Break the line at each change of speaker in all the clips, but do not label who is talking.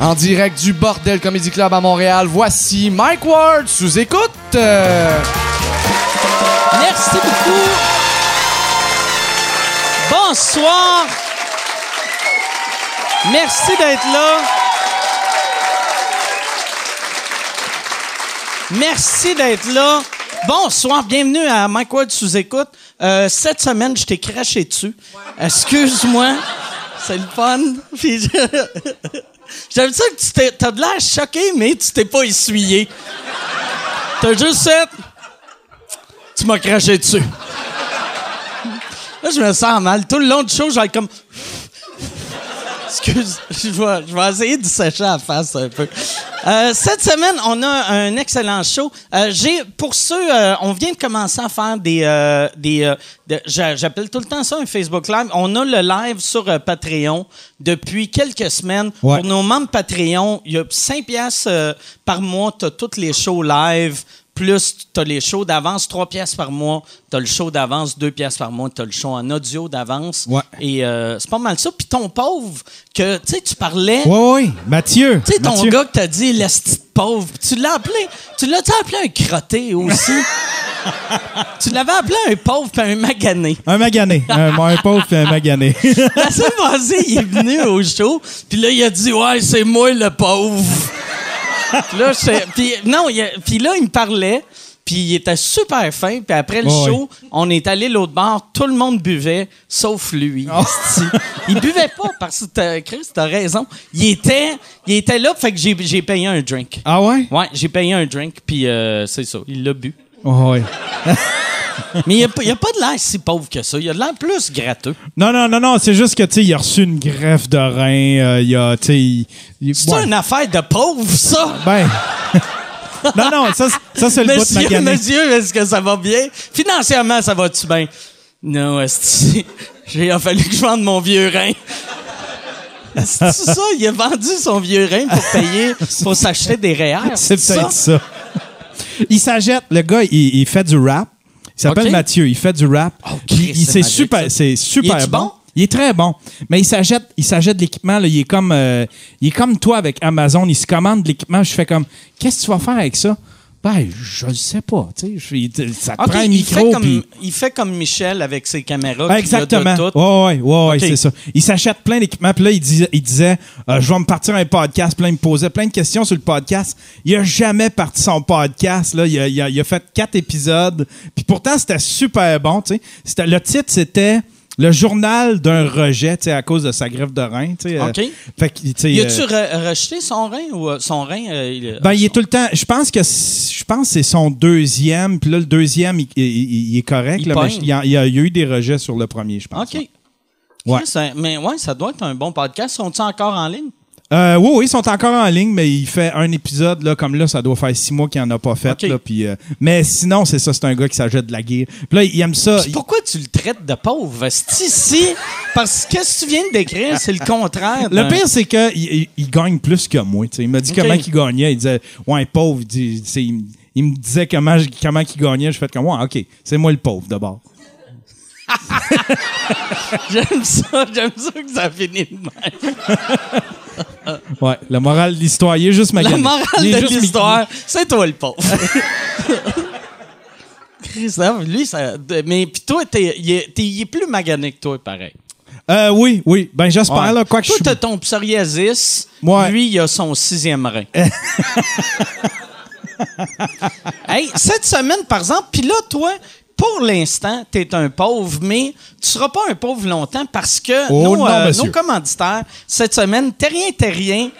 En direct du Bordel Comedy Club à Montréal, voici Mike Ward sous écoute. Euh,
Merci beaucoup. Bonsoir. Merci d'être là. Merci d'être là. Bonsoir, bienvenue à Mike Ward sous écoute. Euh, cette semaine, je t'ai craché dessus. Excuse-moi. C'est le fun. Puis je- J'aime ça que tu t'es- t'as de l'air choqué, mais tu t'es pas essuyé. T'as juste fait tu m'as craché dessus. Là, je me sens mal. Tout le long du show, je vais être comme. Excuse, je vais, je vais essayer de sécher la face un peu. Euh, cette semaine, on a un excellent show. Euh, j'ai pour ceux, euh, on vient de commencer à faire des, euh, des, euh, de- j'a- j'appelle tout le temps ça un Facebook Live. On a le live sur euh, Patreon depuis quelques semaines.
Ouais.
Pour nos membres Patreon, il y a 5 piastres euh, par mois, t'as toutes les shows live. Plus t'as les shows d'avance, 3 piastres par mois. T'as le show d'avance, 2 piastres par mois. T'as le show en audio d'avance.
Ouais.
Et euh, c'est pas mal ça. Puis ton pauvre, que tu sais, tu parlais.
Oui, oui, Mathieu.
Tu sais, ton
Mathieu.
gars que t'as dit, la petite pauvre, puis tu l'as appelé, tu l'as-tu appelé un crotté aussi? tu l'avais appelé un pauvre puis un magané.
Un magané. un, un pauvre puis un magané.
La semaine passée, il est venu au show, puis là, il a dit, ouais, c'est moi le pauvre. Puis là, je- puis non, il a- puis là, il me parlait, puis il était super fin, puis après le
Ouais, ouais.
show, on est allé l'autre bar, tout le monde buvait, sauf lui.
Oh.
esti. Il buvait pas, parce que, t'as- Chris, t'as raison. Il était, il était là, fait que j'ai j'ai payé un drink.
ah ouais?
Ouais, j'ai payé un drink, puis euh, c'est ça, il l'a bu.
Oh, ouais.
Mais il a, pas- il a pas de l'air si pauvre que ça, il a de l'air plus gratteux.
Non, non, non, non, c'est juste que, tu sais, il a reçu une greffe de rein. euh, il a, tu sais. il- il-
C'est
ouais.
une affaire de pauvre, ça!
Ben. non, non, ça, c'est- ça c'est le bout de
Monsieur,
magané.
monsieur, est-ce que ça va bien? Financièrement, ça va-tu bien? Non, esti. J'ai il a fallu que je vende mon vieux rein. C'est ça, il a vendu son vieux rein pour payer, pour s'acheter des REER.
C'est peut-être ça. il s'agite. Le gars, il, il fait du rap. Il s'appelle
Ok.
Mathieu. Il fait du rap.
Christ,
il, il-
c'est
c'est
magique,
super,
ça.
c'est super
Il est-tu
bon.
bon?
Il est très bon. Mais il s'achète, il s'achète de l'équipement. là. Il est comme, euh, il est comme toi avec Amazon. Il se commande de l'équipement. Je fais comme, qu'est-ce que tu vas faire avec ça? Ben, je le sais pas. Tu sais, je suis- ça te
Ok,
prend un
il,
micro.
fait comme,
puis-
il fait comme Michel avec ses caméras.
Ah,
qu'il a de
Exactement.
tout.
Ouais, ouais, ouais, ouais,
Ok.
c'est ça. Il s'achète plein d'équipements. Puis là, il, dis- il disait, euh, je vais me partir un podcast. Puis là, il me posait plein de questions sur le podcast. Il a jamais parti son podcast. Là. Il, a, il a- il a fait quatre épisodes. Puis pourtant, c'était super bon. tu sais. C'était- Le titre, c'était Le journal d'un rejet tu sais, à cause de sa greffe de rein. tu sais. Euh,
Ok.
fait que, tu sais,
Il
euh,
a-tu re- rejeté son rein ou euh, son rein? euh, il-
ben, il est tout le temps. Je pense que c- je pense que c'est son deuxième. Puis là, le deuxième, il, il- il- il est correct.
Il
là, mais
pogne.
il y a, il y a eu des rejets sur le premier, je pense.
OK.
Ouais.
Chris, euh, mais ouais, ça doit être un bon podcast. Sont-ils encore en ligne?
Euh, oui, oui, ils sont encore en ligne, mais il fait un épisode, là, comme là, ça doit faire six mois qu'il n'en a pas fait.
Ok.
Là, puis, euh, mais sinon, c'est ça, c'est un gars qui s'achète de la guerre. Puis là, il aime ça.
Puis pourquoi tu le traites de pauvre? C'est ici. Parce que ce que tu viens de décrire, c'est le contraire.
Le
d'un-
pire, c'est que il, il- il gagne plus que moi. tu sais. Il m'a dit
Ok.
comment il gagnait. Il disait, ouais, pauvre. Il, dit- tu sais, il, me- il me disait comment, je- comment il gagnait. Je fais comme, ouais, OK, c'est moi le pauvre d'abord.
J'aime ça. J'aime ça que ça finit de même.
Ouais, la morale de l'histoire, il est juste ma
La morale de l'histoire, c'est toi le pauvre. Christophe, lui, ça. de- Mais puis toi, t'es, il, est, t'es- il est plus magané que toi, pareil.
Euh, oui, oui. Ben, j'espère,
Ouais.
là, quoi que je
toi,
suis-
t'as ton psoriasis.
Ouais.
Lui, il a son sixième rein. hey, cette semaine, par exemple, puis là, toi, pour l'instant, t'es un pauvre, mais tu seras pas un pauvre longtemps parce que
Oh
nos, euh,
non, monsieur.
nos commanditaires, cette semaine, Terrien Terrien,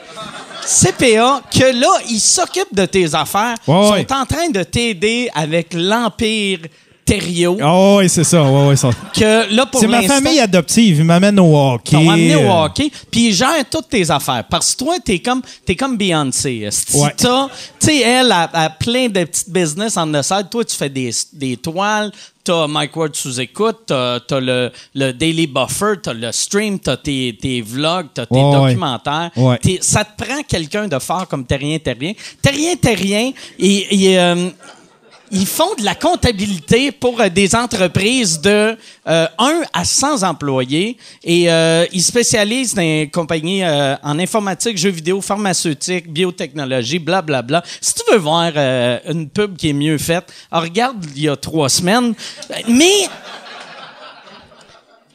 CPA, que là, ils s'occupent de tes affaires,
Ouais,
sont
ouais.
en train de t'aider avec l'Empire Terrio,
Ah ouais, c'est ça. Ouais, ouais, ça.
que là, pour
C'est ma
l'instant...
famille adoptive. Ils m'amènent au hockey.
T'ont amené au
euh,
hockey, puis ils gèrent toutes tes affaires. Parce que toi, t'es comme, t'es comme Beyoncé. Si
Ouais.
t'as- Tu sais, elle a, a plein de petites business en dessert. Toi, tu fais des, des toiles, t'as Mike Ward sous écoute, t'as t'as le, le Daily Buffer, t'as le stream, t'as tes, tes vlogs, t'as tes
Ouais, ouais.
documentaires.
Ouais.
T'es- ça te prend quelqu'un de fort comme Terrien Terrien. Terrien Terrien, et... et, euh, ils font de la comptabilité pour euh, des entreprises de euh, 1 à 100 employés et euh, ils spécialisent dans les compagnies euh, en informatique, jeux vidéo, pharmaceutique, biotechnologie, blablabla. Si tu veux voir euh, une pub qui est mieux faite, ah, regarde il y a trois semaines. Mais...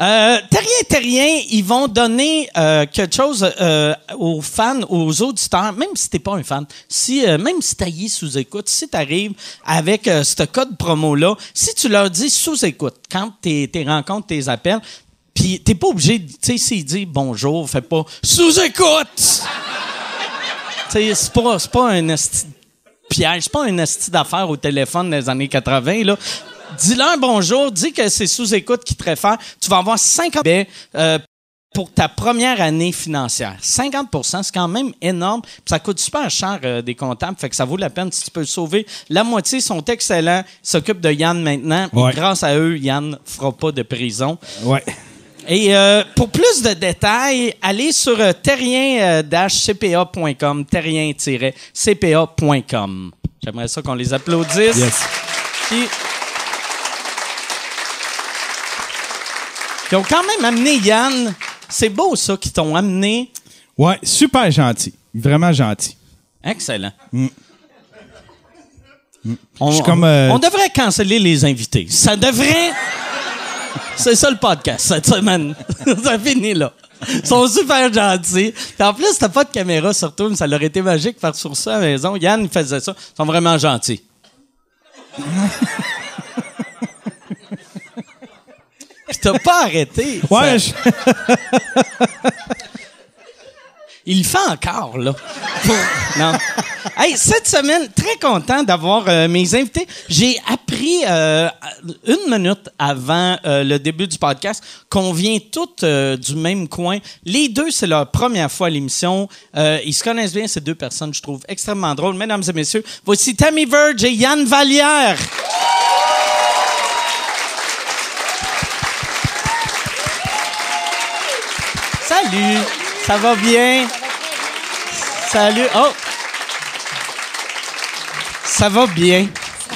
Euh, terrien, terrien, ils vont donner euh, quelque chose euh, aux fans, aux auditeurs, même si t'es pas un fan. Si, euh, même si t'as y sous écoute, si t'arrives avec euh, ce code promo là, si tu leur dis sous écoute quand tes tes rencontres, tes appels, puis t'es pas obligé, de- tu sais, s'ils disent bonjour, fais pas sous écoute. Tu sais, c'est pas, c'est pas un esti de piège, c'est pas un esti d'affaires au téléphone des années 80, là. Dis-leur bonjour, dis que c'est sous-écoute qui te réfère. Tu vas avoir 50 baies, euh, pour ta première année financière. 50 c'est quand même énorme. puis Ça coûte super cher euh, des comptables, fait que ça vaut la peine si tu peux le sauver. La moitié sont excellents, s'occupent de Yann maintenant. puis
Ouais.
Grâce à eux, Yann fera pas de prison.
Ouais.
Et euh, pour plus de détails, allez sur euh, terrien-cpa.com, terrien-cpa.com. J'aimerais ça qu'on les applaudisse.
Yes.
Qui... Qui ont quand même amené Yann. C'est beau ça qu'ils t'ont amené.
Ouais, super gentil. Vraiment gentil.
Excellent. On,
Je suis comme,
Mm. on-
euh,
on devrait canceller les invités. Ça devrait. C'est ça le podcast cette semaine. ça finit là. Ils sont super gentils. Puis en plus, t'as pas de caméra surtout, mais ça leur été magique faire sur ça à la maison. Yann, il faisait ça. Ils sont vraiment gentils. Puis t'as pas arrêté. Ça-
Ouais, je-
Il le fait encore, là. Pour- non. Hey, cette semaine, très content d'avoir euh, mes invités. J'ai appris euh, une minute avant euh, le début du podcast qu'on vient toutes euh, du même coin. Les deux, c'est leur première fois à l'émission. Euh, ils se connaissent bien, ces deux personnes, je trouve extrêmement drôles. Mesdames et messieurs, voici Tammy Verge et Yann Vallière. Salut! Ça va bien? Salut! Oh! Ça va bien?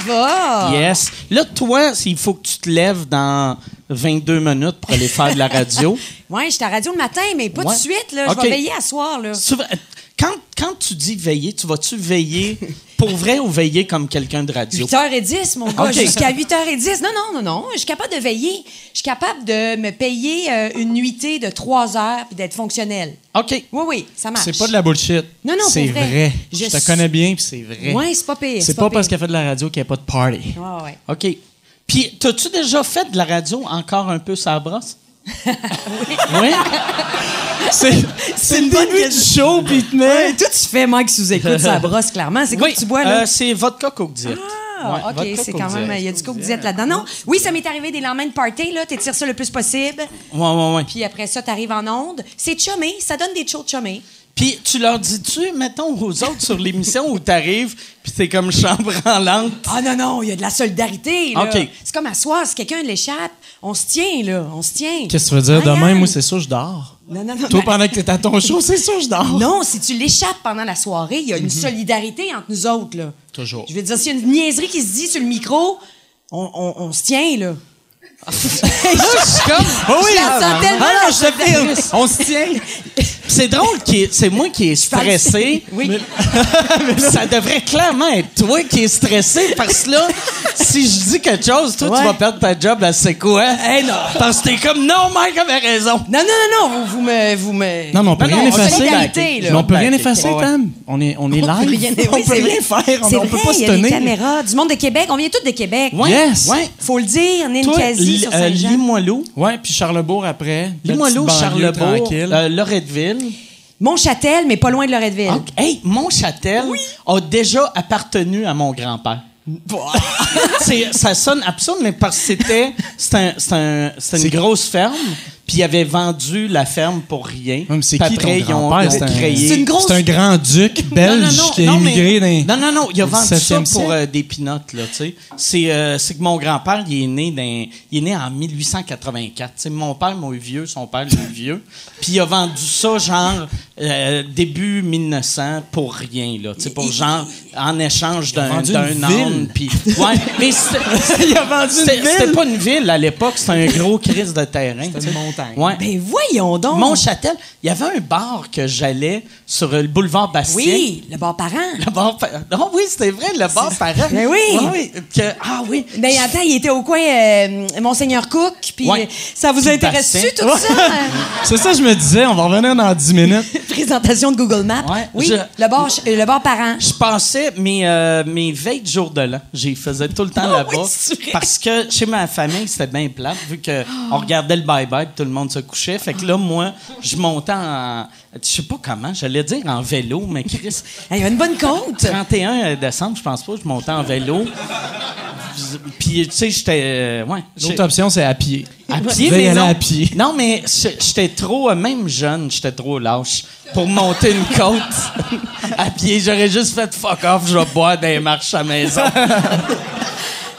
Va.
Yes. Là, toi, il faut que tu te lèves dans 22 minutes pour aller faire de la radio.
Ouais, j'étais à la radio le matin, mais pas
Ouais.
de suite, là. Je
Ok.
vais veiller à soir, là.
Tu vas- quand, quand tu dis veiller, tu vas-tu veiller pour vrai ou veiller comme quelqu'un de radio?
8h10, mon gars,
Ok.
jusqu'à 8h10. Non, non, non, non. Je suis capable de veiller. Je suis capable de me payer euh, une nuitée de 3 heures puis d'être fonctionnelle.
OK.
Oui, oui, ça marche.
C'est pas de la bullshit.
Non, non, pour
c'est
vrai.
vrai.
Je
Je, te
suis-
connais bien, puis c'est vrai.
Ouais, c'est pas pire.
c'est pas, parce
pire.
qu'elle fait de la radio qu'il n'y a pas de party.
Ouais, ouais.
OK. Puis, t'as-tu déjà fait de la radio encore un peu sa brosse? oui.
C'est c'est le début du show, puis il te met.
Tout se fait, Mike, sous écoute, ça brosse clairement. C'est quoi
Oui.
que tu bois, là?
Euh, c'est vodka Coke Diet.
Ah,
Ouais,
OK,
vodka
c'est
Coke
quand
Diet.
même. Il y a du coke disette là-dedans. Non, oui, ça m'est arrivé des lendemains de party, là. T'étires ça le plus possible.
Ouais, ouais, ouais.
Puis après ça, t'arrives en onde. C'est chumé. Ça donne des shows de chumé.
Puis tu leur dis-tu, mettons, aux autres sur l'émission où t'arrives, puis t'es comme chambre en langue.
Ah non, non, il y a de la solidarité. Là.
OK.
C'est comme à soir, si quelqu'un l'échappe, on se tient, là. On se tient.
Qu'est-ce que tu veux dire? Demain,
Ryan.
moi, c'est sûr, je dors.
Non, non, non.
Toi,
ben-
pendant que t'es à ton show, c'est sûr, je dors. Mhm.
Non, si tu l'échappes pendant la soirée, il y a une solidarité entre nous autres, là.
Toujours.
Je veux dire, s'il y a une niaiserie qui se dit sur le micro, on, on- on se tient, là.
Oh
Je la sens tellement,
Ah non,
la
je te filme.
solidarité.
On se tient. C'est drôle, qu'il est- c'est moi qui est stressé.
Oui.
Ça devrait clairement être toi qui es stressé, parce que là, si je dis quelque chose, toi,
Ouais. Eh
tu vas perdre ta job, là, c'est quoi?
non.
Parce que t'es comme, non, Mike avait raison.
Non, non, non, non, vous, vous me... Vous me...
Non, mais on peut
Non, non,
rien
on
effacer.
solidarité, là.
Mais on peut rien
Solidarité.
effacer,
Ouais.
Tam. On est, on est
On peut
live.
rien, oui,
on peut
c'est vrai.
rien faire. On,
C'est
on peut
vrai,
pas se
Il y a des
tenir.
caméras du monde de Québec. On vient tous de Québec.
Ouais,
Yes.
ouais.
Faut le dire, on est une
Toi,
quasi
Li-
sur
euh,
Saint-Jean.
Limoilou.
Ouais, puis Charlebourg après. La
Limoilou,
petite banlieue
Charlebourg,
tranquille.
euh, Loretteville.
Montchâtel, mais pas loin de Loretteville.
Ok. Hey, Montchâtel a déjà appartenu à mon grand-père. C'est- ça sonne absurde, mais parce que c'était c'est un- c'est un- c'est une grosse ferme. puis il avait vendu la ferme pour rien.
Ouais, mais c'est
Puis
qui
après,
ton
ils ont,
grand-père?
ils ont
C'est un-
créé...
C'est une grosse-
C'est un grand duc belge qui a
mais-
immigré dans
Non, non, non, il a
au
vendu ça
17e
pour
siècle.
euh, des pinottes, là, tu sais. C'est euh, c'est que mon grand-père, il est né dans- il est né en 1884. tu sais. mon père, moi, est vieux, son père, il est vieux. Puis il a vendu ça, genre, euh, début 1900, pour rien, là, tu sais, pour genre, en échange d'un
vendu
d'un
une
âne.
ville.
Puis, ouais, mais c'était-
Il a vendu
c'était c'était pas une ville à l'époque, c'était un gros crise de terrain. tu sais.
une montagne.
Ah,
Ouais.
Ben voyons donc.
Montchâtel, il y avait un bar que j'allais sur le boulevard Bastien.
Oui, le bon parent.
Le bar par- Non, oui, c'était vrai, le bar parent.
Mais Ben oui.
oui. que- Ah oui.
Ben attends, il était au coin euh, Monseigneur Cook, puis euh,
Ouais.
ça vous
Puis
intéresse-tu
Bastien.
tout ça?
C'est ça, je me disais, on va revenir dans 10 minutes.
Présentation de Google Maps.
Ouais.
Oui,
Je-
le bord, euh, le bord parent.
Je passais mes, euh, mes veilles de jour de l'an. J'y faisais tout le temps
Ah
là-bas.
oui, c'est vrai.
parce que chez ma famille, c'était bien plate, vu qu'on regardait le bye-bye, tout le monde se couchait. Fait que là, moi, je montais en. Je sais pas comment, j'allais dire en vélo, mais Chris.
Hey, Il y a une bonne compte.
31 décembre, je pense pas, je montais en vélo. Puis, tu sais, j'étais. euh, ouais. j'ai-
L'autre option, c'est à pied.
À pied,
Veille
mais
aller
non.
à pied.
Non, mais je- j'étais trop, euh, même jeune, j'étais trop lâche pour monter une côte à pied. J'aurais juste fait fuck off, je vais boire des marches à la maison.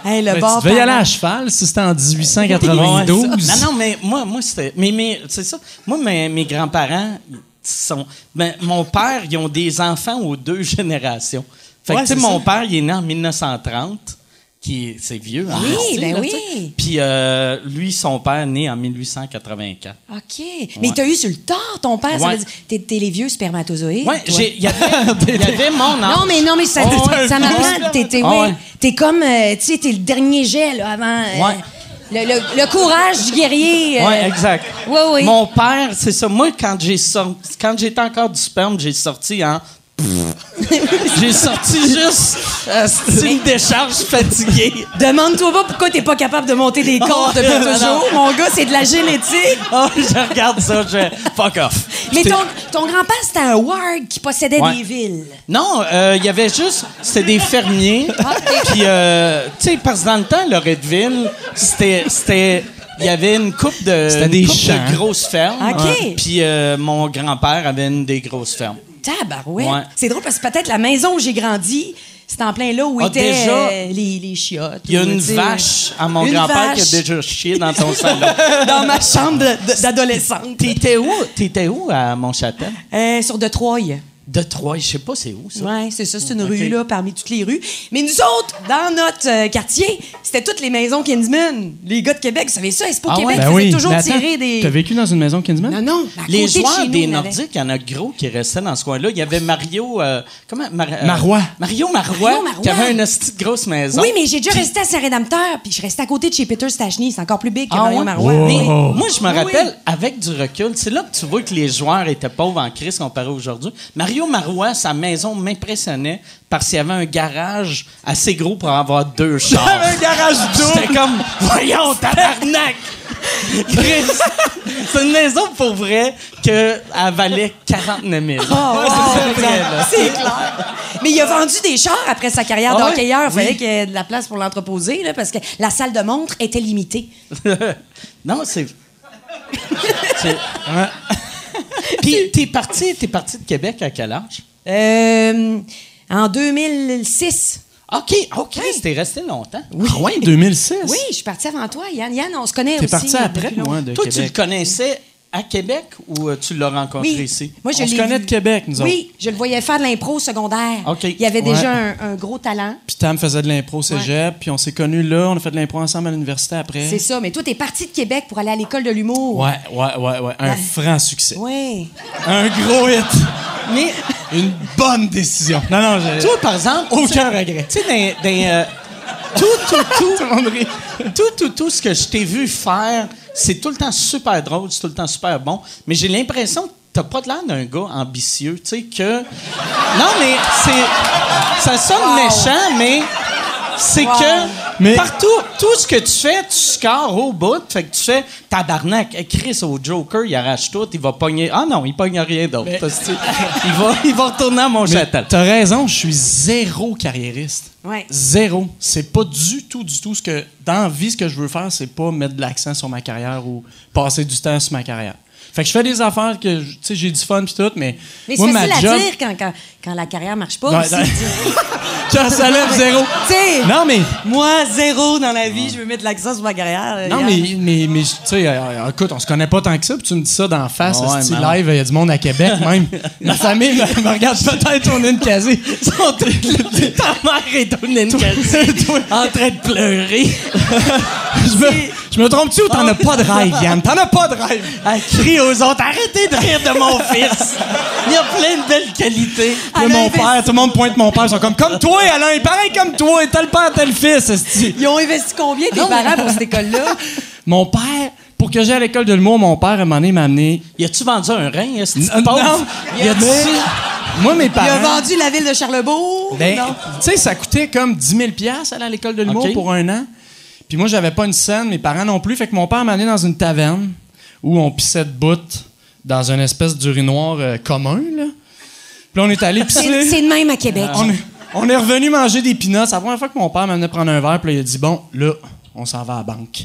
Hey, le
Ben,
bord
tu devais y aller
parent.
à cheval si c'était en
Ouais,
1892.
ça. Non, non, mais moi, moi c'était. Mais, mais c'est ça. Moi, mes, mes grands-parents ils sont. ben, mon père, ils ont des enfants aux deux générations. Fait que,
Ouais,
tu sais,
c'est
mon
ça.
père, il est né en 1930, qui est- c'est vieux. en
Oui,
Christie,
ben
là,
oui.
tu sais. Puis, euh, lui, son père, né en 1884.
OK. Mais t'as eu sur le tard, ton père. Ça
Ouais.
veut dire, t'es, t'es les vieux supermatozoïdes.
Ouais,
toi.
j'ai- il y avait, il y avait mon âge.
Non, mais non, mais ça,
Oh, ouais.
ça m'apprend. T'es, t'es,
Ah,
oui.
ouais.
T'es comme, euh, tu sais, t'es le dernier jet, là, avant. euh,
Ouais.
le, le- le courage du guerrier. euh,
Ouais, exact.
Oui, oui.
Mon père, c'est ça. Moi, quand j'ai sorti, quand j'étais encore du sperme, j'ai sorti en. j'ai sorti juste euh, c'est une décharge fatiguée.
Demande-toi pas pourquoi t'es pas capable de monter des cordes depuis
non, non.
toujours. Mon gars, c'est de la génétique.
Oh, je regarde ça, je fuck off.
Mais ton, ton grand-père, c'était un ward qui possédait
Ouais.
des villes.
Non, euh, il y avait juste, c'était des fermiers.
Ah,
Puis, euh, tu sais, parce que dans le temps, Loretteville, c'était, c'était, il y avait une coupe de,
C'était
une
des
coupe de
champs.
grosses fermes.
OK.
Ouais. Puis euh, mon grand-père avait une des grosses fermes.
Tabarouette.
Ouais.
C'est drôle parce que peut-être la maison où j'ai grandi, c'est en plein là où
Ah,
étaient
déjà,
euh, les, les chiottes.
Il y a
ou,
une
tu sais,
vache à mon
une
grand-père qui a
vache
déjà chié dans ton salon.
Dans ma chambre de- de- d'adolescente.
T'étais où? T'étais où à Montchâtel?
Euh, sur de Troyes.
De Troyes, je sais pas c'est où ça. Mm,
Oui, c'est ça, c'est une
Ok.
rue là parmi toutes les rues. Mais nous autres, dans notre euh, quartier, c'était toutes les maisons Kinsman. Les gars de Québec, vous savez ça, c'est pas
Ah ouais?
Québec,
Ben
ils faisaient
oui.
toujours
Mais attends,
tirer des.
T'as vécu dans une maison Kinsman?
Non, non, à
Les
côté de
joueurs
chez nous,
des
on avait-
Nordiques, il y en a gros qui restaient dans ce coin-là. Il y avait Mario. euh, comment? Mar- euh,
Marois.
Mario Marois.
Mario Marois.
Qui avait une petite grosse maison.
Oui, mais j'ai déjà resté à Saint-Rédempteur, puis je restais à côté de chez Peter Stachny. C'est encore plus big que
Ah
Mario
ouais? Ah
Marois.
Mais
Mais-
moi, je me
Oui.
rappelle, avec du recul, c'est là que tu vois que les joueurs étaient pauvres en crise comparé aujourd'hui. Mario Marois, sa maison m'impressionnait parce qu'il y avait un garage assez gros pour avoir deux chars. un garage double! C'était comme, voyons, tabarnak! Chris, c'est une maison pour vrai qu'elle valait 49 000.
Ah, wow,
c'est ça, vrai, là.
c'est clair. Mais il a vendu des chars après sa carrière
Ah ouais?
d'hockeyeur. Il fallait
Oui.
qu'il y ait de la place pour l'entreposer, là, parce que la salle de montre était limitée.
non, c'est. c'est- Puis, t'es parti, t'es parti de Québec à quel âge?
Euh, en 2006.
OK, OK, c'était resté longtemps.
Oui. Ah ouais, 2006?
Oui, je suis partie avant toi, Yann. Yann, on se connaît
T'es
aussi.
parti après,
depuis longtemps.
moi, de
Toi, tu le
Québec.
connaissais à Québec ou euh, tu l'as rencontré
Oui.
ici?
Moi, je
On se
l'ai
connaît
vu.
de Québec, nous
Oui, je le voyais faire de l'impro au secondaire.
OK.
Il y avait
Ouais.
déjà un, un gros talent.
Puis Tam faisait de l'impro au cégep, puis on s'est connus là, on a fait de l'impro ensemble à l'université après.
C'est ça, mais toi, t'es parti de Québec pour aller à l'école de l'humour.
Ouais, ouais, ouais, ouais. Un
Ouais.
franc succès.
Ouais.
Un gros hit.
Mais
Une bonne décision. Non, non, j'ai...
toi, par exemple...
Aucun
tu-
regret.
Tu sais, dans- dans, euh, tout, tout, tout, tout, tout, tout ce que je t'ai vu faire, c'est tout le temps super drôle, c'est tout le temps super bon, mais j'ai l'impression que t'as pas l'air d'un gars ambitieux, tu sais, que... Non, mais c'est... Ça sonne méchant, mais c'est
Wow.
que... Mais... Partout, tout ce que tu fais, tu scores au bout. Fait que tu fais tabarnak. Eh, Chris au Joker, il arrache tout, il va pogner. Ah non, il pogne rien d'autre. parce que- il, va, il va retourner à mon châtel.
T'as raison, je suis zéro carriériste.
Ouais.
Zéro. C'est pas du tout, du tout ce que. Dans la vie, ce que je veux faire, c'est pas mettre de l'accent sur ma carrière ou passer du temps sur ma carrière. Fait que je fais des affaires que, je- tu sais, j'ai du fun pis tout, mais.
Mais c'est
moi, ma
facile
job.
à dire quand, quand, quand la carrière marche pas.
Ouais,
aussi.
non. Quand ça lève zéro.
Tu sais,
Non, mais.
moi, zéro dans la vie, je veux mettre l'accent sur ma carrière.
Non, mais, mais, mais tu sais, euh, écoute, on se connaît pas tant que ça, puis tu me dis ça d'en face,
Ouais,
esti,
man.
live, il y a du monde à Québec, même. Ma famille me, me regarde peut-être, on est une casée.
Ils sont tous là. Ta mère est au Ninkasi en train de pleurer.
Je me, je me trompe-tu ou t'en as pas de rêve, Yann? T'en as pas de rêve!
Elle crie aux autres Arrêtez de rire de mon fils. Il a plein de belles qualités.
Puis là, mon père, tout le monde pointe mon père, ils sont comme, comme toi, Alain, pareil comme toi, tel père, tel fils, esti.
Ils ont investi combien tes parents pour cette école-là?
Mon père, pour que j'aille à l'école de l'humour, mon père, à un moment donné, m'a amené.
Y a-tu vendu un rein, est-ce
Non, non.
Y a-tu.
Mais- Moi, mes
Il a
parents.
vendu la ville de Charlebourg?
Ben,
non.
tu sais, ça coûtait comme 10 000 piastres aller à l'école de l'humour
Ok.
pour un an. Puis moi, j'avais pas une scène, mes parents non plus. Fait que mon père m'a amené dans une taverne où on pissait de bout dans une espèce d'urinoir euh, commun, là. Puis là, on est allé pisser.
C'est de même à Québec.
On est, on est revenu manger des peanuts. C'est la première fois que mon père m'amenait prendre un verre, puis là, il a dit Bon, là, on s'en va à la banque.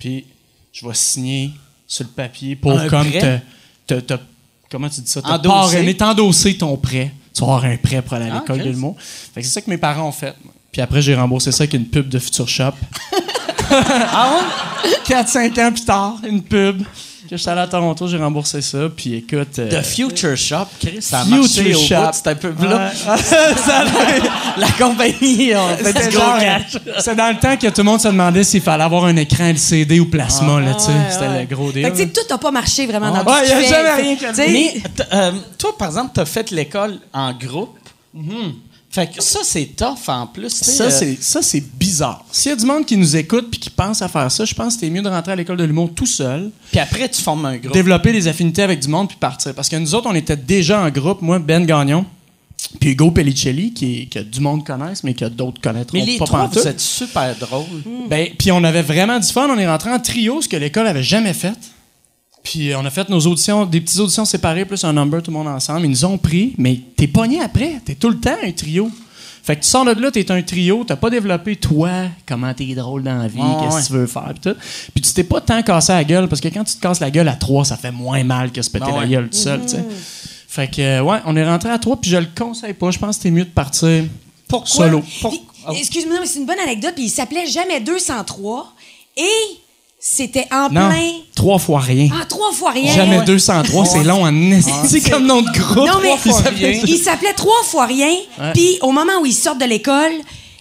Puis je vais signer sur le papier pour
Un
comme te,
prêt?
te- te- Comment tu dis ça Te
Endosser.
parrainer, t'endosser ton prêt. Tu vas avoir un prêt pour aller à
Ah,
l'école de
Christ.
l'humour. Fait que c'est ça que mes parents ont fait. Puis après, j'ai remboursé ça avec une pub de Future Shop.
Ah ouais?
4-5 ans plus tard, une pub. Que j'étais allé à Toronto, j'ai remboursé ça. Puis écoute. euh,
The Future Shop, Chris, ça a
Future
marché au
Shop.
bout, c'était un peu là. la compagnie, on fait
C'était
du gros
genre- euh,
cash.
C'est dans le temps que tout le monde se demandait s'il fallait avoir un écran LCD ou plasma,
Ah,
là, tu sais. C'était le gros
Fait que,
deal.
tu sais,
là.
tout n'a pas marché vraiment dans
Ouais,
tout
y a
ce que Ah, tu
jamais
fais.
rien qui
Tu
a-
sais,
Mais t- euh, toi, par exemple, t'as fait l'école en groupe. Fait que ça, c'est tough en plus. tu sais,
Mhm. Ça,
euh,
c'est- ça, c'est bizarre. S'il y a du monde qui nous écoute puis qui pense à faire ça, je pense que c'est mieux de rentrer à l'école de l'humour tout seul,
Puis après, tu formes un groupe.
développer des affinités avec du monde puis partir. Parce que nous autres, on était déjà en groupe, moi, Ben Gagnon, puis Hugo Pellicelli, qui, que du monde connaisse, mais que d'autres connaîtront
Mais les
pas
trois,
pantoute.
vous êtes super drôles.
Ben, puis on avait vraiment du fun. On est rentré en trio, ce que l'école avait jamais fait. Puis on a fait nos auditions, des petites auditions séparées, plus un number, tout le monde ensemble. Ils nous ont pris, mais t'es pogné après. T'es tout le temps un trio. Fait que tu sors de là, t'es un trio, t'as pas développé toi, comment t'es drôle dans la vie,
Ouais,
qu'est-ce que
ouais.
tu veux faire, pis tout. Puis tu t'es pas tant cassé la gueule, parce que quand tu te casses la gueule à trois, ça fait moins mal que se péter
Ah
la
ouais.
gueule tout seul, tu sais. Fait que, euh, ouais, on est rentré à trois, puis je le conseille pas. Je pense que t'es mieux de partir
Pourquoi?
solo.
Puis, oh. Excuse-moi, non, mais c'est une bonne anecdote. Puis il s'appelait jamais 203 et c'était en
Non,
plein.
trois fois rien.
En trois fois rien.
Jamais 203, c'est long en esti comme nom de groupe.
Non, mais
Trois fois rien.
il s'appelait trois fois rien. Puis au moment où ils sortent de l'école,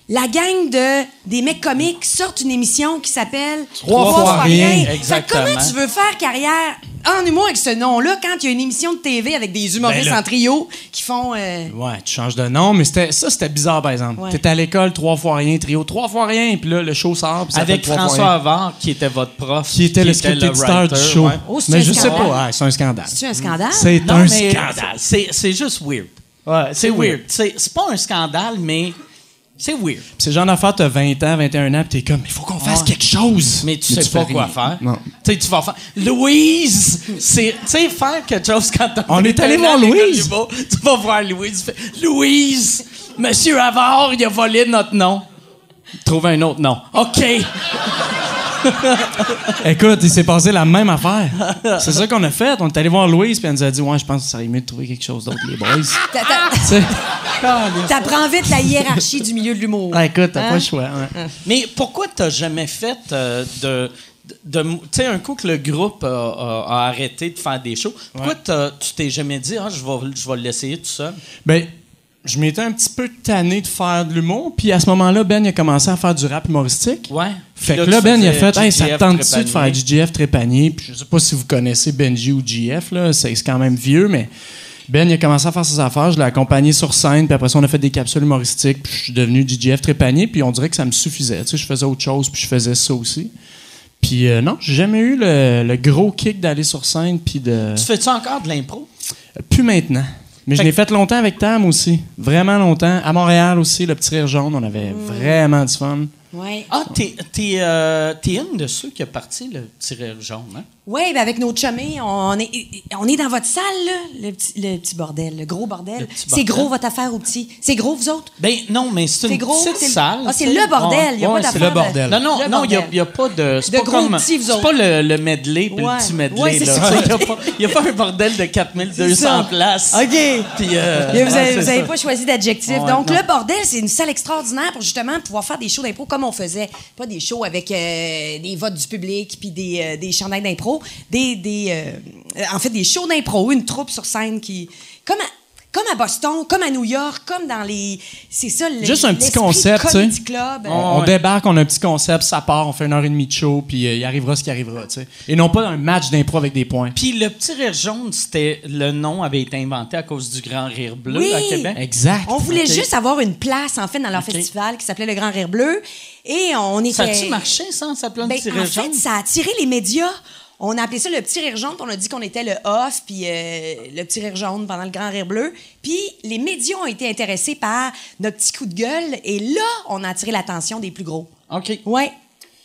la gang de des mecs comiques sortent une émission qui s'appelle
Trois fois rien.
Fait que comment
Exactement.
tu veux faire carrière en humour avec ce nom-là quand il y a une émission de TV avec des humoristes
Ben là-
en trio qui font euh,
Ouais, tu changes de nom, mais c'était- ça, c'était bizarre, par exemple.
Ouais.
T'étais à l'école, trois fois rien, trio, trois fois rien, puis là, le show sort, puis ça
Avec
fait trois
François
fois rien.
Avant, qui était votre prof.
Qui était le script éditeur
writer,
du show.
ouais.
Oh, c'est
mais
un
je sais
scandale.
pas, ouais, c'est un scandale.
c'est un scandale.
C'est
Non,
un
mais
scandale.
C'est c'est juste weird. c'est weird. C'est c'est pas un scandale, mais c'est weird.
Puis C'est genre d'affaire, t'as 20 ans, 21 ans, puis t'es comme, il faut qu'on fasse
Ouais.
quelque chose.
Mais tu sais
fais
pas quoi
rien.
faire.
Non.
Tu sais, tu vas faire. Louise! C'est. Tu sais, faire quelque chose quand t'as.
On est allé
un an à
voir
l'école
Louise.
du beau, Tu vas voir Louise. tu fais, Louise! Monsieur Avard, il a volé notre nom. Trouve un autre nom. OK!
Écoute, il s'est passé la même affaire. C'est ça qu'on a fait. On est allé voir Louise, puis elle nous a dit, ouais, je pense que ça serait mieux de trouver quelque chose d'autre, les boys.
T'a- t'a-
Tu sais.
T'apprends vite la hiérarchie du milieu de l'humour.
Ah, écoute, t'as
Hein?
pas le choix. ouais.
Mais pourquoi t'as jamais fait euh, de. de, de- tu sais, un coup que le groupe a, a- a arrêté de faire des shows, pourquoi t'as- tu t'es jamais dit, ah, je vais, je vais l'essayer tout seul?
Ben, je m'étais un petit peu tanné de faire de l'humour, puis à ce moment-là, Ben il a commencé à faire du rap humoristique.
Ouais.
Fait
Puis
que là,
tu
Ben, il a
faisais
fait, hey, ça
GGF
te tente-tu de faire
Trépanier.
du GF Trépanier? Puis je sais pas si vous connaissez Benji ou GF, là, c'est c'est quand même vieux, mais Ben, il a commencé à faire ses affaires, je l'ai accompagné sur scène, puis après ça, on a fait des capsules humoristiques, puis je suis devenu GF Trépanier, puis on dirait que ça me suffisait. Tu sais, je faisais autre chose, puis je faisais ça aussi. Puis euh, non, j'ai jamais eu le, le gros kick d'aller sur scène, puis de.
Tu fais-tu encore de l'impro?
Plus maintenant. Mais je l'ai fait longtemps
Mm.
avec Tam aussi. Vraiment longtemps. À Montréal aussi, le petit rire jaune, on avait vraiment du fun.
Ouais.
Ah, t'es, t'es, euh, t'es une de ceux qui a parti le tireur jaune, hein?
Oui, ben avec nos chummés, on est, on est dans votre salle, là, le, petit, le petit bordel, le gros bordel.
Le petit
C'est
bordel.
gros votre affaire au petit. C'est gros, vous autres?
Ben non, mais c'est une
C'est gros,
petite
c'est le-
salle.
Ah, c'est
tu sais.
le bordel, y a pas
ouais,
d'affaire
c'est le
de-
bordel. Non, non,
Le
non, il
bordel.
n'y a, pas de. C'est
De
pas
gros
comme-
petits, vous
C'est
autres.
pas le, le medley puis
Ouais.
le petit medley.
Ouais, c'est ça.
Il n'y a, pas un bordel de
C'est
4200
ça.
places.
OK.
Puis,
Ah,
euh,
Et vous
ouais,
n'avez
c'est ça.
pas choisi d'adjectif.
Ouais,
Donc,
non.
le bordel, c'est une salle extraordinaire pour justement pouvoir faire des shows d'impro comme on faisait. Pas des shows avec euh, des votes du public puis des, euh, des chandails d'impro. Des, des, euh, en fait, des shows d'impro. Une troupe sur scène qui. Comme à, comme à Boston, comme à New York, comme dans les. C'est ça le.
Juste un petit
l'esprit
concept, tu sais.
comedy club.
On, on débarque, on a un petit concept, ça part, on fait une heure et demie de show, puis euh, il arrivera ce qui arrivera, tu sais. Et non pas un match d'impro avec des points.
Puis le petit rire jaune, c'était le nom avait été inventé à cause du grand rire bleu
Oui.
à Québec.
Exact.
On voulait
Ok.
juste avoir une place, en fait, dans leur
Ok.
festival qui s'appelait Le Grand Rire Bleu. Et on était.
Ça a-tu marché, ça, en s'appelant
Ben,
le petit
en
rire jaune?
fait, ça a attiré les médias. On a appelé ça le petit rire jaune, puis on a dit qu'on était le off, puis euh, le petit rire jaune pendant le grand rire bleu. Puis les médias ont été intéressés par notre petit coup de gueule, et là, on a attiré l'attention des plus gros.
OK.
Ouais.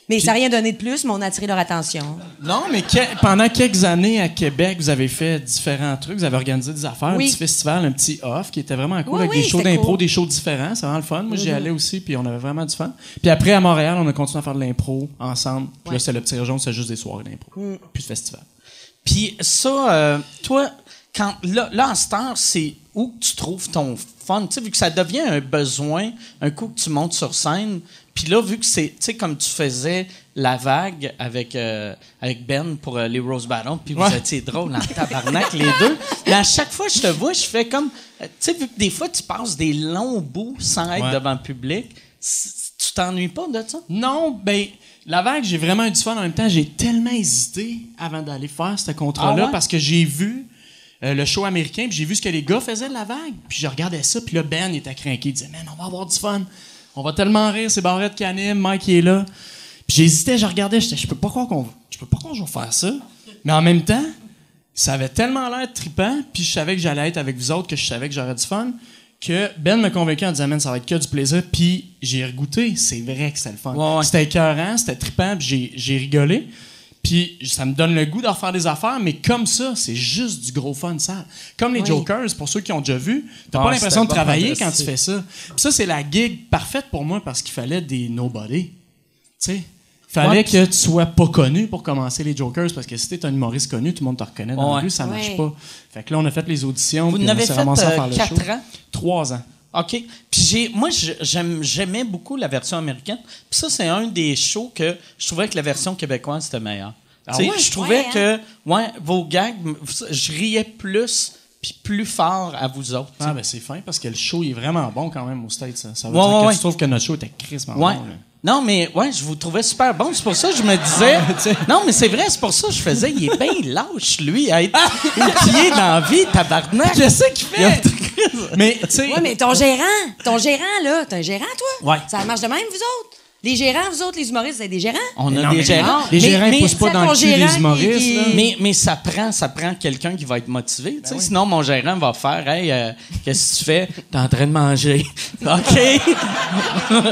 Mais ça n'a rien donné de plus, mais on a attiré leur attention.
Non, mais que- pendant quelques années à Québec, vous avez fait différents trucs. Vous avez organisé des affaires,
Oui.
un petit festival, un petit off qui était vraiment cool
Oui,
avec
oui,
des shows
c'était
d'impro,
cool. Mhm.
des shows différents. C'est vraiment le fun. Moi, j'y allais aussi, puis on avait vraiment du fun. Puis après, à Montréal, on a continué à faire de l'impro ensemble. Puis là, c'est le petit région, c'est juste des soirées d'impro.
Mm.
Puis le festival.
Puis ça, euh, toi, quand là, là, en ce temps, c'est où que tu trouves ton fun, tu sais, vu que ça devient un besoin, un coup que tu montes sur scène, puis là, vu que c'est, tu sais, comme tu faisais la vague avec, euh, avec Ben pour euh, les Rose Battle, puis vous étiez drôle en tabarnak, les deux, mais à chaque fois que je te vois, je fais comme, euh, tu sais, vu que des fois, tu passes des longs bouts sans être
Ouais.
devant le public, c- tu t'ennuies pas de ça?
Non, ben, la vague, j'ai vraiment eu du fun. En même temps, j'ai tellement hésité avant d'aller faire ce contrat-là
Ah ouais?
parce que j'ai vu euh, le show américain, puis j'ai vu ce que les gars faisaient de la vague. Puis je regardais ça, puis là, Ben il était craqué. Il disait, man, on va avoir du fun. On va tellement rire, c'est Barrette qui anime, Mike il est là. Puis j'hésitais, je regardais, j'étais, je peux pas croire qu'on je peux pas croire qu'on va faire ça. Mais en même temps, ça avait tellement l'air trippant, puis je savais que j'allais être avec vous autres, que je savais que j'aurais du fun, que Ben me convaincu en disant, man, ça va être que du plaisir, puis j'ai regoûté. C'est vrai que c'était le fun.
Ouais, ouais.
C'était écœurant, c'était trippant, puis j'ai- j'ai rigolé. Puis ça me donne le goût de refaire des affaires, mais comme ça, c'est juste du gros fun sale. Comme les Jokers, pour ceux qui ont déjà vu, t'as
Ah,
pas l'impression de
c'était bon,
travailler
merci.
quand tu fais ça. Puis ça, c'est la gig parfaite pour moi parce qu'il fallait des nobody. Tu sais, fallait
Ouais,
que tu sois pas connu pour commencer les Jokers parce que si t'es un humoriste connu, tout le monde te reconnaît dans
Ouais.
la rue, ça marche
Ouais.
pas. Fait que là, on a fait les auditions.
Vous
puis
en
on
avez
s'est
fait,
ramassé à
euh,
faire le
quatre
show.
ans?
Trois ans.
OK. Puis j'ai, moi, je- j'aime, j'aimais beaucoup la version américaine. Puis ça, c'est un des shows que je trouvais que la version québécoise, c'était meilleure. Tu sais,
Ah ouais?
je trouvais
Ouais, hein?
que ouais, vos gags, m- je riais plus puis plus fort à vous autres. hein? tu sais.
Ah, ben c'est fin parce que le show il est vraiment bon quand même au States. Ça, ça veut
Ouais,
dire
ouais,
que
ouais.
tu trouves que notre show était crissement
Ouais.
bon. là.
Non, mais ouais, je vous trouvais super bon. C'est pour ça que je me disais.
Ah,
non, mais c'est vrai, c'est pour ça que je faisais. Il est bien lâche, lui, à être outillé dans la vie, tabarnak. Je sais qu'il fait.
Mais, tu sais,
Ouais, mais ton gérant, ton gérant, là, t'es un gérant, toi?
Ouais.
Ça marche de même, vous autres? Les gérants, vous autres, les humoristes, vous êtes des gérants?
On a
Non,
des
mais
gérants.
les
Mais-
gérants, ils
mais-
poussent pas
c'est
dans
ton
le cul
gérant
des
qui-
humoristes. là. Ben
qui-
Mais, mais ça prend, ça prend quelqu'un qui va être motivé. tu sais. Sinon, mon gérant va faire Hey, euh, qu'est-ce que tu fais? T'es en train de manger. OK.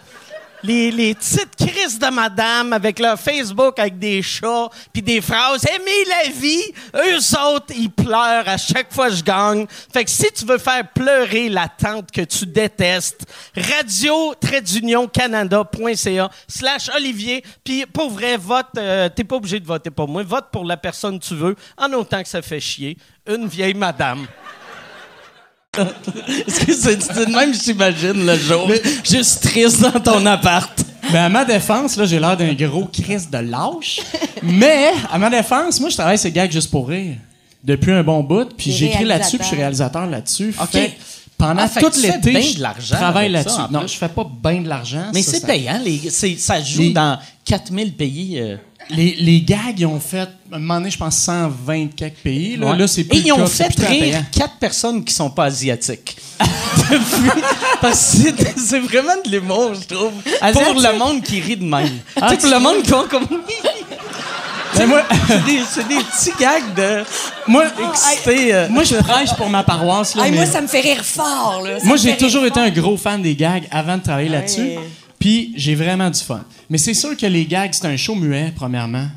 Les, les petites crises de madame avec leur Facebook avec des chats puis des phrases Aimez la vie! Eux autres, ils pleurent à chaque fois que je gagne. Fait que si tu veux faire pleurer la tante que tu détestes, radio canada.ca slash Olivier. Puis pour vrai, vote, euh, t'es pas obligé de voter pour moi. Vote pour la personne que tu veux, en autant que ça fait chier. Une vieille madame. Est-ce que c'est de même, j'imagine, le jour? Juste triste dans ton appart.
Ben, à ma défense, là, j'ai l'air d'un gros Chris de lâche. mais, à ma défense, moi, je travaille ces gags juste pour rire. Depuis un bon bout, puis
T'es
j'écris là-dessus, puis je suis réalisateur là-dessus. Fait que pendant
Ah, fait que
tout
tu fais
l'été,
ben
je
de l'argent
travaille
avec ça,
là-dessus.
en
Non,
plus.
je fais pas bien de l'argent.
Mais
ça,
c'est
ça-
payant. Les, c'est- ça joue
Les-
dans 4000 pays. euh.
les, les gags, ils ont fait, à un moment donné, je pense, 120 quelques pays. Là,
Ouais.
là c'est plus
Et
le
ils
cas,
ont
c'est
fait
plus
rire
payant.
quatre personnes qui sont pas asiatiques. Depuis- parce que c'est- c'est vraiment de l'humour, je trouve. Pour
Asiatique? Ah,
le monde qui rit de même. Tu sais, pour le monde qui ont comme.
Mais Ben, moi,
C'est des, c'est des petits gags de.
moi,
Excité, euh.
moi, je prêche pour ma paroisse. Là,
Hey,
mais-
Moi, ça me fait rire fort. Là. Ça
Moi,
me fait
j'ai
rire Ah
toujours été
fort.
un gros fan des gags avant de travailler là-dessus. Puis, j'ai vraiment du fun. Mais c'est sûr que les gags, c'est un show muet, premièrement.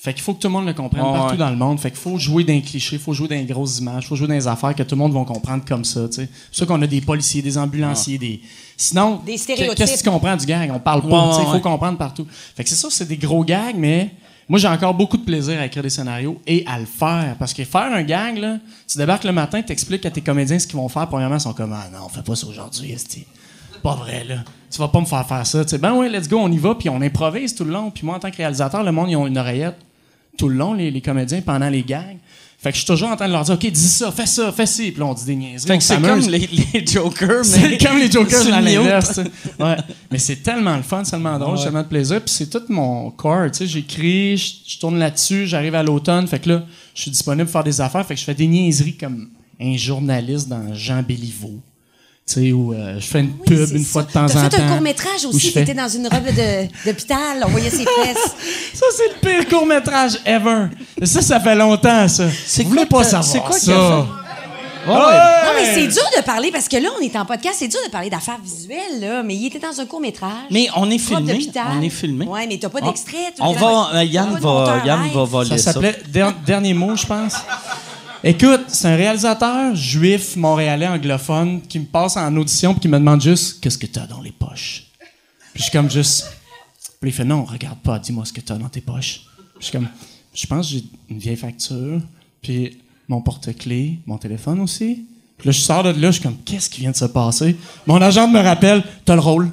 Fait qu'il faut que tout le monde le comprenne
Ouais,
partout
ouais.
dans le monde. Fait qu'il faut jouer d'un cliché, faut jouer d'un grosses images, faut jouer dans des affaires que tout le monde va comprendre comme ça. tu sais. C'est sûr qu'on a des policiers, des ambulanciers, des. Sinon,
Des
que-
stéréotypes.
qu'est-ce que tu comprends du gag? On parle pas.
Ouais,
tu sais,
ouais,
faut
ouais.
comprendre partout. Fait que c'est sûr, c'est des gros gags, mais moi, j'ai encore beaucoup de plaisir à écrire des scénarios et à le faire. Parce que faire un gag, là, tu débarques le matin, t'expliques à tes comédiens ce qu'ils vont faire. Premièrement, ils sont comme, ah non, on fait pas ça aujourd'hui, esti. Pas vrai, là. Tu vas pas me faire faire ça. Tu sais, ben ouais, let's go, on y va, puis on improvise tout le long. Puis moi, en tant que réalisateur, le monde, ils ont une oreillette tout le long, les, les comédiens, pendant les gags. Fait que je suis toujours en train de leur dire, OK, dis ça, fais ça, fais ci. Puis là, on dit des niaiseries.
Fait
on
que c'est
s'amuse.
comme les, les Jokers, mais.
C'est comme les Jokers
sur
à
le mute.
l'inverse. tu sais. Ouais. Mais c'est tellement le fun, c'est tellement drôle, c'est tellement de plaisir. Puis c'est tout mon corps. tu sais. J'écris, je je tourne là-dessus, j'arrive à l'automne. Fait que là, je suis disponible pour faire des affaires. Fait que je fais des niaiseries comme un journaliste dans Jean Béliveau. Tu sais, où euh, je fais une
Oui,
pub
c'est
une
ça.
fois de temps en temps.
T'as fait un court-métrage
où
aussi
je
qui
fais-
était dans une robe de- d'hôpital. On voyait ses fesses.
Ça, c'est le pire court-métrage ever. Ça, ça fait longtemps, ça. Vous voulez
quoi
pas
que-
savoir
c'est quoi qu'il
ça.
Non, mais c'est dur de parler parce que là, on est en podcast, c'est dur de parler d'affaires visuelles, là. Mais il était dans un court-métrage.
Mais on est
Prof
filmé.
d'hôpital.
On est filmé.
Ouais, mais t'as pas
On-
d'extrait. t'as
On
vraiment-
va. euh, Yann,
t'as pas de monteur
va, Yann
live.
va voler
Ça
ça.
s'appelait Der- Dernier mot, je pense. Écoute, c'est un réalisateur juif montréalais anglophone qui me passe en audition et qui me demande juste qu'est-ce que t'as dans les poches. Puis je suis comme juste. Puis il fait non, regarde pas, dis-moi ce que t'as dans tes poches. Puis je suis comme, je pense que j'ai une vieille facture, puis mon porte-clés, mon téléphone aussi. Puis là, je sors de là, je suis comme, qu'est-ce qui vient de se passer? Mon agent me rappelle, t'as le rôle.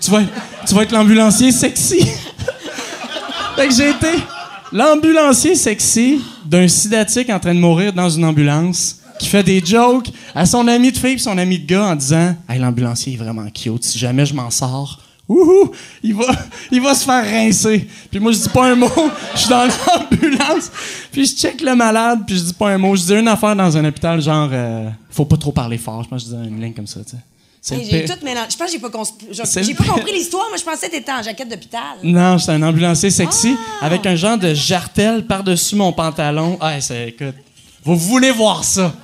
Tu vas, tu vas être l'ambulancier sexy. Fait que j'ai été l'ambulancier sexy d'un sidatique en train de mourir dans une ambulance qui fait des jokes à son ami de fille et son ami de gars en disant Hey, l'ambulancier est vraiment cute. Si jamais je m'en sors, wouhou, il va, il va se faire rincer. Puis moi, je dis pas un mot. Je suis dans l'ambulance. Puis je check le malade. Puis je dis pas un mot. Je dis une affaire dans un hôpital, genre, euh, faut pas trop parler fort. Je pense que je dis une ligne comme ça, tu sais. C'est
Hey,
le
J'ai
pire.
tout mélangé. Je pense que j'ai pas, cons-
C'est
j'ai-
le
j'ai pas
pire.
compris l'histoire. Moi, je pensais que t'étais en jaquette d'hôpital.
Non, j'étais un ambulancier sexy
Ah!
avec un genre de jartel par-dessus mon pantalon. Ah, c'est écoute. Vous voulez voir ça?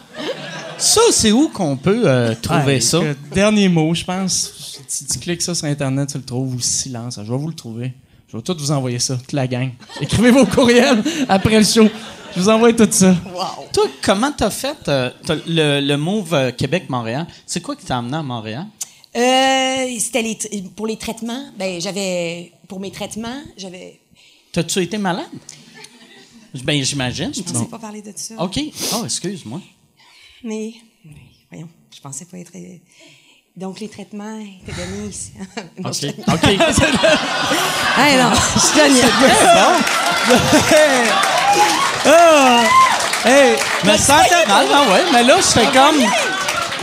Ça, c'est où qu'on peut euh, trouver
Ah,
ça?
écoute, Dernier mot, je pense. Si tu cliques ça sur Internet, tu le trouves ou silence. Je vais vous le trouver. Je vais tout vous envoyer ça, toute la gang. Écrivez vos courriels après le show. Je vous envoie tout ça.
Toi, comment t'as fait euh, t'as- le, le move euh, Québec-Montréal? C'est quoi qui t'a amené à Montréal?
Euh, C'était les tra- pour les traitements. Ben, j'avais. Pour mes traitements, j'avais.
T'as-tu été malade? Ben, j'imagine.
Je pensais pas parler de ça.
OK. Oh, excuse-moi.
Mais, mais, voyons, je pensais pas être. euh, Donc, les traitements étaient donnés ici. Non,
OK.
je-
OK.
Hey, non, je donne.
hey, mais ça sentais mal, ben ouais. Mais là, j'étais comme...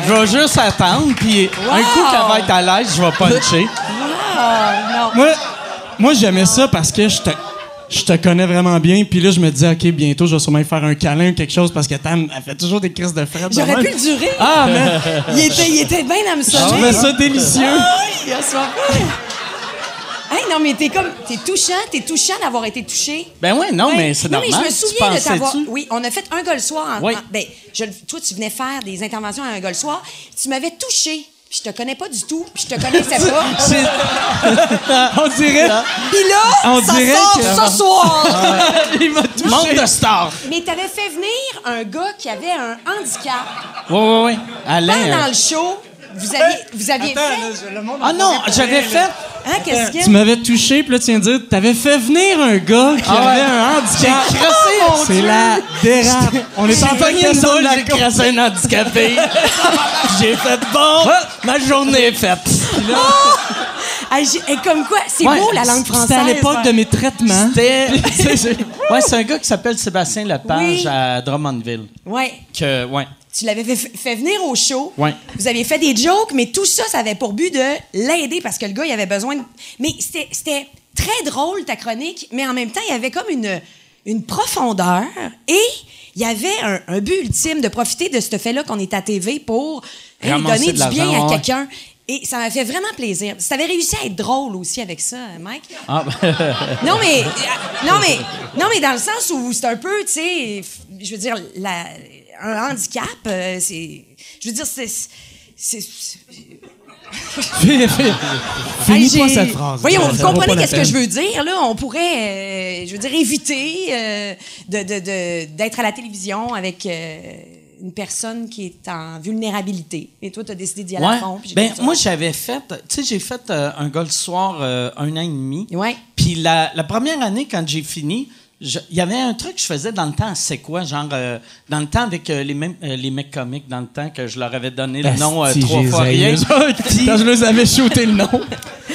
Je vais juste attendre, puis un coup qu'elle va être à l'aise, je vais puncher.
Ah, non.
Moi, moi j'aimais ça parce que je te, je te connais vraiment bien. Puis là, je me disais, OK, bientôt, je vais sûrement lui faire un câlin ou quelque chose parce que Tam, elle fait toujours des crises de frette. de
J'aurais
même.
pu le durer.
Ah, mais
Il était, il était bien
je
hameçonné.
trouvais ça délicieux.
Aïe, il a soif. Hey, non, mais t'es comme. T'es touchant, t'es touchant d'avoir été touché.
Ben ouais, non,
Ouais.
mais c'est normal.
Non, mais je me
Tu
souviens de
pensais-tu?
t'avoir. Oui, on a fait un gars le soir. En,
Oui.
en- ben, je le- toi, tu venais faire des interventions à un gars le soir. Tu m'avais touché. Je te connais pas du tout, puis je te connaissais pas.
On dirait.
Puis là,
On
ça
dirait
sort
que-
ce soir.
Il m'a touché.
Monde de stars.
Mais t'avais fait venir un gars qui avait un handicap
Oui, oui, oui.
Ben,
pendant
Alain. euh,
le show. Vous aviez,
euh,
vous aviez fait.
Ah non, j'avais fait...
Hein, qu'est-ce qu'il y
Tu
a?
m'avais touché, puis là, tu viens de dire, t'avais fait venir un gars qui
Ah ouais.
avait un handicap.
J'ai crassé, mon
C'est
Dieu.
la dérape. On est
J'ai
en train
pogné
de
une
sortir
boule,
de la
j'ai crassé un handicapé. j'ai fait bon, ma journée est faite.
Ah, j'ai- et comme quoi, c'est
Ouais,
beau Oh, la langue française.
C'était à l'époque de mes traitements.
C'était. ouais, c'est un gars qui s'appelle Sébastien Lepage
Oui.
à Drummondville.
Ouais.
Que, ouais.
Tu l'avais fait, fait venir au show.
Ouais.
Vous aviez fait des jokes, mais tout ça, ça avait pour but de l'aider parce que le gars, il avait besoin de. Mais c'était- c'était très drôle, ta chronique, mais en même temps, il y avait comme une, une profondeur et il y avait un, un but ultime de profiter de ce fait-là qu'on est à TV pour hey, donner
Ramasser de
du bien
l'argent,
à
ouais.
quelqu'un. Et ça m'a fait vraiment plaisir. Tu avais réussi à être drôle aussi avec ça, Mike.
Ah, ben,
Non, mais, euh, non, mais, non, mais dans le sens où c'est un peu, tu sais, f- je veux dire, la- un handicap, euh, c'est. Je veux dire, c'est. c'est- c'est- Hey,
Finis pas
j'ai-
cette phrase.
Voyons,
Ça vaut
vous
pas
comprenez
la
qu'est-ce que
peine.
je veux dire, là. On pourrait, euh, je veux dire, éviter euh, de- de- de- d'être à la télévision avec euh, une personne qui est en vulnérabilité. Et toi, tu as décidé d'y aller à
Ouais.
fond. puis j'ai
Ben,
fait ça.
moi, j'avais fait, tu sais, j'ai fait euh, un golf soir euh, un an et demi.
Ouais.
Puis la, la première année, quand j'ai fini, je- il y avait un truc que je faisais dans le temps, c'est quoi, genre, euh, dans le temps avec euh, les, mêmes, euh, les mecs comiques, dans le temps que je leur avais donné le nom euh,
Asti,
trois
j'ai
fois rien.
zaïeux.
Puis,
Quand je les avais shooté le nom.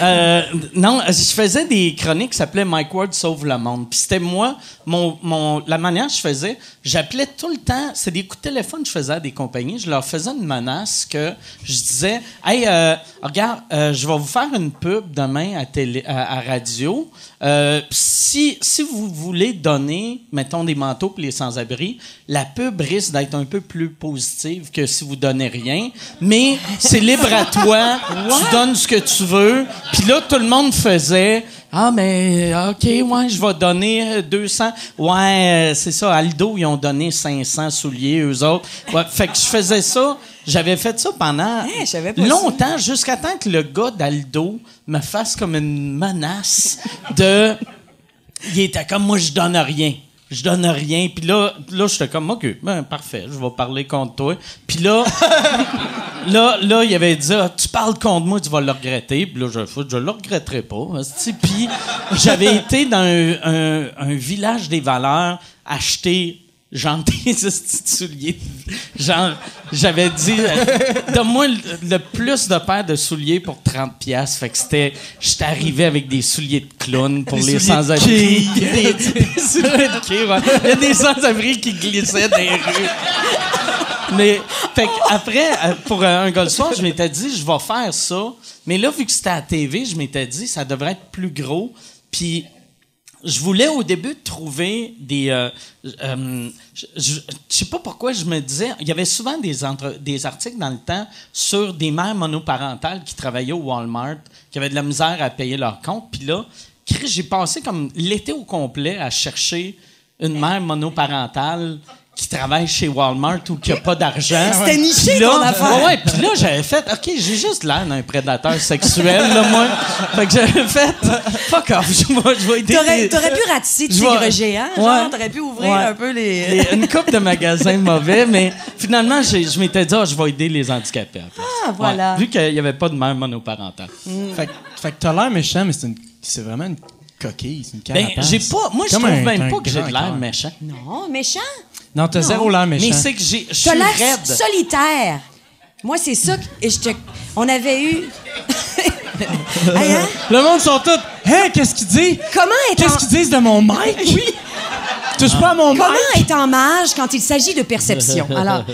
euh, non, je faisais des chroniques qui s'appelaient Mike Ward sauve le monde. Puis c'était moi, mon, mon, la manière que je faisais, j'appelais tout le temps, c'est des coups de téléphone que je faisais à des compagnies, je leur faisais une menace que je disais Hey, euh, regarde, euh, je vais vous faire une pub demain à, télé, à, à radio. Euh, puis si, si vous voulez donner, mettons, des manteaux pour les sans-abri, la pub risque d'être un peu plus positive que si vous donnez rien. Mais c'est libre à toi. tu donnes ce que tu veux. Puis là, tout le monde faisait Ah, mais OK, ouais, je vais donner euh, 200. Ouais, euh, c'est ça. Aldo, ils ont donné 500 souliers, eux autres. Ouais, fait que je faisais ça. J'avais fait ça pendant
Hein, je savais pas ça.
longtemps longtemps, jusqu'à temps que le gars d'Aldo me fasse comme une menace de. Il était comme moi, je donne rien. Je donne rien. Puis là, là j'étais comme, OK, ben, parfait, je vais parler contre toi. Puis là, là, là, il avait dit, Ah, tu parles contre moi, tu vas le regretter. Puis là, je, je le regretterai pas. hostie. Puis j'avais été dans un, un- un village des valeurs acheter genre des hosties de souliers. Genre, j'avais dit, euh, donne-moi le, le plus de paires de souliers pour 30 pièces. Fait que c'était, j'étais arrivé avec des souliers de clown pour les sans-abri. Des, des souliers de quilles, ouais. Il y a des sans-abri qui glissaient dans les rues. Mais, fait que après, euh, pour euh, un gars le soir, je m'étais dit, je vais faire ça. Mais là, vu que c'était à la TV, je m'étais dit, ça devrait être plus gros. Puis, je voulais au début trouver des. euh, euh, je je- je sais pas pourquoi je me disais. Il y avait souvent des, entre- des articles dans le temps sur des mères monoparentales qui travaillaient au Walmart, qui avaient de la misère à payer leur compte. Puis là, Chris, j'ai passé comme l'été au complet à chercher une mère monoparentale qui travaille chez Walmart ou qui a pas d'argent.
C'était niché,
Puis là-
ton affaire.
Ouais, ouais, puis là, j'avais fait, OK, j'ai juste l'air d'un prédateur sexuel, là, moi. Fait que j'avais fait, fuck off, je vais, je vais aider
T'aurais,
les-
t'aurais pu ratisser
Je vais-
tigre géant, hein? genre,
Ouais.
t'aurais pu ouvrir
Ouais.
un peu les...
les- euh, une coupe de magasins mauvais, mais finalement, j'ai- je m'étais dit, Ah, je vais aider les handicapés. à la place.
Ah, voilà. Ben,
Ouais, vu qu'il n'y avait pas de mère monoparentale.
fait, que- fait que t'as l'air méchant, mais c'est une- c'est vraiment une coquille, c'est une
Ben,
carapace.
j'ai pas, moi, je
Comme
trouve
un-
même
un
pas que j'ai
grand
de l'air
corps.
méchant.
Non, méchant.
Non, t'as
Non.
zéro l'air méchant.
Mais c'est que j'ai, je suis
T'as l'air
raide.
solitaire. Moi, c'est ça que... Et je te... On avait eu... Hey, hein?
Le monde sont tous. Hé, qu'est-ce qu'ils disent?
Comment être en...
Qu'est-ce qu'ils disent de mon mic? Oui! Touche pas à mon mic!
Comment être en marge quand il s'agit de perception? Alors,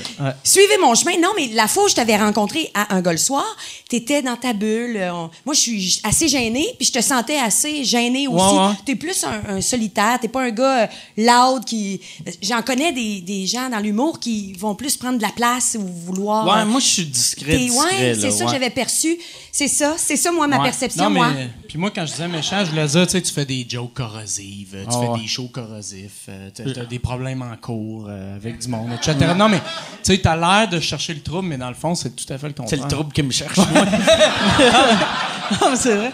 suivez mon chemin. Non, mais la fois où je t'avais rencontré à un gars le soir, t'étais dans ta bulle. euh, on- Moi, je suis assez gênée, puis je te sentais assez gênée aussi.
ouais.
T'es plus un, un solitaire, t'es pas un gars euh, loud qui... J'en connais des, des gens dans l'humour qui vont plus prendre de la place ou vouloir...
Ouais,
euh,
moi, je suis discret,
t'es-
discret,
ouais,
là,
c'est ça
ouais.
que j'avais perçu. C'est ça, c'est ça, moi, ma
Ouais.
perception,
Non, mais.
moi.
Puis moi, quand je disais méchant, je voulais dire, tu sais, tu fais des jokes corrosives, tu
Ah
fais
ouais.
des shows corrosifs, euh, t'as t'as des problèmes en cours euh, avec du monde, etc. Non, mais, tu sais, t'as l'air de chercher le trouble, mais dans le fond, c'est tout à fait le contraire.
C'est le trouble qui me cherche, moi. Non, mais c'est vrai.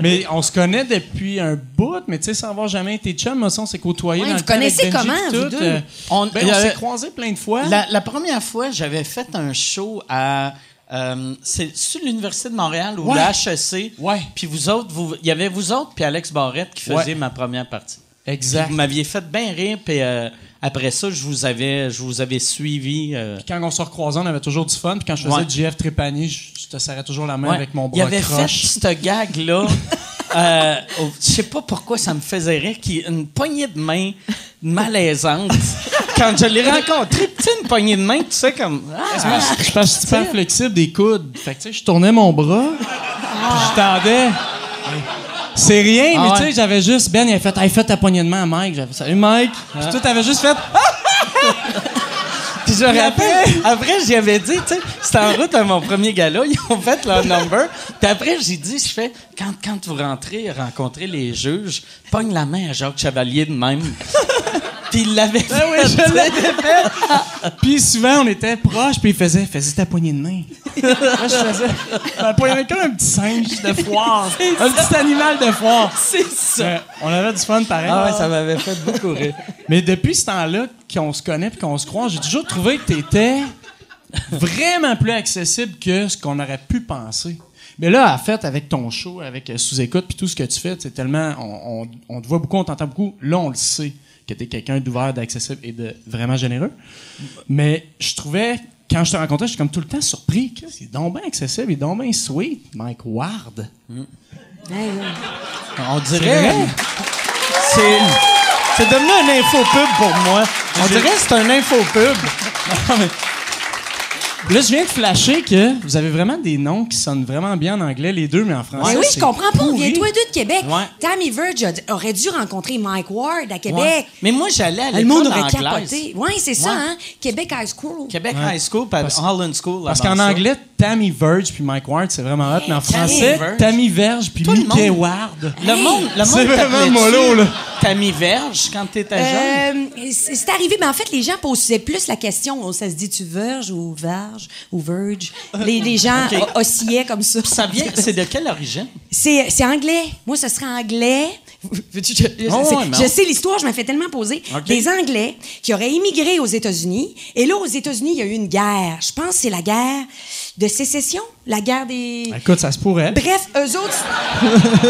Mais on se connaît depuis un bout, mais tu sais, sans avoir jamais été chum, mais ça, on s'est côtoyé
Ouais,
dans
vous
le temps avec
connaissez
Benji
comment,
puis
vous
tout,
deux?
euh,
On-
ben,
il y
on
avait-
s'est croisés plein de fois.
La, la première fois, j'avais fait un show à. euh, c'est sur l'Université de Montréal ou
Ouais.
la HEC.
Ouais.
Puis vous autres, vous- il y avait vous autres puis Alex Barrette qui faisait
Ouais.
ma première partie.
Exact.
Puis Vous m'aviez fait bien rire, puis euh, après ça, je vous avais, je vous avais suivi. euh,
Quand on se recroisait, on avait toujours du fun. Puis quand je faisais
Ouais.
du GF Trépanier, je, je te serrais toujours la main
Ouais.
avec mon
Il
bras
avait
croche.
fait ce gag-là. euh, au- je sais pas pourquoi ça me faisait rire, qui une poignée de main malaisante. Quand je l'ai rencontré, tu sais, une poignée de main, tu sais, comme. Ah,
Je suis super flexible des coudes. Fait que tu sais, je tournais mon bras, puis je tendais. C'est rien,
Ah
mais
ouais.
tu sais, j'avais juste. Ben, il a fait, hey, fais ta poignée de main à Mike. J'avais, salut Mike. Puis toi, t'avais juste fait.
Puis je me rappelle, après, j'y avais dit, tu sais, c'était en route à mon premier gala, ils ont fait leur number. Puis après, j'ai dit, je fais, quand, quand vous rentrez, rencontrez les juges, pogne la main à Jacques Chevalier de même. Puis il l'avait fait. tu sais.
Puis souvent, on était proches, puis il faisait, fais-y ta poignée de main. Moi, je faisais ma poignée de main comme un petit singe de foire. un petit animal de foire.
C'est ça.
Mais on avait du fun pareil.
Ah ouais, ça m'avait fait beaucoup rire.
Mais depuis ce temps-là qu'on se connaît puis qu'on se croise, j'ai toujours trouvé que t'étais vraiment plus accessible que ce qu'on aurait pu penser. Mais là, en fait, avec ton show, avec euh, sous-écoute puis tout ce que tu fais, c'est tellement on, on- on te voit beaucoup, on t'entend beaucoup. Là, on le sait que t'es quelqu'un d'ouvert, d'accessible et de vraiment généreux. Mais je trouvais quand je te rencontrais, j'étais comme tout le temps surpris. Qu'est-ce qu'il est donc bien accessible, il est donc bien sweet, Mike Ward.
Ben
On dirait. C'est. C'est devenu un infopub pour moi. On dirait que c'est un infopub.
Là, je viens de flasher que vous avez vraiment des noms qui sonnent vraiment bien en anglais, les deux, mais en français.
Mais Ben oui,
c'est
je comprends pas. On
pourri.
vient tous les deux de Québec.
Ouais.
Tammy Verge a- aurait dû rencontrer Mike Ward à Québec.
Ouais. Mais moi, j'allais à
Le monde
l'école
aurait
anglaise.
capoté. Oui, c'est ça,
Ouais.
hein? Québec High School.
Québec High School, puis Holland School.
Parce
avant
qu'en
ça.
anglais, Tammy Verge puis Mike Ward, c'est vraiment hot, mais en français,
Verge.
Tammy Verge puis
Tout le
Mickey
monde.
Ward.
Le monde, le monde
C'est vraiment
t'appelait-tu
mollo, là.
T'as mis verge quand t'étais jeune.
Euh, c'est c'est arrivé, mais en fait, les gens posaient plus la question. oh, Ça se dit tu verge ou verge ou verge? Les, les gens
Ok.
o- oscillaient comme ça.
Ça vient, c'est de quelle origine?
C'est c'est anglais. Moi, ce serait anglais. Veux-tu que- je,
Oh,
sais-
ouais, mais
je
on-
sais l'histoire, je me fais tellement poser.
Ok.
Des Anglais qui auraient immigré aux États-Unis. Et là, aux États-Unis, il y a eu une guerre. Je pense que c'est la guerre de sécession, la guerre des.
Écoute, ça se pourrait.
Bref, eux autres,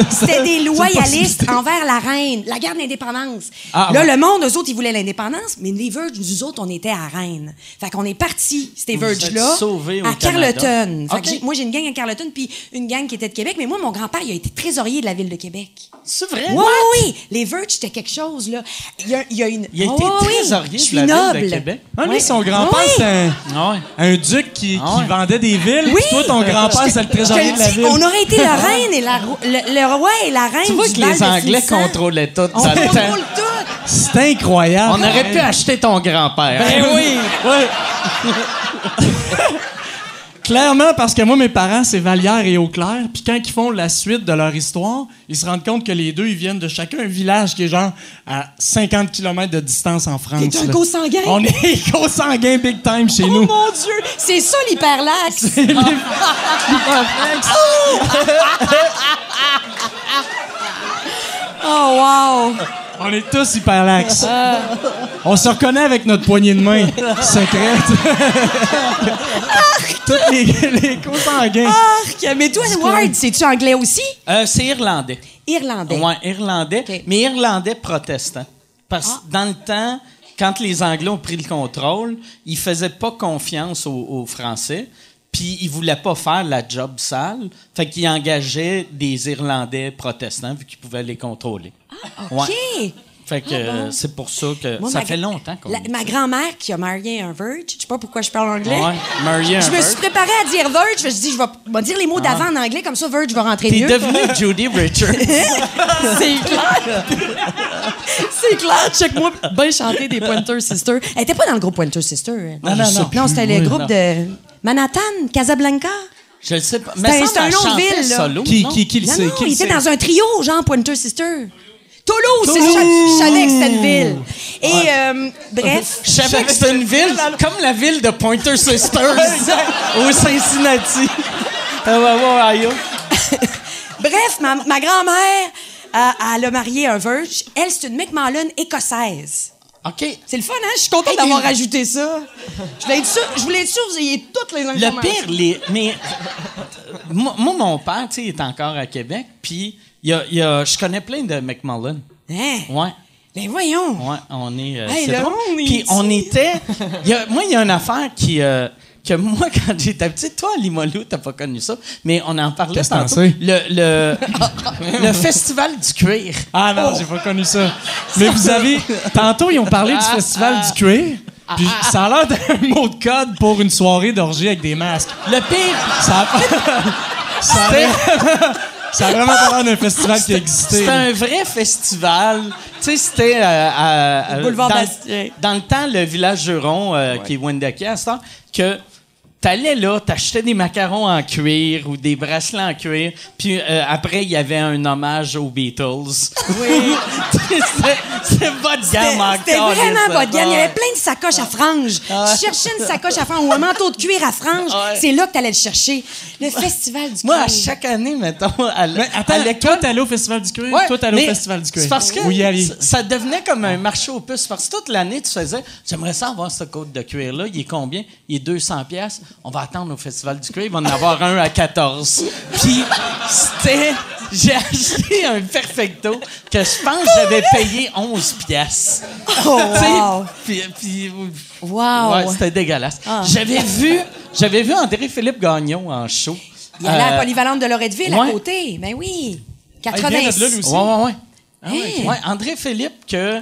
c'était des loyalistes envers la reine, la guerre de l'indépendance.
Ah,
là, le monde, eux autres, ils voulaient l'indépendance, mais les Verges, nous autres, on était à Reine. Fait qu'on est partis, ces
Vous
Verges-là,
êtes sauvés au
à
Canada.
Carleton. Fait
Ok.
que j'ai- moi, j'ai une gang à Carleton, puis une gang qui était de Québec, mais moi, mon grand-père, il a été trésorier de la ville de Québec.
C'est vrai?
Oui, oui, les Verges, c'était quelque chose, là. Il y a, il y a une...
Il a été
Ouais, ouais, ouais.
trésorier
Je
de
suis
la ville de
noble.
Québec.
Ah, lui,
Ouais.
son grand-père,
Oui.
c'est un,
Ah ouais.
un duc qui,
Ah ouais.
qui vendait des villes.
Oui.
puis Toi, ton grand-père, c'est le
Je te
trésorier
le
de la
dis,
ville.
On aurait été la reine et la, ro- le, le roi et la reine
Tu vois
du
que
bal
les
de
Anglais
Finissant.
contrôlaient tout
On
dans le temps.
contrôle tout.
C'est incroyable.
On aurait pu acheter ton grand-père.
Ben oui! Ouais. Clairement, parce que moi, mes parents, c'est Vallière et Auclair. Puis quand ils font la suite de leur histoire, ils se rendent compte que les deux, ils viennent de chacun un village qui est genre à 50 km de distance en France.
T'es un
là.
co-sanguin?
On est co-sanguin big time chez
Oh
nous.
mon Dieu, c'est ça l'hyperlaxe. Oh wow.
On est tous hyper lax. On se reconnaît avec notre poignée de main secrète. Toutes les, les co-sanguins.
Arc. Ah, Mais toi, Ward, c'est-tu anglais aussi?
Euh, c'est irlandais.
Irlandais.
Ouais, irlandais,
Ben. Ok. Ah.
mais irlandais protestant. Parce que dans le temps, quand les Anglais ont pris le contrôle, ils faisaient pas confiance aux, aux Français, puis ils voulaient pas faire la job sale, fait qu'ils engageaient des Irlandais protestants vu qu'ils pouvaient les contrôler.
Ah, OK. Ah,
Ouais. Fait que euh, c'est pour ça que
Moi,
ça
ma-
fait longtemps qu'on.
la- ma grand-mère qui a marié un verge, je sais pas pourquoi je parle anglais.
Ouais, marié un
Je me suis
Verge.
préparée à dire verge, je me suis dit je vais je vais dire les mots d'avant en anglais comme ça verge va rentrer
T'es
mieux.
devenue Judy Richards.
C'est clair. C'est clair. Check moi bien chanter des Pointer Sisters. Elle était pas dans le groupe Pointer Sisters. elle.
Non, non, non.
Non, c'était le
Oui,
groupe
non.
de Manhattan, Casablanca.
Je le sais pas.
C'est
Mais
un- c'est
ça,
un nom de
chantait
ville, là.
solo.
Qui,
non?
qui, qui le
non,
sait?
non,
Qui le
il était
sait?
dans un trio, genre Pointer Sisters. Toulouse, c'est ça.
Toulouse.
Je savais que c'était une ville. Et euh, bref.
Je savais que c'était une ville comme la ville de Pointer Sisters au Cincinnati. Ah ouais, ouais, aïe, aïe.
Bref, ma, ma grand-mère, euh, elle a marié un verge. Elle, c'est une McMahon écossaise.
OK.
C'est le fun, hein? Je suis contente d'avoir rajouté ça. Je voulais être sûre, je voulais être sûre que vous ayez toutes les informations.
Le pire, les. Mais. Moi, moi, mon père, tu sais, il est encore à Québec, puis il y a, il y a- je connais plein de McMullen.
Hein?
Ouais.
Mais voyons.
Ouais, on est. euh,
Hey,
c'est
le
drôle.
monde est
Puis
petit.
on était. il y a- moi, il y a une affaire qui. euh, que moi, quand j'étais petite, toi, à Limolou, t'as pas connu ça, mais on en parlait
Qu'est-ce que t'en
tantôt.
sais?
Le, le, le festival du cuir.
Ah non, j'ai pas connu ça. Mais vous avez. Tantôt, ils ont parlé du Festival du Cuir. Puis ça a l'air d'un mot de code pour une soirée d'orgie avec des masques.
Le pire,
Ça a- ça avait- Ça a vraiment pas l'air d'un festival qui existait.
C'était un vrai festival. Tu sais, c'était euh, à- à-
Au boulevard
dans,
Bastien.
dans le temps, le village Juron, euh, qui est Wendakia, à ce temps, que t'allais là, t'achetais des macarons en cuir ou des bracelets en cuir, puis euh, après, il y avait un hommage aux Beatles. Oui. C'était votre gamme encore.
C'était vraiment
ça.
votre gamme. Il y
Ouais.
avait plein de sacoches à franges. Tu cherchais une sacoche à franges ou un manteau de cuir à franges.
Ouais.
C'est là que tu allais le chercher. Le festival du
Moi, à
cuir.
chaque année, mettons, à l-
Mais attends,
à
toi,
l'école...
t'allais au Festival du Cuir,
Ouais,
toi, t'allais
mais
au Festival du Cuir.
C'est parce que
Oui, allez.
ça- ça devenait comme un marché aux puces. Parce que toute l'année, tu faisais J'aimerais ça avoir ce code de cuir-là. Il est combien Il est 200$. piastres. On va attendre au Festival du cuir. Il va en avoir un à 14. Puis, c'était. J'ai acheté un perfecto que je pense que j'avais payé 11$. piastres.
Oh,
Tu sais,
wow.
puis- puis-
Wow.
Ouais, c'était dégueulasse.
Ah.
J'avais vu, j'avais vu André-Philippe Gagnon en show.
Il allait à
Euh,
Polyvalente de Loretteville
ouais.
à côté. Ben oui.
Ah, il vient de là, lui
86.
aussi.
Ouais, ouais, ouais. Ah
Hey.
ouais. Ouais, André Philippe, que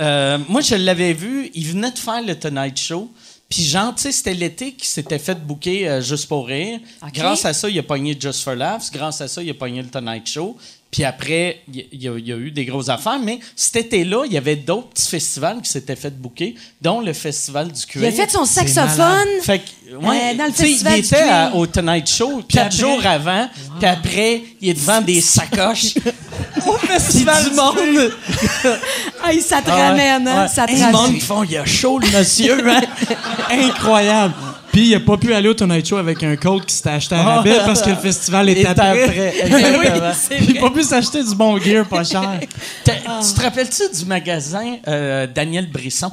euh, moi, je l'avais vu, il venait de faire le Tonight Show. Puis, genre, tu sais, c'était l'été qui s'était fait bouquer juste pour rire.
Ok.
Grâce à ça, il a pogné Just for Laughs. Grâce à ça, il a pogné le Tonight Show. Puis après, il y- il y, a- il y a eu des grosses affaires. Mais cet été-là, il y avait d'autres petits festivals qui s'étaient fait bouquer, dont le Festival du Cuir.
il a fait son
C'est
saxophone.
fait que, ouais,
Euh, dans le
tu sais,
festival
il
du
était
cuir.
à- au Tonight Show quatre
après-
jours avant, puis après, il est devant des sacoches. au festival du monde.
Ah, ça te
Ah ouais,
ramène, hein?
ouais.
Ça te
Du monde
ramène.
qui font, il y a chaud le monsieur, hein?
Incroyable. Puis il a pas pu aller au Tonight Show avec un code qui s'était acheté à rabais parce que le festival
Et
était après.
Exactement.
Il a pas pu s'acheter du bon gear pas cher.
T'as- Tu te rappelles-tu du magasin euh, Daniel Brisson?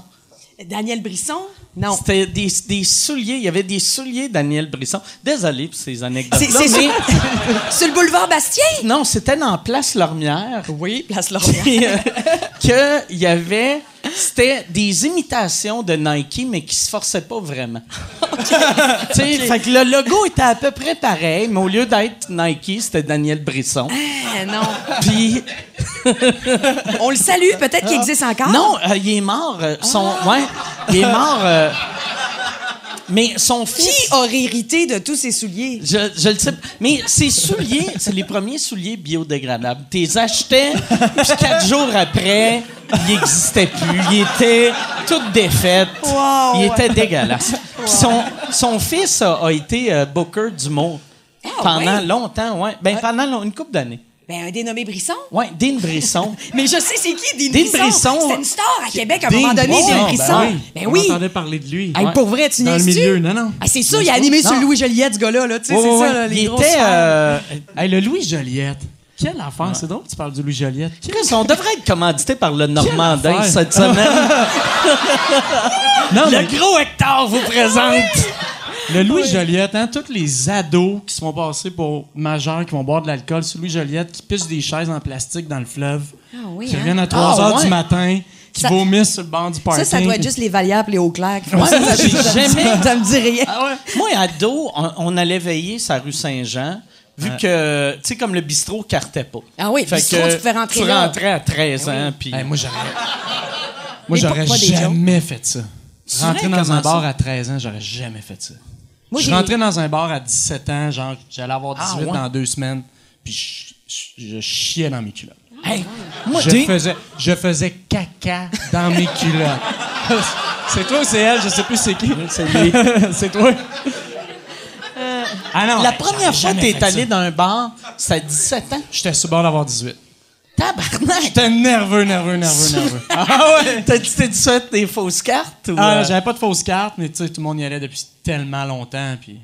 Daniel Brisson? Non.
C'était des, des souliers, il y avait des souliers Daniel Brisson. Désolé pour ces anecdotes-là,
C'est c'est
Ah, mais-
sur, sur le boulevard Bastien?
Non, c'était dans Place Lormière.
Oui, place
Puis, euh, que il y avait c'était des imitations de Nike mais qui se forçaient pas vraiment. Tu sais, fait que le logo était à peu près pareil, mais au lieu d'être Nike, c'était Daniel Brisson.
non.
Puis
On le salue, peut-être qu'il existe encore.
non, euh, il est mort euh, son
Ah!
ouais, il est mort euh, mais son fils
Qui aurait hérité de tous ces souliers?
Je, je le sais. pas. Mais ces souliers, c'est les premiers souliers biodégradables. Tu les achetais, puis quatre jours après, ils n'existaient plus. Ils étaient toutes défaites.
Wow.
Ils étaient dégueulasses. Puis son, son fils a, a été euh, Booker du mot pendant
Ah, ouais?
longtemps, ouais. Ben, pendant long- une couple d'années.
Ben, un dénommé Brisson?
Ouais, Dean Brisson.
Mais je sais c'est qui, Dean,
Dean
Brisson.
Brisson.
C'était une star à Québec à un
Dean
moment donné,
Brisson, ben
Dean Brisson. Ben oui.
On entendait parler de lui.
Hey,
Ouais.
Pour vrai, tu
Dans le
niaises-tu?
milieu, non, non.
Ah, c'est sûr, il a animé sur
Non.
Louis Joliette, ce gars-là, là, tu sais,
Ouais,
c'est
ouais,
ça,
ouais.
là, les
Il
grosses
était.
sphères.
euh,
Hey, le Louis Joliette. Quelle affaire, c'est drôle que tu parles du Louis Joliette.
Chris, on devrait être commandité par le Normandin
affaire.
cette semaine.
Non, mais
le gros Hector vous présente.
le Louis Joliette, hein, tous les ados qui se font passer pour majeurs, qui vont boire de l'alcool, c'est Louis Joliette qui pisse des chaises en plastique dans le fleuve,
Ah oui,
qui
hein?
reviennent à 3
Ah,
heures
ouais.
du matin, qui
Ça-
vomissent sur le banc du parking.
Ça, ça doit être juste les Valiables, les Eau-Claire.
Ouais, moi, j'ai jamais-
Ça me dit rien.
Ah Moi, ado, on, on allait veiller sa rue Saint-Jean, vu que, tu sais, comme le bistrot cartait pas.
Ah oui, le bistrot, tu pouvais rentrer
Tu
là.
rentrais à 13 ans, puis...
Hey, moi, j'aurais. Moi,
Mais pas-
j'aurais
pas des
jamais fait ça.
C'est
Rentrer
vrai,
dans un
comment
bar
ça?
à 13 ans, j'aurais jamais fait ça.
Moi,
je
j'ai-
rentrais dans un bar à 17 ans, genre, j'allais avoir 18
Ah, ouais.
dans deux semaines, puis je, je- je chiais dans mes culottes.
Hey,
je, faisais, je faisais caca dans mes culottes. c'est toi ou c'est elle? Je sais plus c'est qui. C'est lui. c'est toi. ah non,
Euh, la première
hey, j'aurais
fois que
jamais
t'es
fait
allé
ça.
dans un bar, c'est à 17 ans.
J'étais sur le bord d'avoir 18.
Tabarnak!
J'étais nerveux, nerveux, nerveux, nerveux.
Ah ouais? T'as dit t'es fait des fausses cartes? Ou,
Ah,
euh,
j'avais pas de fausse carte, mais tu sais, tout le monde y allait depuis tellement longtemps, puis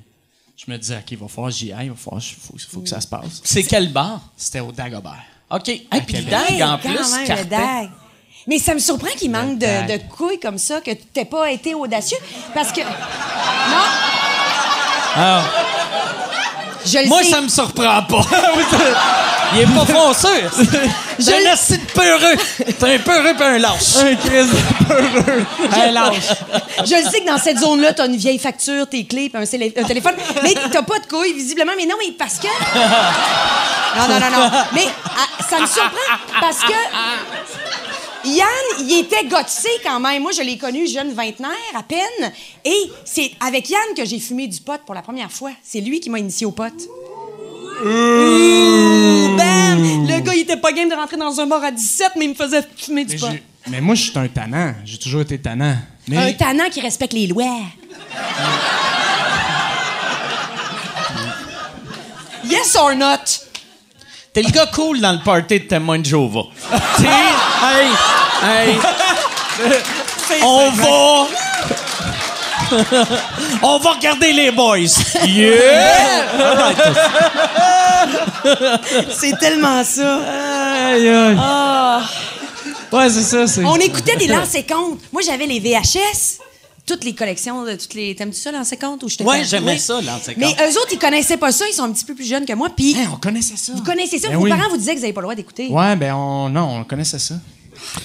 je me disais, OK, il va falloir que j'y aille, il va falloir, il faut, faut que ça se passe.
c'est quel bar?
C'était au Dagobert.
OK. Hey, puis le
Québec.
dag, en
Hey, quand
plus,
même, le
cartait.
dag. Mais ça me surprend qu'il manque de,
dag.
de couilles comme ça, que t'aies pas été audacieux, parce que... Non? Je le
Ah. Moi,
sais.
ça me surprend pas. Il est pas fonceux. Je
Je-
le sais de peureux. T'es un peureux pis Ben- un lâche.
Un Chris peureux. Hey, lâche.
Je le sais que dans cette zone-là, t'as une vieille facture, tes clés, puis un, célé- un téléphone. Mais t'as pas de couilles, visiblement. Mais non, mais parce que. Non, non, non, non. Mais ah, ça me surprend parce que. Yann, il était gotsé quand même. Moi, je l'ai connu jeune vingtenaire à peine. Et c'est avec Yann que j'ai fumé du pot pour la première fois. C'est lui qui m'a initié au pot. était pas game de rentrer dans un bar à 17, mais il me faisait fumer du
Mais,
pot.
j'ai- mais moi, je suis un tannant. J'ai toujours été tannant. Mais
Un tannant qui respecte les lois. yes or not?
T'es le gars cool dans le party de témoin de Jova. T'es. Hey! Hey! On va. On va regarder les boys. Yeah!
C'est tellement ça.
Aïe, aïe. Ouais, c'est ça, c'est.
Ah, On écoutait des lancers comptes. Moi, j'avais les VHS. Toutes les collections, de toutes les. T'aimes-tu ça, lancers comptes? Ou je te
Ouais,
fais-
j'aimais
Oui.
ça, lancers comptes.
Mais eux autres, ils connaissaient pas ça. Ils sont un petit peu plus jeunes que moi. Puis,
Hein, on connaissait ça.
vous connaissez ça?
Ben
vos
oui.
parents vous disaient que vous n'avez pas le droit d'écouter.
Ouais, ben on, non, on connaissait ça.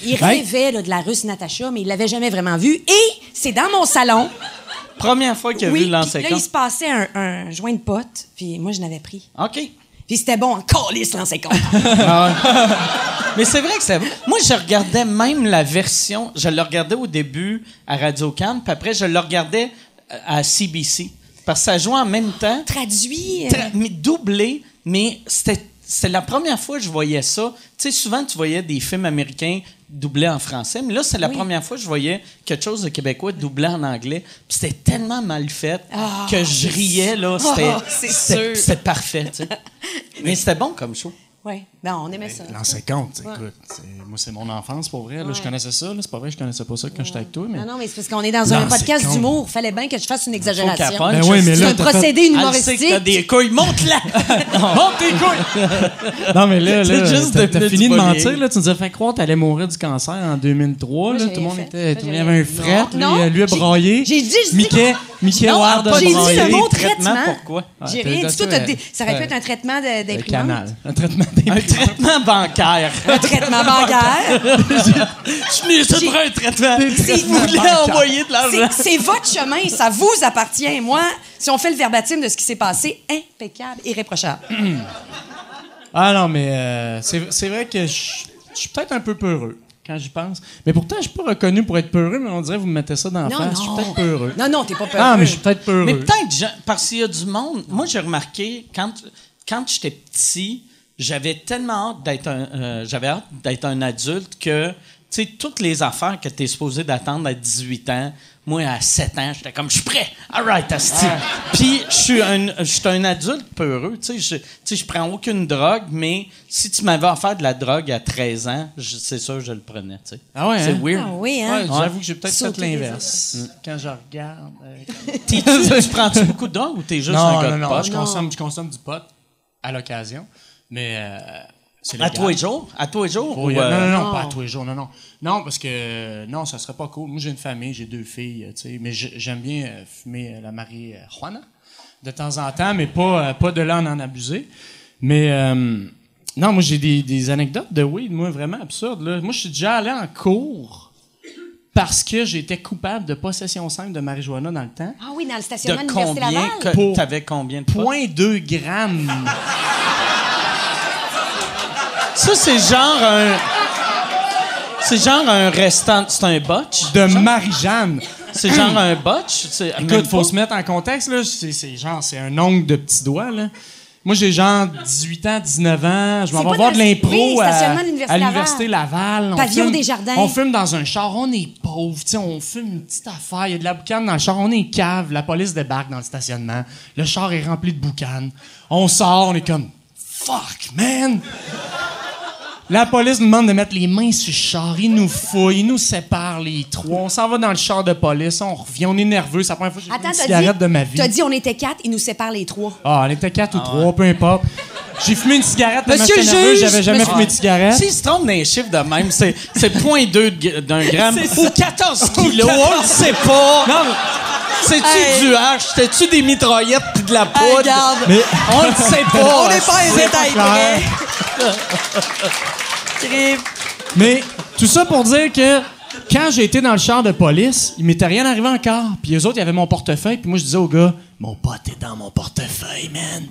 Ils rêvaient là, de la russe Natacha, mais ils l'avaient jamais vraiment vue. Et c'est dans mon salon.
Première fois qu'il a
oui,
vu le
puis
lancer
là, il se passait un, un joint de pote. Puis moi, je n'avais pris.
OK.
Puis c'était bon, en calice, lancer compte.
Mais c'est vrai que c'est. Moi, je regardais même la version. Je le regardais au début à Radio Cannes, puis après, je le regardais euh, à CBC. Parce que ça jouait en même temps.
Traduit. euh,
Tra- mais doublé, mais c'était c'est la première fois que je voyais ça. Tu sais, souvent, tu voyais des films américains doublés en français, mais là, c'est la première fois que je voyais quelque chose de québécois doublé en anglais. Puis c'était tellement mal fait
Ah,
que je riais, là. C'était
Ah, c'est
c'était-
sûr.
c'était parfait, tu sais. mais c'était bon comme show.
ouais, ben, on aimait ça.
L'an 50, écoute. c'est- Moi, c'est mon enfance, pour vrai. là. je connaissais ça. là. C'est pas vrai, je connaissais pas ça quand j'étais avec toi. Mais...
Ah Non, non, mais c'est parce qu'on est dans un
Lancer
podcast
compte.
d'humour. Fallait bien que je fasse une exagération.
Faut qu'elle
Ben oui, mais
c'est
là,
un
t'as fait-
procédé
Elle sait que t'as
humoristique.
des couilles, monte-la! monte tes couilles!
Non, mais là,
C'est
là
juste
t'as,
de-
t'as
de-
fini
du
de
bullying.
mentir. Là, tu nous as fait croire que t'allais mourir du cancer en 2003.
Moi,
là,
j'ai
tout le monde
rien fait.
était.
Moi, j'ai
Tout le monde
rien
avait un
fait.
fret. Lui,
Non,
euh, lui a
j'ai-
broyé.
j'ai dit- j'ai dit-
Mickey, Mickey
Non,
Ward a
j'ai dit
broyé.
le mot
Traitement,
traitement.
pourquoi?
J'ai
Ah,
rien
t'as-
dit.
t'as-
Toi, t'as dit- ça aurait pu
euh,
être un traitement de-
Le
d'imprimante.
canal. Un traitement des
Un traitement bancaire.
Un traitement bancaire.
Je suis venu ici pour un traitement.
C'est-
Vous voulez envoyer de l'argent.
C'est c'est votre chemin, ça vous appartient. Moi, si on fait le verbatim de ce qui s'est passé, impeccable, irréprochable.
Ah non, mais euh, c'est c'est vrai que je je suis peut-être un peu peureux quand j'y pense. Mais pourtant, je suis pas reconnu pour être peureux, mais on dirait que vous me mettez ça dans la
Non,
face. Je suis
non.
peut-être peureux.
Non, non, t'es pas peureux.
Ah, mais je suis peut-être peureux.
Mais peut-être, je- parce qu'il y a du monde. Moi, j'ai remarqué, quand, quand j'étais petit, j'avais tellement hâte d'être un, euh, j'avais hâte d'être un adulte que, tu sais, toutes les affaires que tu es supposé d'attendre à 18 ans, moi, à 7 ans, j'étais comme, je suis prêt. All right, asti. Puis, je suis un, je suis un adulte peureux. Tu sais, je- tu sais, je prends aucune drogue, mais si tu m'avais offert de la drogue à 13 ans, je- c'est sûr je le prenais, tu sais.
Ah ouais,
C'est
hein?
weird. Mm.
Ah oui, hein?
Ouais, J'avoue que j'ai peut-être fait
Sauter les
l'inverse. Quand je regarde. euh,
T'es-tu- tu prends-tu beaucoup de drogue ou t'es juste un
non,
gars
non,
de
non,
poche?
je consomme, je consomme du pot à l'occasion. Mais euh, c'est
À
légal.
tous les jours? À tous les jours?
Oh,
ou,
y a-
euh,
non, non, non, pas à tous les jours, non, non. Non, parce que euh, non, ça serait pas cool. Moi, j'ai une famille, j'ai deux filles, euh, tu sais, mais j'ai- j'aime bien euh, fumer euh, la Marie euh, Juana de temps en temps, mais pas, euh, pas de là en en abuser. Mais euh, non, moi, j'ai des, des anecdotes de weed, moi, vraiment absurdes. Là. Moi, je suis déjà allé en cours parce que j'étais coupable de possession simple de marijuana dans le temps.
Ah oui, dans le stationnement de
de
l'Université
combien
Laval.
que
Pour-
t'avais combien de potes?
0.2 grammes.
Ça c'est genre un c'est genre un restant, c'est un botch.
de Marie-Jeanne.
C'est genre un botch. c'est- même
Écoute, faut
pas.
se mettre en contexte, là. C'est, c'est genre, c'est un ongle de petit doigt, là. Moi, j'ai genre 18 ans, 19 ans. Je m'en
C'est
vais
pas dans
voir de
le-
l'impro
oui,
à,
stationnement de l'Université
à l'Université Laval. On
Pavillon
fume-
des Jardins.
On fume dans un char, on est pauvre, tu sais, on fume une petite affaire. Il y a de la boucane dans le char, on est cave. La police débarque dans le stationnement. Le char est rempli de boucanes. On sort, on est comme fuck, man! La police nous demande de mettre les mains sur le char. Ils nous fouillent, ils nous séparent les trois. On s'en va dans le char de police, on revient, on est nerveux. C'est la première fois que j'ai pris
Attends,
une
t'as
cigarette
dit,
de ma vie.
T'as dit on était quatre, ils nous séparent les trois.
Ah, on était quatre ou trois, peu importe. J'ai fumé une cigarette tellement
Monsieur
j'étais
le
nerveux,
juge,
j'avais jamais
monsieur-
fumé de cigarette.
S'ils se trompent dans les chiffres de même, c'est c'est 0.2 de g- d'un gramme ou 14 kilos, on le sait pas. C'est-tu
Hey.
du hache? C'est-tu des mitraillettes pis de la poudre?
regarde.
On le sait pas.
on n'est pas les détails
clair.
près.
Mais tout ça pour dire que quand j'ai été dans le char de police, il m'était rien arrivé encore. Puis les autres, il y avait mon portefeuille. Puis moi, je disais au gars, mon pote est dans mon portefeuille, man.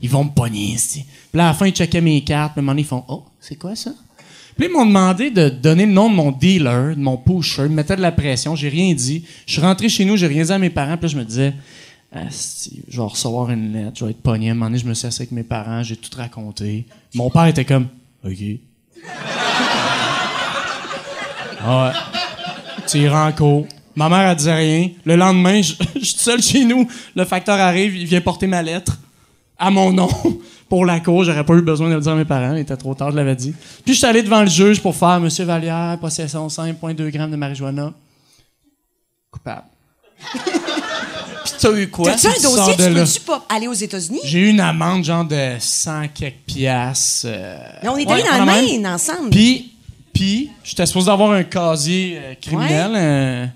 Ils vont me pogner ici. Puis là, à la fin, ils checkaient mes cartes. Puis à un moment donné, ils font, oh, c'est quoi ça? Puis là, ils m'ont demandé de donner le nom de mon dealer, de mon pusher. Ils me mettaient de la pression. J'ai rien dit. Je suis rentré chez nous, j'ai rien dit à mes parents. Puis là, je me disais, Asti, je vais recevoir une lettre, je vais être pogné. À un moment donné, je me suis assis avec mes parents, j'ai tout raconté. Mon père était comme, OK. Ah ouais. Tu iras en cours. Ma mère, elle disait rien. Le lendemain, je, je suis seul chez nous. Le facteur arrive, il vient porter ma lettre à mon nom pour la cour. J'aurais pas eu besoin de le dire à mes parents. Il était trop tard, je l'avais dit. Puis je suis allé devant le juge pour faire Monsieur Vallière, possession 5,2 grammes de marijuana. Coupable.
Puis t'as eu quoi?
T'as-tu un
tu sors
dossier? Tu
de là.
peux-tu pas aller aux États-Unis?
J'ai eu une amende genre de 100 quelques piastres. euh,
Mais on est
ouais,
allés dans
quand
le
même.
Maine ensemble.
Puis, puis, j'étais supposé avoir un casier euh, criminel. euh,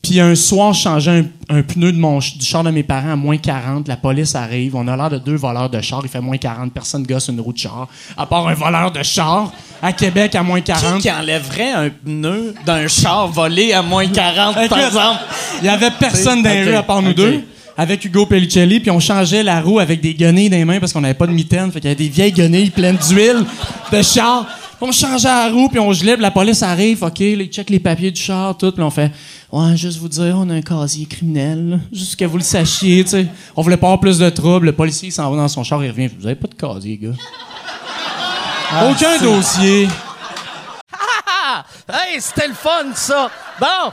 puis un soir, je changeais un, un pneu de mon, ch- du char de mes parents à moins 40. La police arrive. On a l'air de deux voleurs de char. Il fait moins 40. Personne gosse une roue de char. À part un voleur de char à Québec à moins 40.
Qui qui enlèverait un pneu d'un char volé à moins 40, par
Écoute,
exemple?
Il y avait personne dans les
Ok,
rues à part nous
ok.
deux. Avec Hugo Pellicelli, puis on changeait la roue avec des guenilles dans les mains parce qu'on n'avait pas de mitaine. Fait qu'il y avait des vieilles guenilles pleines d'huile, de char. Puis on changeait la roue, puis on gelait, puis la police arrive, OK, là, ils checkent les papiers du char, tout, puis on fait « Ouais, juste vous dire, on a un casier criminel, là, juste que vous le sachiez, tu sais. On voulait pas avoir plus de troubles. Le policier, il s'en va dans son char, il revient. Vous avez pas de casier, gars. Aucun dossier.
Ah! Hey, c'était le fun, ça! Bon!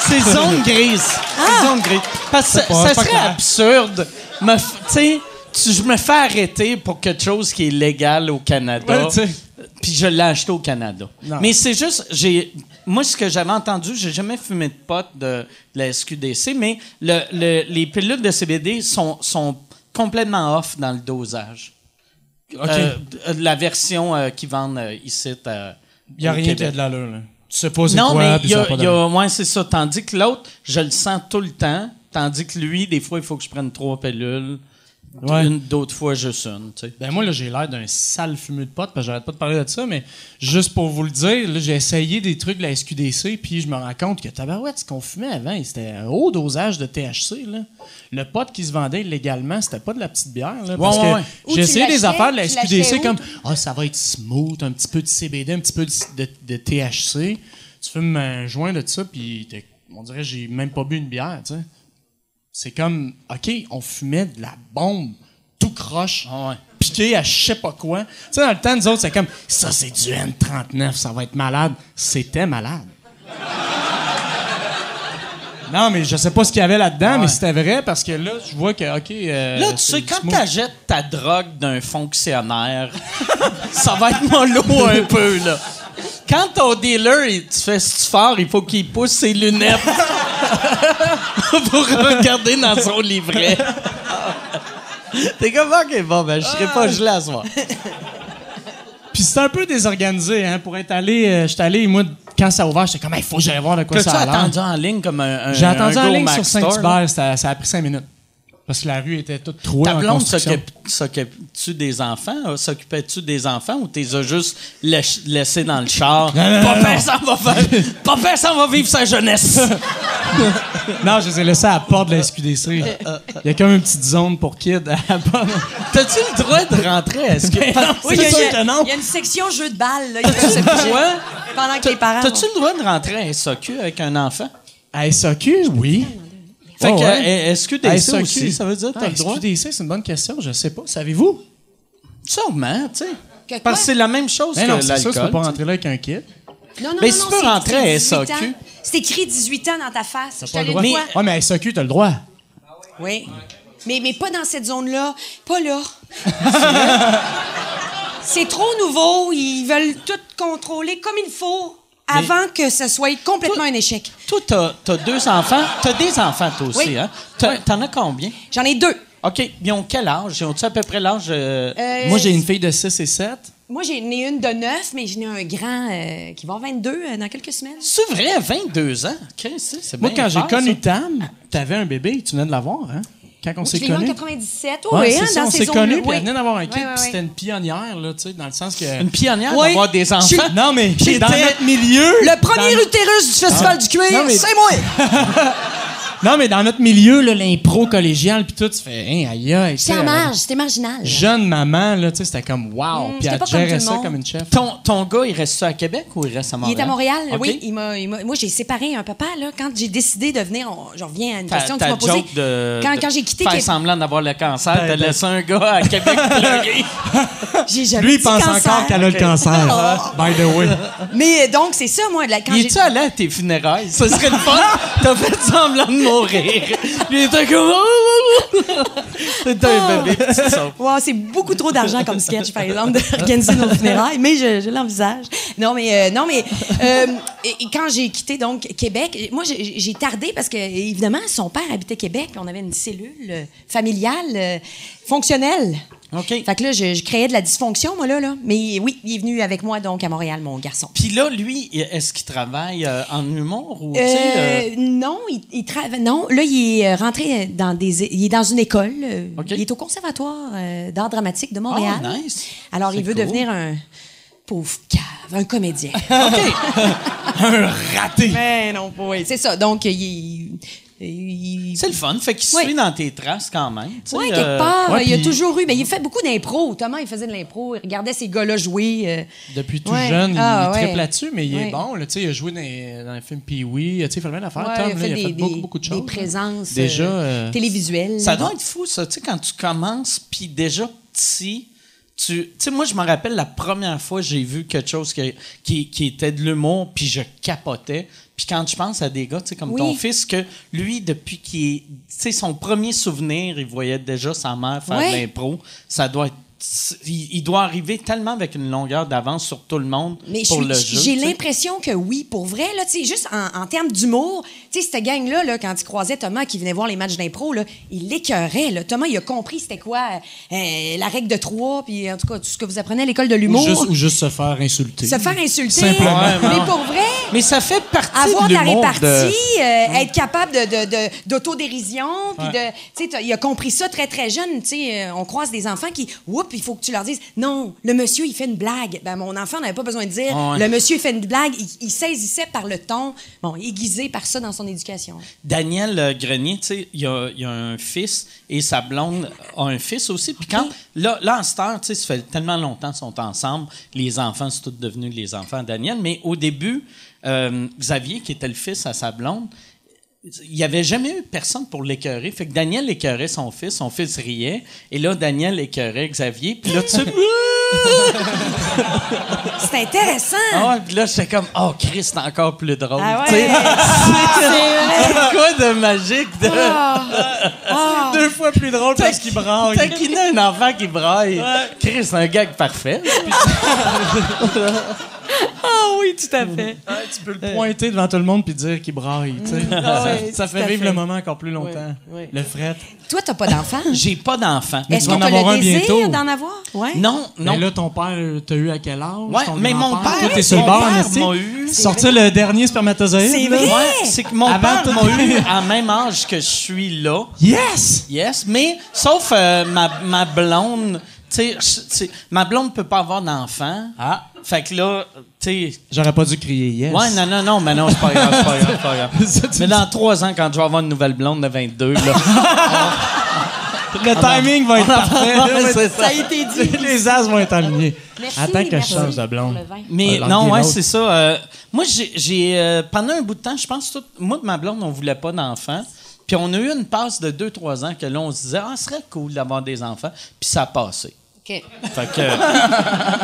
c'est c'est zone grise. C'est zone grise. Parce que
Ah.
ça
pas- c'est pas
serait
clair.
absurde. me f- tu sais, tu- je me fais arrêter pour quelque chose qui est légal au Canada.
Ouais, tu sais.
Puis je l'ai acheté au Canada. Mais c'est juste, j'ai, moi, ce que j'avais entendu, j'ai jamais fumé de pot de, de la SQDC, mais le- le- les pilules de CBD sont, sont complètement off dans le dosage.
OK.
Euh, d- euh, la version euh, qu'ils vendent euh, ici. euh,
Il n'y a
au
rien
Québec.
qui a de l'allure, là. Tu sais pas c'est
Non,
quoi,
mais
puis
il y
ça
a,
a pas
il y a-
d'allure.
ouais, c'est ça. Tandis que l'autre, je le sens tout le temps. Tandis que lui, des fois, il faut que je prenne trois pilules.
Ouais.
Une, d'autres fois, juste une. tu sais.
Ben moi, là, j'ai l'air d'un sale fumeux de pote, parce que j'arrête pas de parler de ça, mais juste pour vous le dire, là, j'ai essayé des trucs de la SQDC, puis je me rends compte que tabarouette, ce qu'on fumait avant, c'était un haut dosage de THC. Là. Le pote qui se vendait illégalement, c'était pas de la petite bière. Là, parce
ouais,
que
ouais.
Où
J'ai
tu
essayé des
l'achetais?
affaires de la
Tu l'achetais
SQDC
où,
comme « Ah, ça va être smooth, un petit peu de CBD, un petit peu de, de- de THC. » Tu fumes un joint de ça, puis t'es- on dirait que j'ai même pas bu une bière, tu sais c'est comme, OK, on fumait de la bombe tout croche,
Ah
piqué à je sais pas quoi. Tu sais, dans le temps, nous autres, c'est comme, ça, c'est du N39, ça va être malade. C'était malade. non, mais je sais pas ce qu'il y avait là-dedans, mais c'était vrai parce que là, je vois que, OK. euh,
Ah Là, tu
c'est
sais,
du
quand
smooth.
t'achètes ta drogue d'un fonctionnaire, ça va être mollo un peu, là. Quand ton dealer, il- tu fais si tu fort, il faut qu'il pousse ses lunettes pour regarder dans son livret. Ah. T'es comme, OK, bon, ben, je serai pas gelé à ce soir.
Puis c'était un peu désorganisé, hein, pour être allé. euh, j'étais allé, moi, quand ça a ouvert, j'étais comme, il faut que j'aille voir de quoi
T'as-tu
ça a l'air.
attendu en ligne comme un. un-
J'ai attendu
un
en
Go
ligne
Mac
sur
Store,
Saint-Hubert, ça, ça a pris cinq minutes. Parce que la rue était toute trouée.
Ta
en
blonde
construction.
s'occupe- s'occupes-tu des enfants? euh, S'occupais-tu des enfants ou t'es juste laiss- laissé dans le char? Papa, ça va faire. Papa, ça va vivre sa jeunesse.
Non, je les ai laissés à la porte de la SQDC. Il y a comme une petite zone pour kids à la porte.
T'as-tu le droit de rentrer? Est-ce
Ben
que C'est
Oui, il y, a-
sûr
il y
que
a-
non.
il y a une section jeu de balle. Là, Il y a une section-
Ouais.
Pendant que
T'as-
les parents.
T'as-tu
vont-
le droit de rentrer à SOQ avec un enfant?
À SAQ, oui.
Fait
Ouais,
que,
Oh, ouais.
euh, est-ce que
À
des
SAQ.
aussi, ça veut dire que
Ah,
t'as le droit?
SQDC, c'est une bonne question, je sais pas. Savez-vous?
Sûrement, tu sais.
Que
Parce
quoi?
que c'est la même chose
Ben
que
non, c'est ça, tu peux
l'alcool.
pas rentrer là avec un kid.
Non, non,
Mais
non,
si
non,
tu peux
c'est
rentrer
écrit
à
18 ans.
SAQ.
C'est écrit 18 ans dans ta face. Je
Pas le
t'allais
droit.
le
Mais...
voir.
Ouais, mais à SAQ, t'as le droit.
Oui. Mais, mais pas dans cette zone-là. Pas là. c'est trop nouveau. Ils veulent tout contrôler comme il faut avant que ce soit complètement un échec.
Toi, t'as, t'as deux enfants. T'as des enfants, toi aussi,
Oui.
hein? T'as- T'en as combien?
J'en ai deux.
OK. Ils ont quel âge? Ils ont-tu à peu près l'âge... euh,
Euh,
Moi, j'ai une fille de 6 et 7.
Moi, j'en ai une de 9, mais j'en ai un grand euh, qui va avoir 22 euh, dans quelques semaines.
C'est vrai, 22 ans? Chris, c'est c'est
Moi,
bien
quand j'ai
fort,
connu
ça.
Tam, t'avais un bébé, tu venais de l'avoir, hein? Quand on s'est
Je l'ai eu en
connus.
97. Oui,
Ouais,
hein,
c'est ça,
dans
on
ces
s'est
zones-là.
connus, puis
Oui.
elle venait d'avoir un kid,
Ouais, ouais,
puis c'était
ouais.
une pionnière, là, tu sais, dans le sens que...
Une pionnière
Oui.
d'avoir des enfants?
J'ai-
Non, mais
J'étais-
dans notre milieu...
Le premier
dans- Ah.
utérus du Festival du cuir,
Non, mais-
c'est moi!
Non, mais dans notre milieu, là, l'impro collégial, puis tout, tu fais, hein, aïe, aïe, tu sais,
C'était en
euh,
marge, c'était marginal.
Jeune maman, là, tu sais, c'était comme, wow, puis
Mm, c'était
elle
pas comme
gérait
tout le
ça
monde.
comme une chef.
Ton, ton gars, il reste à Québec ou il reste à
Il
Montréal?
est à Montréal,
OK.
oui. Il m'a, il m'a- moi, j'ai séparé un papa, là. Quand j'ai décidé de venir, on- je reviens à une
Ta,
question que
ta
tu m'as posée.
joke de,
quand,
de
quand j'ai quitté
faire
Québec,
semblant d'avoir le cancer,
Ben,
t'as
ben.
laissé un gars à Québec plugger.
j'ai jamais
Lui, il
dit
pense
cancer.
encore qu'elle a le cancer, by the way.
Mais euh, donc, c'est ça, moi. là, quand
Il
j'ai...
est-tu allé à tes funérailles? Ce serait le fun. T'as fait semblant de mourir. Lui, il était comme... T'es un bébé, petit son.
Oh! Wow, c'est beaucoup trop d'argent comme sketch, par exemple, d'organiser nos funérailles, mais je, je l'envisage. Non, mais, euh, non, mais euh, et- et quand j'ai quitté donc Québec, moi, j'ai j'ai tardé parce que, évidemment, son père habitait Québec, puis on avait une cellule euh, familiale euh, fonctionnelle.
OK.
Fait que là, je, je créais de la dysfonction, moi, là, là. Mais oui, il est venu avec moi, donc, à Montréal, mon garçon.
Puis là, lui, est-ce qu'il travaille euh, en humour ou... tu
Euh,
sais, euh,
Non, il, il travaille. Non, là, il est euh, rentré dans des, é- il est dans une école. euh,
OK.
Il est au conservatoire euh, d'art dramatique de Montréal.
Ah, nice.
Alors,
C'est
il veut
cool.
devenir un pauvre cave, un comédien.
Raté!
Mais Ben non, oui. C'est ça. Donc, il. il-
C'est le fun. Fait qu'il
Ouais.
suit dans tes traces quand même. tu sais,
Ouais,
euh,
quelque part,
ouais,
il a
puis-
toujours eu. Mais il fait beaucoup d'impro. Thomas, il faisait de l'impro. Il regardait ces gars-là jouer. euh,
Depuis tout
Ouais.
jeune, il-
Ah,
il
ouais.
triple là-dessus, mais il est
Ouais.
bon. Là, tu sais, il a joué dans, les- dans le film Pee-Wee. tu sais, Il fait le même affaire.
ouais,
Tom, là, il a fait,
des,
beaucoup,
des-
beaucoup de
des
choses. hein.
présences
Déjà,
euh,
euh,
télévisuelles.
Ça doit être fou, ça. Tu sais, quand tu commences, puis déjà petit, tu tu sais, moi, je me rappelle la première fois que j'ai vu quelque chose que- qui, qui était de l'humour, puis je capotais. Puis quand je pense à des gars, tu sais, comme
Oui.
ton fils, que lui, depuis qu'il est. Tu sais, son premier souvenir, il voyait déjà sa mère faire
Ouais.
de l'impro. Ça doit être. Il, il doit arriver tellement avec une longueur d'avance sur tout le monde
Mais je
pour
suis-
le jeu.
j'ai
tu sais.
l'impression que oui, pour vrai, là, tu sais, juste en, en termes d'humour, tu sais, cette gang-là, là, quand tu croisais Thomas qui venait voir les matchs d'impro, là, il l'écœurait, là. Thomas, il a compris c'était quoi euh, la règle de trois, puis en tout cas, tout ce que vous apprenez à l'école de
Ou
l'humour.
juste, ou juste se faire insulter.
Se faire insulter.
Simplement.
Mais pour vrai,
Mais ça fait partie
avoir
de
ta
l'humour
répartie,
de-
euh, être capable de, de- de- d'autodérision, puis de, tu sais, t'as- il a compris ça très très jeune. Tu sais, euh, on croise des enfants qui, oups, il faut que tu leur dises, non, le monsieur il fait une blague. Ben mon enfant n'avait pas besoin de dire,
Ouais.
le monsieur il fait une blague. Il, il saisissait par le ton, bon, aiguisé par ça dans son éducation.
Daniel euh, Grenier, tu sais, il y a, il y a un fils et sa blonde a un fils aussi. Puis quand, là, là, en cette heure, tu sais, ça fait tellement longtemps qu'ils sont ensemble, les enfants sont tous devenus les enfants de Daniel. Mais au début, euh, Xavier, qui était le fils à sa blonde, il n'y avait jamais eu personne pour l'écœurer. Fait que Daniel écœurait son fils, son fils riait. Et là, Daniel écœurait Xavier. Puis là, tu
C'est intéressant.
Ah ouais, puis là, j'étais comme, oh, Chris, c'est encore plus drôle.
Ah ouais.
Tu sais,
C'est vrai.
c'est quoi de magique de.
Ah.
Deux fois plus drôle parce qu'il braille.
Taquiner un enfant qui braille. Chris, c'est un gag parfait.
Ah oui, tout à fait.
tu peux le Euh, pointer devant tout le monde puis dire qu'il braille. tu sais.
Ah
ça,
oui,
ça
tout
fait
à
vivre
fait.
le moment encore plus longtemps.
Oui, oui.
Le fret.
Toi, t'as pas d'enfant?
J'ai pas d'enfant.
Est-ce
tu vas
qu'on
en
te
avoir
le
un
désir
bientôt.
d'en avoir? Ouais.
Non, non.
Mais là, ton père, euh, t'as eu à quel âge?
Ouais,
ton
mais mon
grand-père?
père,
Toi, t'es sur le
mon
bord,
père
merci.
m'a eu.
Sortir le dernier spermatozoïde.
C'est
là.
vrai?
Ouais, c'est que mon
Avant
père
tout-
m'a eu à même âge que je suis là.
Yes!
Yes, mais sauf euh, ma, ma blonde, tu sais, je- tu sais, ma blonde peut pas avoir d'enfant.
Ah.
Fait que là, tu sais,
J'aurais pas dû crier yes.
ouais, non, non, non, mais non, c'est pas grave, c'est pas grave, c'est pas grave. mais dans trois ans, quand je vais avoir une nouvelle blonde de 22, là,
Le timing va être
Ouais,
parfait.
c'est
Ça a été dit.
Les as vont être alignés.
Merci,
Attends que je
merci
change de blonde.
pour le vin.
Mais
Ouais,
non,
l'anguille
ouais,
rose.
c'est ça. euh, moi, j'ai- j'ai. euh, pendant un bout de temps, je pense, tout, moi et ma blonde, on voulait pas d'enfants. Puis on a eu une passe de 2-3 ans que là, on se disait, ah, ce serait cool d'avoir des enfants. Puis ça a passé.
OK.
Fait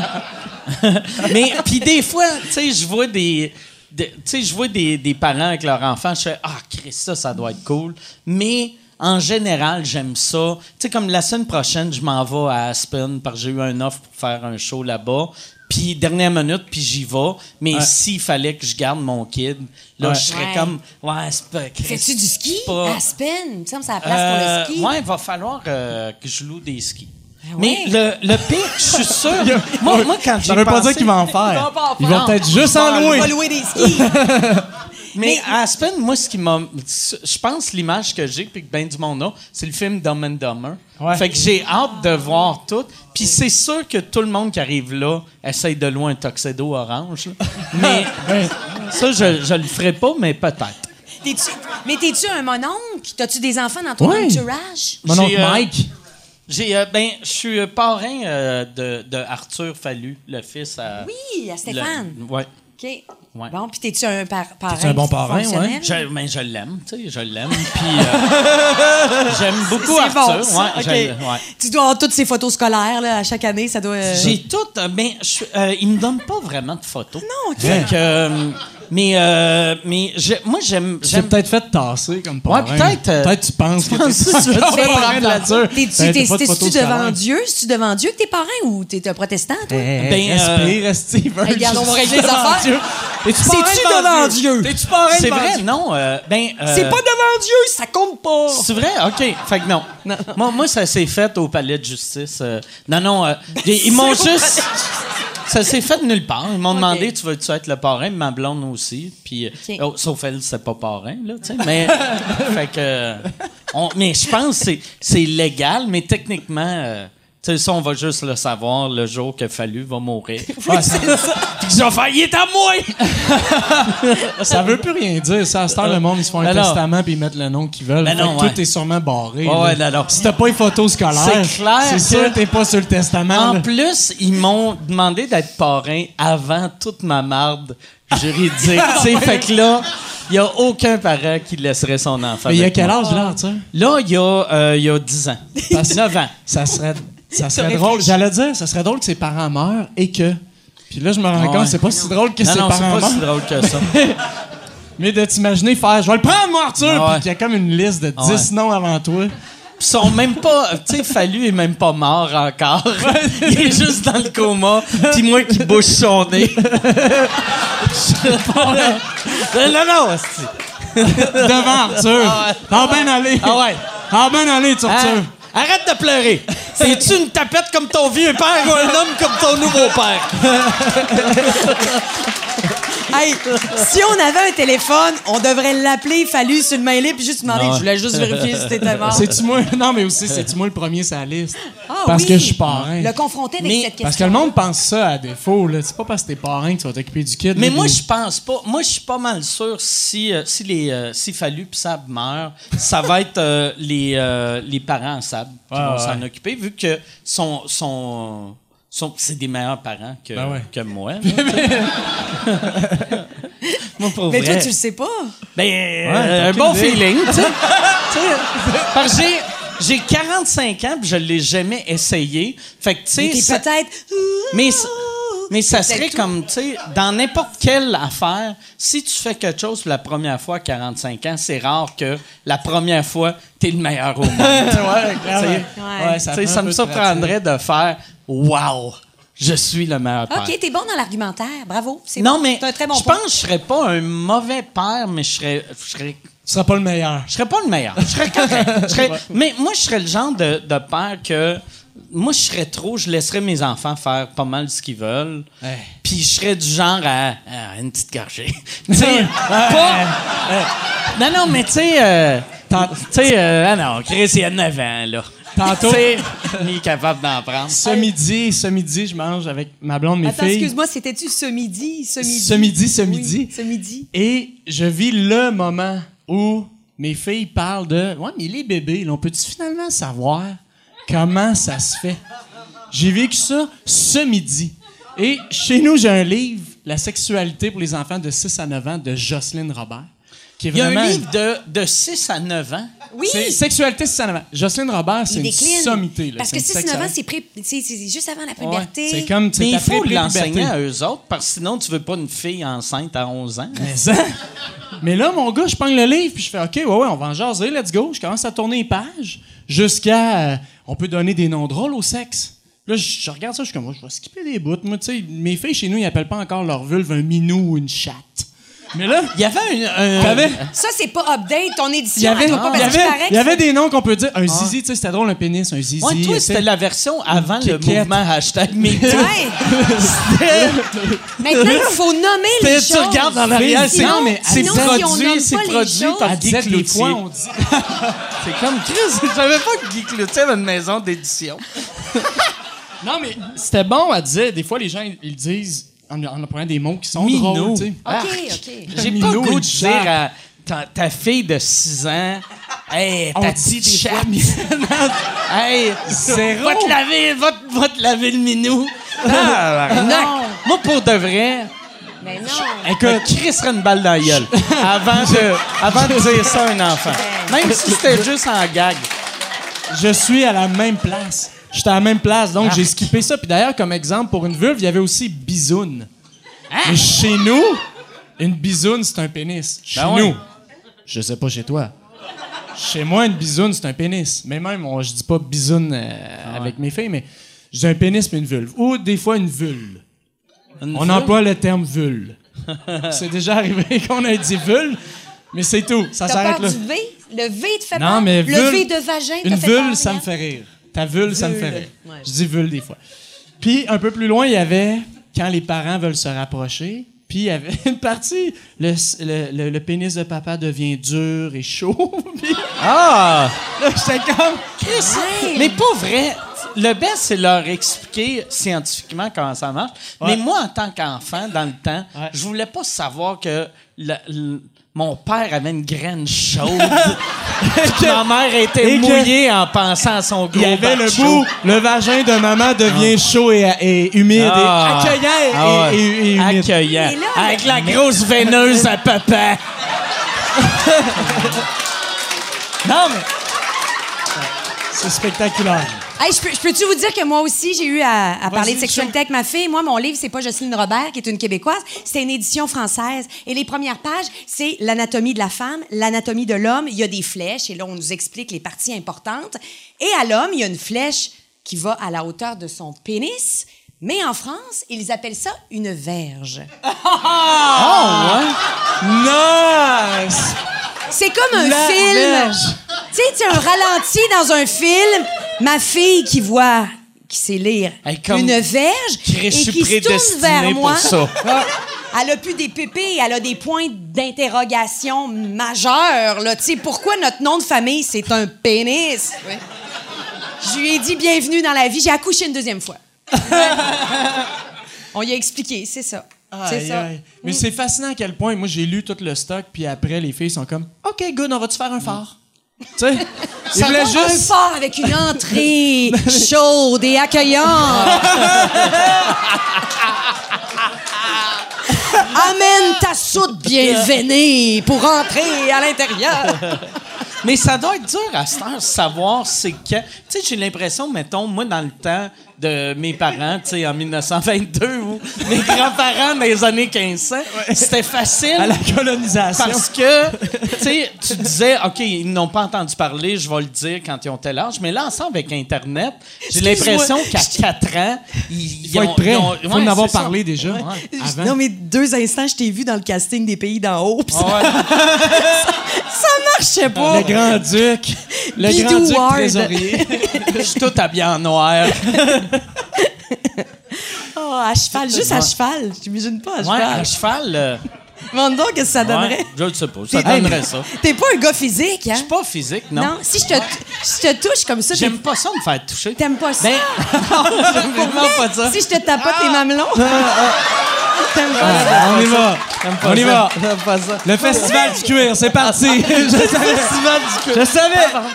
que- Mais, puis des fois, tu sais, je vois des. de- tu sais, je vois des, des parents avec leurs enfants, je fais Ah, Christ, ça, ça doit être cool. Mais en général, j'aime ça. Tu sais, comme la semaine prochaine, je m'en vais à Aspen parce que j'ai eu un offre pour faire un show là-bas. Puis dernière minute, puis j'y vais. Mais s'il fallait que je garde mon kid, là, je serais
Ouais.
comme Ouais, c'est pas. Christ,
Fais-tu du ski?
c'est pas-
Aspen? Il me semble que c'est la place
euh,
pour le ski.
ouais, il va falloir euh, que je loue des skis.
Ah
Mais
ouais?
le, le pire, je suis sûr. moi, moi, quand j'ai
Ça veut pas
pensé-
dire qu'ils vont en faire. Ah, Ils vont peut-être juste en
On
louer.
va louer des skis.
Mais à Aspen, moi, ce qui m'a. Je pense l'image que j'ai, puis que ben du monde a, c'est le film Dumb and Dumber.
Ouais.
Fait que j'ai hâte de voir tout. Puis c'est sûr que tout le monde qui arrive là essaye de louer un tuxedo orange. là. Mais
Ben,
ça, je, je le ferai pas, mais peut-être.
T'es-tu- mais t'es-tu un mononcle? T'as-tu des enfants dans ton
Ouais.
entourage?
Mon oncle
J'ai, euh,
Mike.
J'ai, euh, ben, je suis euh, parrain euh, de, de Arthur Fallu, le fils à.
Oui, à Stéphane.
Le- ouais.
OK.
Ouais.
Bon, puis t'es-tu un par parrain?
T'es-tu un bon parrain, ouais?
fonctionnel?
Je, mais je l'aime, tu sais, je l'aime. Puis euh, j'aime beaucoup
C'est
Arthur.
bon, ça.
ouais,
OK.
je- ouais.
Tu dois avoir toutes ces photos scolaires là, à chaque année. Ça doit. euh,
J'ai tout, euh, mais je- euh, il me donne pas vraiment de photos.
Non, OK.
Fait que, euh, mais euh, mais j'ai- moi j'aime
Tu t'es
j'aime
peut-être fait tasser comme
Ouais,
parrain.
peut-être, euh,
Peut-être tu penses que
penses que tu
t'es
veux
pas
faire
parrain de la dure.
T'es-
Ben,
tu-
t'as
T'es
pas de photo
t'es-tu
de
devant
scalaire.
Dieu? C'est-tu devant Dieu que t'es parrain ou t'es un protestant, toi?
Ben,
respire,
respire, Steve.
regarde, on va régler les affaires.
T'es-tu
C'est-tu devant Dieu?
T'es-tu parrain
c'est
devant
vrai
Dieu?
non euh, ben euh,
C'est pas devant Dieu, ça compte pas!
c'est vrai ok fait que non, moi moi ça s'est fait au palais de justice euh, non non euh, ils ils m'ont
C'est au
juste ça s'est fait nulle part ils m'ont demandé tu veux tu être le parrain ma blonde aussi puis euh,
Ok.
oh, sauf elle c'est pas parrain là tu sais mais fait que euh, on- mais je pense que c'est c'est légal mais techniquement euh, tu sais, ça, on va juste le savoir le jour que Fallu va mourir.
Ah, ça-
Puis qu'ils ont fait, il est à moi!
Ça veut plus rien dire. Ça, à cette heure, le monde, ils se font un
Ben non.
testament puis ils mettent le nom qu'ils veulent.
Ben
Fait que
non, ouais.
Tout est sûrement barré.
Ouais,
là.
ouais, non, non.
Si t'as pas les photos scolaires,
C'est clair
C'est sûr
que-
que t'es pas sur le testament.
En
là.
plus, ils m'ont demandé d'être parrain avant toute ma marde juridique.
Ah
tu sais. fait que là, il n'y a aucun parent qui laisserait son enfant.
Mais il y a
avec
quel
moi.
âge, là, tu sais?
Là, il y, a, euh, il y a 10 ans.
Parce que
9 ans.
Ça serait, ça serait
T'as
drôle.
réfléchi.
J'allais dire, ça serait drôle que ses parents meurent et que. Puis là, je me rends
Ouais.
compte, c'est pas si drôle que
Non,
ses
non, c'est
parents
pas
meurent.
si drôle que ça.
Mais de t'imaginer faire, je vais le prendre, moi, Arthur!
Ah ouais.
Puis qu'il y a comme une liste de 10
Ah ouais.
noms avant toi.
Ils sont même pas. Tu sais, Fallu est même pas mort encore. Il est juste dans le coma. Puis moi qui bouche son nez. Je- non, non, non, hostie.
Devant Arthur.
Ah ouais.
Ah ben allez!
Ah ouais.
Ah ben allez, tu
Hein?
Arthur!
Arrête de pleurer. C'est-tu une tapette comme ton vieux père ou un homme comme ton nouveau père?
Hey, si on avait un téléphone, on devrait l'appeler Fallu sur le mail puis juste demander.
Non.
Je voulais juste vérifier si t'étais
Ah.
mort.
C'est-tu moi? Non, mais aussi, c'est-tu moi le premier sur la liste?
Ah
parce
oui.
que je suis parrain.
Le confronter avec
Mais-
cette question.
Parce que le monde pense ça à défaut, là. C'est pas parce que t'es parrain que tu vas t'occuper du kid.
Mais
là,
moi,
des-
je pense pas. Moi, je suis pas mal sûr si, euh, si, les, euh, si Fallu puis Sab meurent, ça va être euh, les, euh, les parents à Sab qui vont s'en occuper, vu que son, son, son- c'est des meilleurs parents que,
Ben ouais.
que moi. là, tu sais. moi, pour
Mais
vrai.
toi, tu le sais pas.
Ben, euh,
t'as
un
aucune
bon
idée.
feeling, tu sais. Tu sais, Parce que j'ai- j'ai 45 ans, puis je l'ai jamais essayé. Fait que, tu sais,
T'es
ça-
peut-être. euh,
mais, ça- mais ça
Peut-être
serait
tout.
comme, tu sais, dans n'importe quelle affaire, si tu fais quelque chose pour la première fois à 45 ans, c'est rare que la première fois, t'es le meilleur au monde.
Ouais, clairement.
Tu sais,
Ouais.
tu sais, ça me
prend un peu de pratique.
surprendrait de faire « Wow! je suis le meilleur père.
OK, t'es bon dans l'argumentaire. Bravo. C'est
Non,
bon.
mais
C'est un très bon
je
point.
pense que je serais pas un mauvais père, mais je serais, je serais,
Ce sera pas le meilleur.
je serais pas le meilleur. Je serais correct. Je serais- mais moi, je serais le genre de, de père que. Moi, je serais trop, je laisserais mes enfants faire pas mal ce qu'ils veulent.
Ouais.
Puis je serais du genre à, à une petite gorgée. Tu sais, pas- non, non, mais tu sais. euh, t'en- tu sais, euh, ah non, Chris, il y a 9 ans, là.
Tantôt-
Tu sais, il est capable d'en prendre.
Ce midi, ce midi, je mange avec ma blonde, mes
Attends,
filles.
excuse-moi, c'était-tu ce midi? Ce midi?
Ce midi, ce
Oui,
midi.
ce midi.
Et je vis le moment où mes filles parlent de Ouais, mais les bébés, là, on peut-tu finalement savoir comment ça se fait? J'ai vécu ça ce midi. Et chez nous, j'ai un livre, La sexualité pour les enfants de 6 à 9 ans, de Jocelyne Robert. Qui est
Il y a
vraiment
un livre de, de 6 à 9 ans.
Oui!
C'est Sexualité 6 à 9 ans. Jocelyne Robert, c'est
Il
une
décline.
sommité. là.
Parce que
une
6 9 ans, c'est pré- c'est- c'est juste avant la
Ouais,
puberté.
C'est comme, c'est
Mais il
après
faut l'enseigner
pré-puberté.
à eux autres, parce que sinon, tu veux pas une fille enceinte à 11 ans.
Mais ça- Mais là, mon gars, je prends le livre, puis je fais OK, ouais, ouais, on va en jaser, let's go. Je commence à tourner les pages jusqu'à. euh, on peut donner des noms drôles au sexe. Là, je, je regarde ça, je suis comme, Ouais, je vais skipper des bouts. Moi, tu sais, mes filles chez nous, ils appellent pas encore leur vulve un minou ou une chatte. Mais là,
Il y avait une- un...
t'avais-
Ça, c'est pas update, ton
il y
édition.
avait,
elle doit pas
il y
Ah, parce que
avait-
paraît que
il y avait des noms qu'on peut dire. Un zizi, tu sais, c'était drôle, un pénis, un zizi.
Ouais, toi,
tu sais.
c'était la version avant le
Kékette.
mouvement hashtag MeToo.
Ouais. Maintenant, il faut nommer les choses.
Tu regardes en arrière, c'est
Sinon-
mais
c'est
sinon, si on nomme
produit, c'est
pas les
produit
choses-
par
Elle
Guy
disait que des
Cloutier.
fois, on dit-
C'est comme Chris, je savais pas que Guy Cloutier avait une maison d'édition.
Non, mais c'était bon à dire. Des fois, les gens, ils ils disent en, en apprenant des mots qui sont
Minou.
drôles, tu sais.
OK, OK.
J'ai pas
Minou,
le goût de
une
dire
chatte.
à ta, ta fille de 6 ans, hey,
On
ta
dit
petite
des
chatte. hey,
Zéro.
Va te laver, va, te- va te laver le minou. non. Moi, pour de vrai,
Mais non.
Écoute, Chris serait une balle dans la gueule avant de, avant de dire ça à un enfant. Même si c'était juste en gag.
Je suis à la même place. J'étais à la même place, donc j'ai skippé ça. Puis d'ailleurs, comme exemple, pour une vulve, il y avait aussi bisoune. Mais chez nous, une bisoune, c'est un pénis. Chez
Ben ouais.
nous. Je sais pas chez toi. Chez moi, une bisoune, c'est un pénis. Mais même, on- je dis pas bisoune euh, avec mes filles, mais je dis un pénis, mais une vulve. Ou des fois, une vulve.
Une
On
fois,
emploie le terme vulve. c'est déjà arrivé qu'on ait dit vulve, mais c'est tout. Ça
T'as
s'arrête
peur
là.
du V? Le V te fait peur?
Non, mais
Le
vulve-
V de vagin te
Une
fait peur,
vulve, ça me
Yann?
fait rire. Ta vulve, ça me fait
Vulve.
rire.
Ouais.
Je dis vulve des fois. Puis un peu plus loin, il y avait quand les parents veulent se rapprocher. Puis il y avait une partie, le, le- le- le pénis de papa devient dur et chaud. Puis
Ah!
là, j'étais comme.
Chris,
Ouais.
Mais pas vrai. Le best, c'est leur expliquer scientifiquement comment ça marche. Mais moi, en tant qu'enfant, dans le temps,
Ouais.
je voulais pas savoir que le- le- mon père avait une graine chaude. que ma mère était
et que-
mouillée en pensant à son gros
Il y avait
bac
le
chaud.
bout, le vagin de maman devient chaud et, et humide
Ah.
et accueillant et,
Ah ouais.
et- et- et humide.
Accueillant.
Mais là,
Avec la grosse veineuse à papa.
Non, mais. C'est spectaculaire.
Hey, je peux- je peux-tu vous dire que moi aussi, j'ai eu à, à parler de
Michel.
sexualité avec ma fille. Moi, mon livre, c'est pas Jocelyne Robert, qui est une Québécoise. C'est une édition française. Et les premières pages, c'est l'anatomie de la femme, l'anatomie de l'homme. Il y a des flèches, et là, on nous explique les parties importantes. Et à l'homme, il y a une flèche qui va à la hauteur de son pénis. Mais en France, ils appellent ça une verge.
Nice!
C'est comme un
La
film.
verge.
Tu sais, tu as un ralenti dans un film. Ma fille qui voit, qui sait lire
Hey, comme-
une verge et
Chris, je suis
qui se tourne
prédestiné
vers
pour
moi. Ah,
ça.
Elle a plus des pépés, elle a des points d'interrogation majeurs. Là, tu sais, pourquoi notre nom de famille c'est un pénis Je lui ai dit bienvenue dans la vie. J'ai accouché une deuxième fois. On lui a expliqué, c'est ça. C'est
Aïe,
ça. Mm.
aïe. Mais c'est fascinant à quel point, moi, j'ai lu tout le stock, puis après, les filles sont comme « OK, good, on va-tu
Mm.
faire un phare? Tu sais, ils
Ça
voulaient
monte un
juste...
fort avec une entrée chaude et accueillante. Amène ta soude bien veinée pour entrer à l'intérieur.
Mais ça doit être dur à cette heure, savoir c'est quand. Tu sais, j'ai l'impression, mettons, moi, dans le temps de mes parents, tu sais, en 1922 ou mes grands-parents dans les années 1500, c'était facile.
À la colonisation.
Parce que, tu sais, tu disais, OK, ils n'ont pas entendu parler, je vais le dire quand ils ont tel âge. Mais là, ensemble avec Internet, j'ai l'impression qu'à 4 ans, ils,
Il faut
ils
être prêt.
ils
Il faut en
ouais,
avoir
c'est ça.
parlé déjà. Avant.
Non, mais deux instants, je t'ai vu dans le casting des pays d'en haut. pis ça,
Ah
ça marchait pas.
Le grand-duc. Le
Bidou
grand-duc
Ward.
trésorier.
Je suis tout habillé en noir.
Oh, à cheval, juste à cheval. J'imagine pas à
Ouais,
cheval.
à cheval. euh,
Demande donc qu'est-ce que ça donnerait.
ouais, je le sais pas. Ça donnerait ça.
T'es pas un gars physique,
Je
hein?
suis pas physique, non.
non. si je te, je te touche comme ça, t'es-
J'aime pas ça me faire toucher.
t'aimes pas ça?
Ben, non, j'aime vraiment pas ça.
Si je te tape pas tes mamelons, t'aimes pas ça?
On y va.
J'aime pas
On y
ça.
va.
J'aime pas ça.
Le festival du cuir, c'est parti. Je savais. Je savais.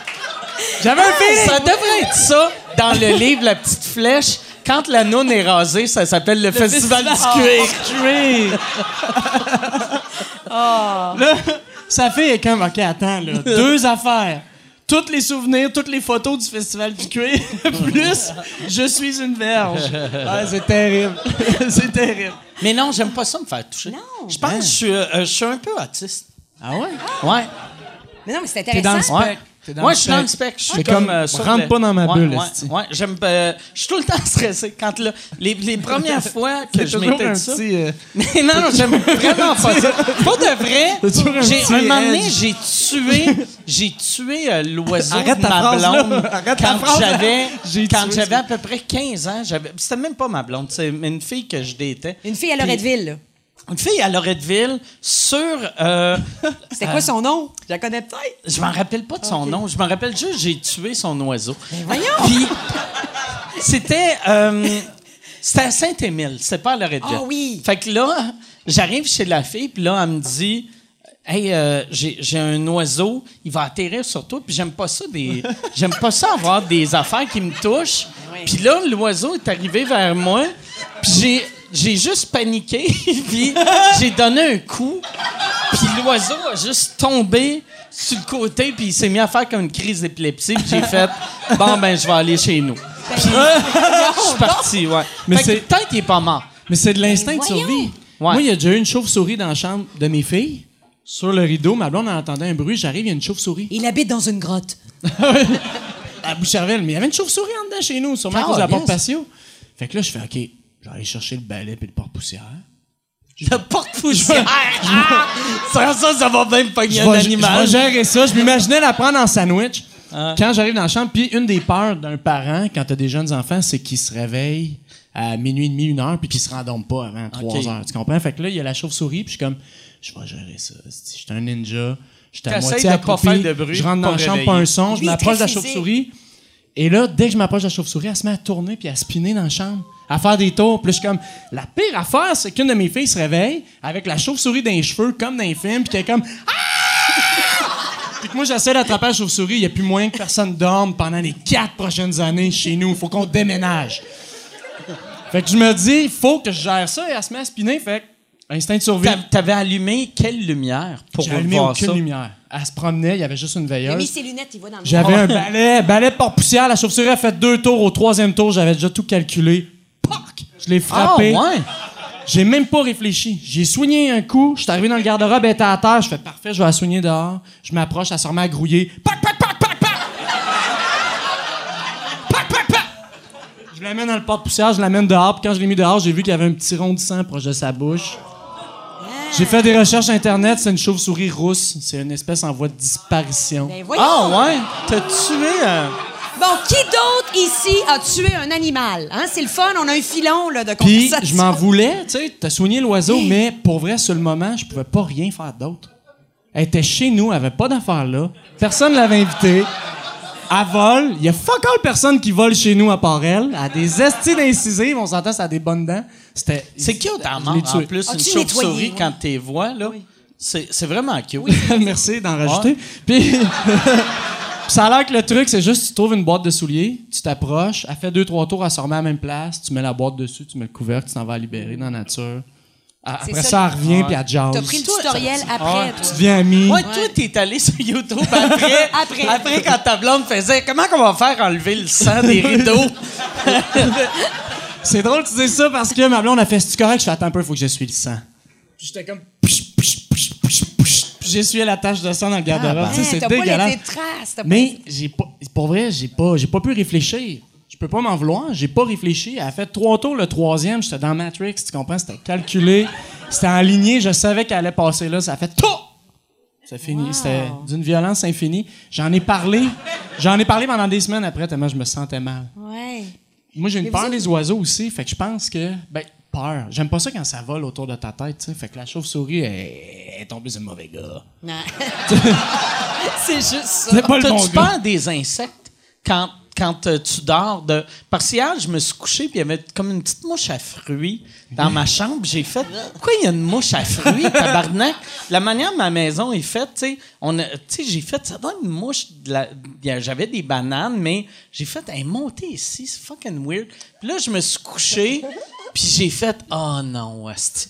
J'avais un feeling.
Ça devrait être ça dans le livre La petite flèche. Quand la noune est rasée, ça s'appelle le, festival, du cuir.
cuir. Ah, Là, sa fille est comme, OK, attends, là, deux affaires. Toutes les souvenirs, toutes les photos du Festival du cuir, plus je suis une verge. Ah, c'est terrible. c'est terrible.
Mais non, j'aime pas ça me faire toucher.
Non.
Je pense que je suis, euh, euh, je suis un peu autiste.
Ah ouais?
Ouais.
Mais non, mais c'est
dans le
intéressant.
spectre.
Ouais.
T'es dans
Moi,
le
je suis dans le spectre.
spectre.
Je suis
T'es comme,
comme. euh, sur
rentre
le-
pas dans ma
Ouais,
bulle,
Ouais,
esti.
ouais, j'aime. euh, je suis tout le temps stressé. Quand là, les, les premières fois que je m'étais dit ça.
euh,
Mais non, non, j'aime vraiment pas ça. Pour de vrai,
toujours un
j'ai,
petit
un moment donné,
edge.
j'ai tué, j'ai tué euh, l'oiseau
Arrête
de
ta
ma
phrase, là.
blonde
Arrête ta
quand
phrase.
j'avais,
J'ai
quand
tué
j'avais
ça.
à peu près 15 ans. J'avais, c'était même pas ma blonde, c'est une fille que je détais.
Une fille à Loretteville, là.
Une fille à Loretteville sur... euh,
C'était quoi son nom? Je la connais peut-être.
je m'en rappelle pas de son nom. Je m'en rappelle juste, j'ai tué son oiseau.
voyons!
Puis, c'était. euh, c'était à Saint-Émile, c'est pas à Loretteville.
Ah oui!
Fait que là, j'arrive chez la fille, puis là, elle me dit. Hey, euh, j'ai j'ai un oiseau, il va atterrir sur toi, puis j'aime pas ça des, j'aime pas ça avoir des affaires qui me touchent. Puis là, l'oiseau est arrivé vers moi, puis j'ai j'ai juste paniqué, puis j'ai donné un coup, puis l'oiseau a juste tombé sur le côté, puis il s'est mis à faire comme une crise d'épilepsie, puis j'ai fait bon ben je vais aller chez nous. Puis je suis parti, ouais.
Mais
Mais
c'est-
Hein? peut-être qu'il est pas mort.
Mais c'est de l'instinct de
Mais
survie.
voyons.
Moi, il y a déjà eu une chauve-souris dans la chambre de mes filles. Sur le rideau, ma blonde elle entendait un bruit, j'arrive, il y a une chauve-souris.
Il habite dans une grotte.
À Boucherville, mais il y avait une chauve-souris en dedans chez nous, sûrement à cause de la
Calisse.
porte patio. Fait que là, je fais, OK, je vais aller chercher le balai puis le porte-poussière.
Le porte-poussière! Ah! Sans ça, ça va même pogner
Je
un
vais- Je
animal.
vais gérer ça. Je m'imaginais la prendre en sandwich.
Ah.
Quand j'arrive dans la chambre, puis une des peurs d'un parent quand t'as des jeunes enfants, c'est qu'ils se réveillent à minuit et demi, une heure, puis qu'ils se rendorment pas avant trois heures. Tu comprends? Fait que là, il y a la chauve-souris, puis je suis comme, je vais gérer ça. Je suis un ninja. Je suis à
T'essayes
moitié
de pas
accroupi.
faire de bruit,
Je rentre dans
pas
la chambre,
réveiller.
pas un son.
Lui,
Je
il est
m'approche de la
très physique.
chauve-souris. Et là, dès que je m'approche de la chauve-souris, elle se met à tourner puis à spinner dans la chambre, à faire des tours. Puis là, je suis comme, la pire affaire, c'est qu'une de mes filles se réveille avec la chauve-souris dans les cheveux, comme dans les films, puis qu'elle est comme, puis que moi, j'essaie d'attraper la chauve-souris. Il n'y a plus moyen que personne dorme pendant les quatre prochaines années chez nous. Il faut qu'on déménage. Fait que je me dis, il faut que je gère ça. Et elle se met à spinner. Fait que, instinct de survie.
T'a- T'avais allumé quelle lumière pour
J'ai allumé
voir
aucune
ça?
lumière. Elle se promenait. Il y avait juste une
Il a mis
veilleuse.
ses lunettes, il voit dans le
Euh, J'avais un balai, balai porte poussière. La chauve-souris a fait deux tours. Au troisième tour, j'avais déjà tout calculé. Poc! Je l'ai
Ah,
frappé.
ouais!
J'ai même pas réfléchi. J'ai soigné un coup. Je suis arrivé dans le garde-robe, elle était à terre. Je fais parfait, je vais la soigner dehors. Je m'approche, elle se remet à grouiller. Pac, pac, pac, pac, pac! Pac, pac, pac! Je l'amène dans le porte-poussière, je l'amène dehors. Puis quand je l'ai mis dehors, j'ai vu qu'il y avait un petit rond de sang proche de sa bouche. J'ai fait des recherches internet, c'est une chauve-souris rousse. C'est une espèce en voie de disparition.
Ben
Ah,
voyons!
ouais! T'as tué un.
Bon, qui d'autre ici a tué un animal? Hein? C'est le fun, on a un filon là, de
Puis
conversation.
je m'en voulais, tu sais, t'as soigné l'oiseau, mais pour vrai, sur le moment, je pouvais pas rien faire d'autre. Elle était chez nous, elle avait pas d'affaires là. Personne l'avait invitée. Elle vole. Il y a fuck all personne qui vole chez nous à part elle. Elle a des estis d'incisives, on s'entend, ça a des bonnes dents. C'était.
C'est cute à
Je
mort,
l'ai
en
tué.
plus, une
As-tu
chauve-souris
nettoyé?
quand t'es vois, là. C'est c'est vraiment cute.
Merci d'en rajouter. Puis. Ça a l'air que le truc, c'est juste tu trouves une boîte de souliers, tu t'approches, elle fait deux, trois tours, elle se remet à la même place, tu mets la boîte dessus, tu mets le couvercle, tu t'en vas la libérer dans la nature.
Ah,
C'est
Après ça, elle revient puis elle jase.
T'as pris le
Toi,
tutoriel après. toi.
Tu deviens amie.
Ouais, toi, t'es allé sur YouTube après,
Après.
après. quand ta blonde faisait comment qu'on va faire enlever le sang des rideaux?
C'est drôle que tu dises ça parce que ma blonde a fait C'est correct, je fais attends un peu, faut que je suis le sang. Puis J'étais comme Psh, psh, psh, psh, psh. Puis J'essuyais la tache de sang dans le garde-robe.
Hein,
Tu sais, c'est
t'as pas
dégueulasse.
laissé de traces. t'as pas-
Mais j'ai pas, pour vrai, j'ai pas, j'ai pas pu réfléchir. Je peux pas m'en vouloir. J'ai pas réfléchi. Elle a fait trois tours. Le troisième, j'étais dans Matrix. Tu comprends? C'était calculé. C'était aligné. Je savais qu'elle allait passer là. Ça a fait tout. C'est fini. C'était d'une violence infinie. J'en ai parlé. J'en ai parlé pendant des semaines après tellement je me sentais mal.
Ouais.
Moi, j'ai une
Mais
peur
vous-
des oiseaux aussi. Fait que je pense que. Ben, peur. J'aime pas ça quand ça vole autour de ta tête. tu sais. Fait que la chauve-souris elle- elle est tombée sur le mauvais gars.
Non. C'est juste ça.
C'est pas le bon
T'as-tu
gars.
peur des insectes quand, quand euh, tu dors? De... Parce qu'hier, je me suis couché puis il y avait comme une petite mouche à fruits dans ma chambre. J'ai fait Pourquoi il y a une mouche à fruits, tabarnak? La manière dont ma maison est faite, tu sais, on a- tu sais, j'ai fait ça donne une mouche. de la- il y a- J'avais des bananes, mais j'ai fait Hey, montez ici, c'est fucking weird. Puis là, je me suis couché puis j'ai fait Oh non, asti.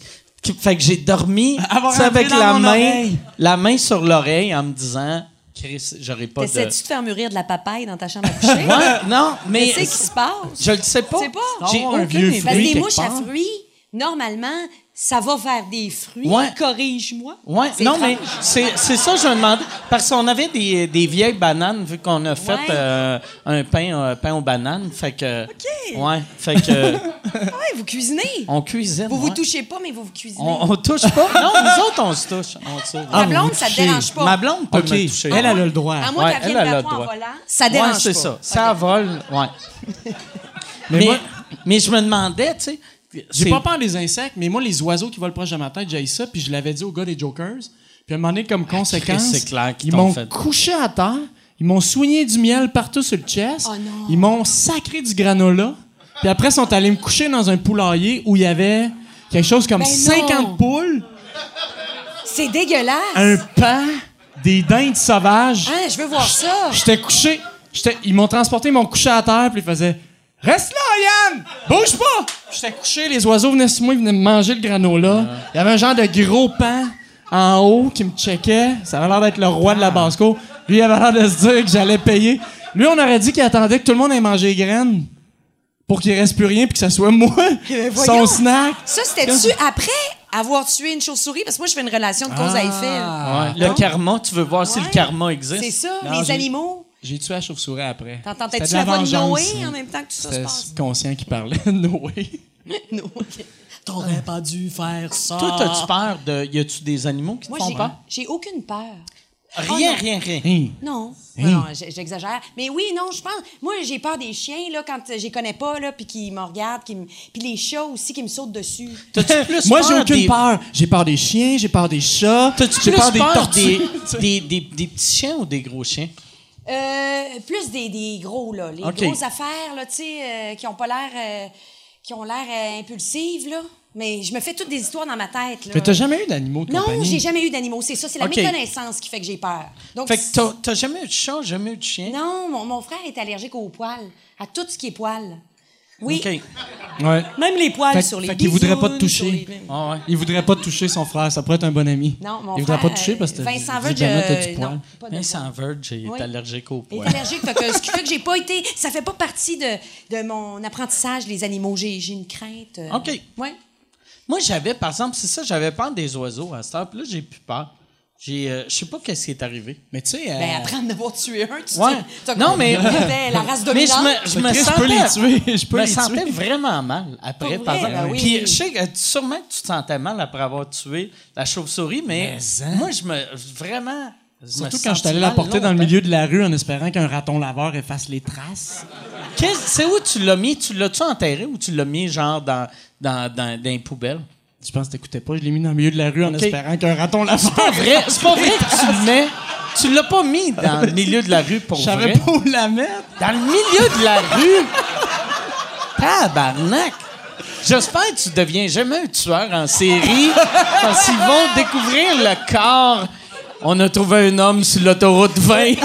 Fait que j'ai dormi
Avoir
tu sais, avec
entré dans
la
mon
main
oreille.
la main sur l'oreille en me disant Chris, j'aurais pas de.
T'essaies-tu de faire mûrir de la papaye dans ta chambre à coucher?
Ouais, non, mais.
Qu'est-ce qui se passe?
Je le sais pas.
Je sais pas.
J'ai
Avoir un
aucune
vieux
idée.
Parce que
fruit
les
quelque
mouches à
part.
fruits, normalement, ça va vers des fruits.
Ouais.
Corrige-moi.
Ouais,
C'est
non,
étrange.
mais c'est c'est ça que je me demandais. Parce qu'on avait des, des vieilles bananes, vu qu'on a fait
Ouais.
euh, un pain, euh, pain aux bananes. Fait que. Ouais, fait que.
Ah ouais, vous cuisinez.
on cuisine.
Vous vous
ouais.
touchez pas, mais vous vous cuisinez.
On, on touche pas. Non, nous autres, on se touche. On se touche.
Ta blonde, ça te dérange pas.
Ma blonde peut me toucher.
Elle, elle a le droit.
À moins
Ouais,
qu'elle vienne
elle, elle a
vers
le
toi en
droit.
volant, ça dérange
Ouais, c'est
pas.
ça. Ça vole, ouais. mais, mais,
moi-
je me demandais, tu sais. c'est-
J'ai pas peur des insectes, mais moi, les oiseaux qui volent proche de ma tête, j'ai ça, puis je l'avais dit au gars des Jokers. Puis à un moment donné, comme conséquence,
Christ, Ah, c'est clair qu'ils
ils
t'ont
m'ont
fait.
couché à terre, ils m'ont soigné du miel partout sur le chest,
Oh non.
ils m'ont sacré du granola, puis après, ils sont allés me coucher dans un poulailler où il y avait quelque chose comme
Ben non.
50 poules,
C'est dégueulasse.
un pan, des dindes sauvages.
Hein, je veux voir ça.
J'étais couché, j'étais- ils m'ont transporté, ils m'ont couché à terre, puis ils faisaient Reste là, Yann! Bouge pas! J'étais couché, les oiseaux venaient sur moi, ils venaient me manger le granola. Il y avait un genre de gros pan en haut qui me checkait. Ça avait l'air d'être le roi de la Basco. Lui, il avait l'air de se dire que j'allais payer. Lui, on aurait dit qu'il attendait que tout le monde ait mangé les graines pour qu'il reste plus rien puis que ça soit moi,
Eh, voyons.
son snack.
Ça, c'était-tu après avoir tué une chauve-souris? Parce que moi, je fais une relation de cause à effet. là.
Ah. Ouais. Le karma, tu veux voir si le
Ouais.
karma existe.
C'est ça,
Non,
les
j'ai-
animaux.
J'ai tué la chauve-souris après.
T'entendais-tu
C'était
la
de
voix de
vengeance.
Noé en même temps que tout ça se
C'était
passe?
conscient qui parlait de Noé.
Noé.
T'aurais pas dû faire ça. Toi, t'as-tu peur de. Y a-tu des animaux qui te
Moi,
font
j'ai-
peur?
j'ai aucune peur.
Rien,
Oh, non.
rien, rien.
Non,
Hein?
Non, non, j- j'exagère. Mais oui, non, je pense. Moi, j'ai peur des chiens, là, quand euh, je les connais pas, là, puis qu'ils me regardent, qu'ils me- puis les chats aussi qui me sautent dessus.
T'as-tu plus
Moi,
peur
j'ai aucune
des-
peur. J'ai peur des chiens, j'ai peur des chats,
T'as-tu
j'ai
plus
peur
peur
des
des,
tortues.
des, des, des petits chiens ou des gros chiens?
Euh, plus des, des gros, là. Les
OK.
grosses affaires, là, tu sais, euh, qui ont pas l'air. euh, qui ont l'air euh, impulsives, là. Mais je me fais toutes des histoires dans ma tête, là.
Mais t'as jamais eu d'animaux de
Non,
compagnie?
j'ai jamais eu d'animaux. C'est ça, c'est la
OK.
méconnaissance qui fait que j'ai peur. Donc,
Fait que t'as- t'as jamais eu de chat, jamais eu de chien?
non, mon, mon frère est allergique aux poils, à tout ce qui est poils. Oui,
OK.
Ouais.
même les poils
Fait,
sur les
fait qu'il voudrait pas te
bisounes, sur
toucher.
les-
Ah ouais.
Il voudrait pas te toucher son frère, ça pourrait être un bon ami.
Non, mon
Il voudrait
frère,
pas te toucher parce que
euh, Vincent
dit,
Verge,
Ben là, t'as
euh,
du poil.
non, pas de-
Vincent Verge est
Oui.
allergique aux
Il est
poils.
allergique, fait que, ce qui fait que j'ai pas été. Ça fait pas partie de, de mon apprentissage, les animaux. J'ai j'ai une crainte. euh,
OK.
Ouais.
Moi, j'avais, par exemple, c'est ça, j'avais peur des oiseaux à cette heure. Puis là, j'ai plus peur. J'ai, euh, je sais pas qu'est-ce qui est arrivé.
Mais tu sais, euh,
Ben, après en avoir tué un, tu
Ouais.
sais, t'as
Non,
compris,
mais-
c'était la
Mais
race
je
dominante.
me, je me
Chris,
sentais,
je peux les tuer, je peux
me
les
sentais
tuer.
vraiment mal après.
Pour
par
vrai,
exemple.
ben oui.
Puis je sais que sûrement que tu te sentais mal après avoir tué la chauve-souris, mais,
Mais, hein.
moi, je me vraiment. je me
surtout quand
sentis
je t'allais
mal
la porter dans le
longtemps.
milieu de la rue en espérant qu'un raton laveur efface les traces.
Qu'est-ce- C'est où tu l'as mis? Tu l'as-tu enterré ou tu l'as mis genre dans, dans, dans, dans les poubelles?
Je pense que t'écoutais pas, je l'ai mis dans le milieu de la rue en
Ok.
espérant qu'un raton laveur.
Pas vrai, c'est pas vrai que tu le mets. Tu l'as pas mis dans le milieu de la rue pour
Je
vrai.
savais pas où la mettre.
Dans le milieu de la rue? Tabarnak! J'espère que tu deviens jamais un tueur en série parce qu'ils vont découvrir le corps. On a trouvé un homme sur l'autoroute 20.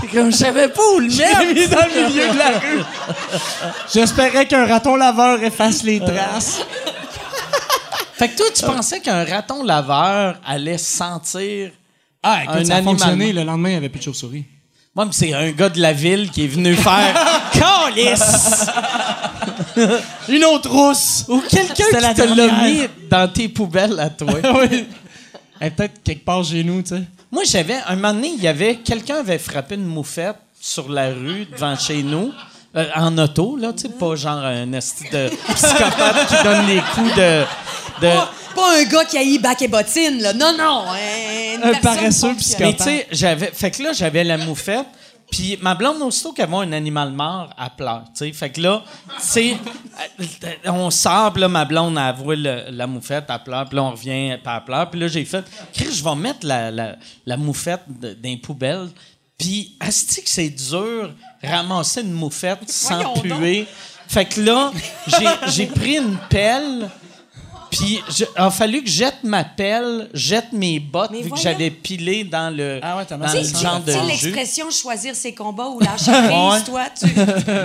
C'est comme, je savais pas où le
Je l'ai
mettre.
mis dans le milieu
Euh,
de la rue. J'espérais qu'un raton laveur efface les traces.
Fait que toi, tu pensais qu'un raton laveur allait sentir.
Ah, écoute,
Un
ça a
animal.
fonctionné. Le lendemain, il n'y avait plus de chauve-souris.
Moi, mais c'est un gars de la ville qui est venu faire. Calice!
Une autre rousse!
Ou quelqu'un
C'était la
qui te l'a
dernière.
mis dans tes poubelles à toi.
Ah oui. Elle est peut-être quelque part chez nous, tu sais.
Moi, j'avais. Un moment donné, il y avait. Quelqu'un avait frappé une moufette sur la rue devant chez nous. euh, en auto, là, tu sais, pas genre un esti de psychopathe qui donne les coups de. de
Pas, pas un gars qui a eu bac et bottine, là. Non, non. euh, Un,
Un paresseux
Mais
psychopathe.
tu sais, j'avais. Fait que là, j'avais la moufette. Puis ma blonde, aussitôt qu'elle voit un animal mort, elle pleure. tu sais. Fait que là, tu sais, elle- on sort, puis là, ma blonde, elle voit le- la moufette, elle pleure, puis là, on revient, puis elle pleure. Puis là, j'ai fait, Chris, je vais mettre la, la- la moufette de- dans les poubelles. Puis, asti que c'est dur ramasser une moufette sans
Voyons donc.
puer. Fait que là, j'ai- j'ai pris une pelle. Puis je- il a fallu que je jette ma pelle, jette mes bottes,
Mais
vu que
voyons.
j'avais pilé dans le,
Ah ouais, t'as
dans
mal
Tu
le
sais,
genre
tu
de
sais
jus.
l'expression choisir ses combats ou lâcher prise, toi, tu.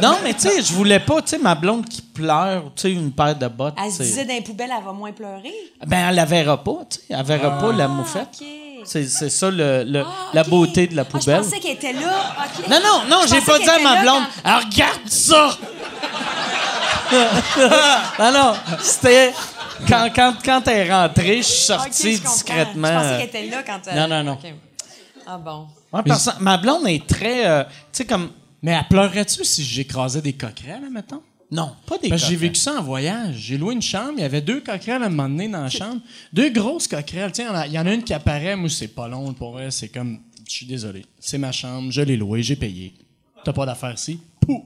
Non, mais tu sais, je voulais pas, tu sais, ma blonde qui pleure, tu sais, une paire de bottes.
Elle se
tu sais.
disait dans les poubelles, elle va moins pleurer.
Ben, elle la verra pas, tu sais. Elle verra pas la moufette.
Ah, ok.
C'est c'est ça le, le-
Ah,
la
ok.
beauté de la
Ah,
poubelle.
je pensais qu'elle était là. ok.
Non, non, non,
Je
j'ai
pensais
pas
qu'elle
dit à
était
ma
là
blonde, Ah, regarde ça! non, non, c'était quand, quand, quand elle est rentrée, je suis
quand-
sorti
Ok, je comprends.
discrètement.
Je pensais
euh,
qu'elle était là quand elle.
Non, non, non.
Ok. Ah bon.
Ouais, perso- ma blonde est très. euh, tu sais, comme.
Mais elle pleurait-tu si j'écrasais des coquerelles, là, mettons?
Non, pas des
Parce que j'ai
coquins.
vécu ça en voyage. J'ai loué une chambre, il y avait deux coquerelles à un moment donné dans la chambre. Deux grosses coquerelles. Tu sais, il y en a- il y en a une qui apparaît, moi, c'est pas long pour vrai. C'est comme, je suis désolé. C'est ma chambre, je l'ai louée, j'ai payé. T'as pas d'affaires ici. Pou!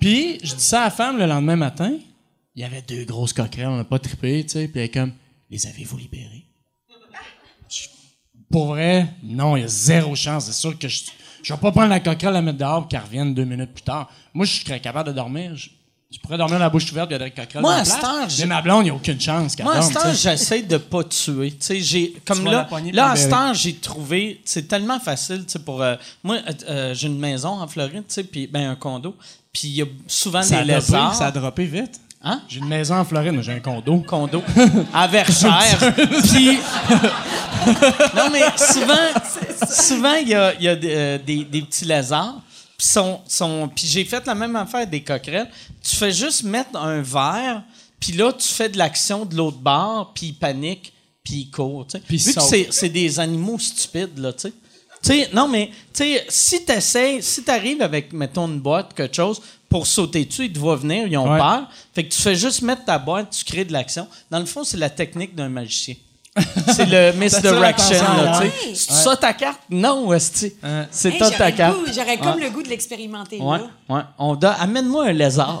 Puis, je dis ça à la femme le lendemain matin. Il y avait deux grosses coquerelles, on n'a pas trippé, tu sais. Puis elle est comme, les avez-vous libérées? Je- Pour vrai, non, il y a zéro chance. C'est sûr que je ne vais pas prendre la coquerelle, la mettre dehors pour qu'elle revienne deux minutes plus tard. Moi, je serais capable de dormir. Je, je pourrais dormir la bouche ouverte et avec la coquerelle
Moi,
dans la
à cette
place.
heure, j'ai-
Mais ma blonde, il n'y a aucune chance qu'elle
Moi, à
dorme.
ce temps,
tu sais.
j'essaie de pas tuer. Tu sais, j'ai comme
vas la
là,
poignée
là à
puis
ce
libérer.
temps, j'ai trouvé. C'est tellement facile. Tu sais, pour euh, moi, euh, euh, j'ai une maison en Floride, tu sais, puis ben un condo, puis il y a souvent
Ça a
des
droppé,
lézards.
ça a droppé vite.
Hein?
J'ai une maison en Floride, moi, j'ai un condo.
condo à Verchères. Puis. non, mais souvent, souvent, il y a, il y a des, euh, des- des petits lézards. Puis sont, sont, puis j'ai fait la même affaire des coquerelles. Tu fais juste mettre un verre, puis là, tu fais de l'action de l'autre bord, puis ils paniquent, puis ils courent. tu sais.
Puis ils
Vu que
sautent.
c'est, c'est des animaux stupides, là, tu sais. Tu sais, non, mais tu sais, si tu si t'arrives avec, mettons, une boîte, quelque chose, pour sauter dessus, ils te voient venir, ils ont
Ouais.
peur. Fait que tu fais juste mettre ta boîte, tu crées de l'action. Dans le fond, c'est la technique d'un magicien. c'est le misdirection,
l'attention,
là, tu sais.
ouais.
C'est ça ta carte? Non, esti. C'est
Hey,
ça ta
j'aurais
carte.
le goût- J'aurais comme le goût de l'expérimenter,
Ouais,
là.
ouais. On doit... Amène-moi un lézard.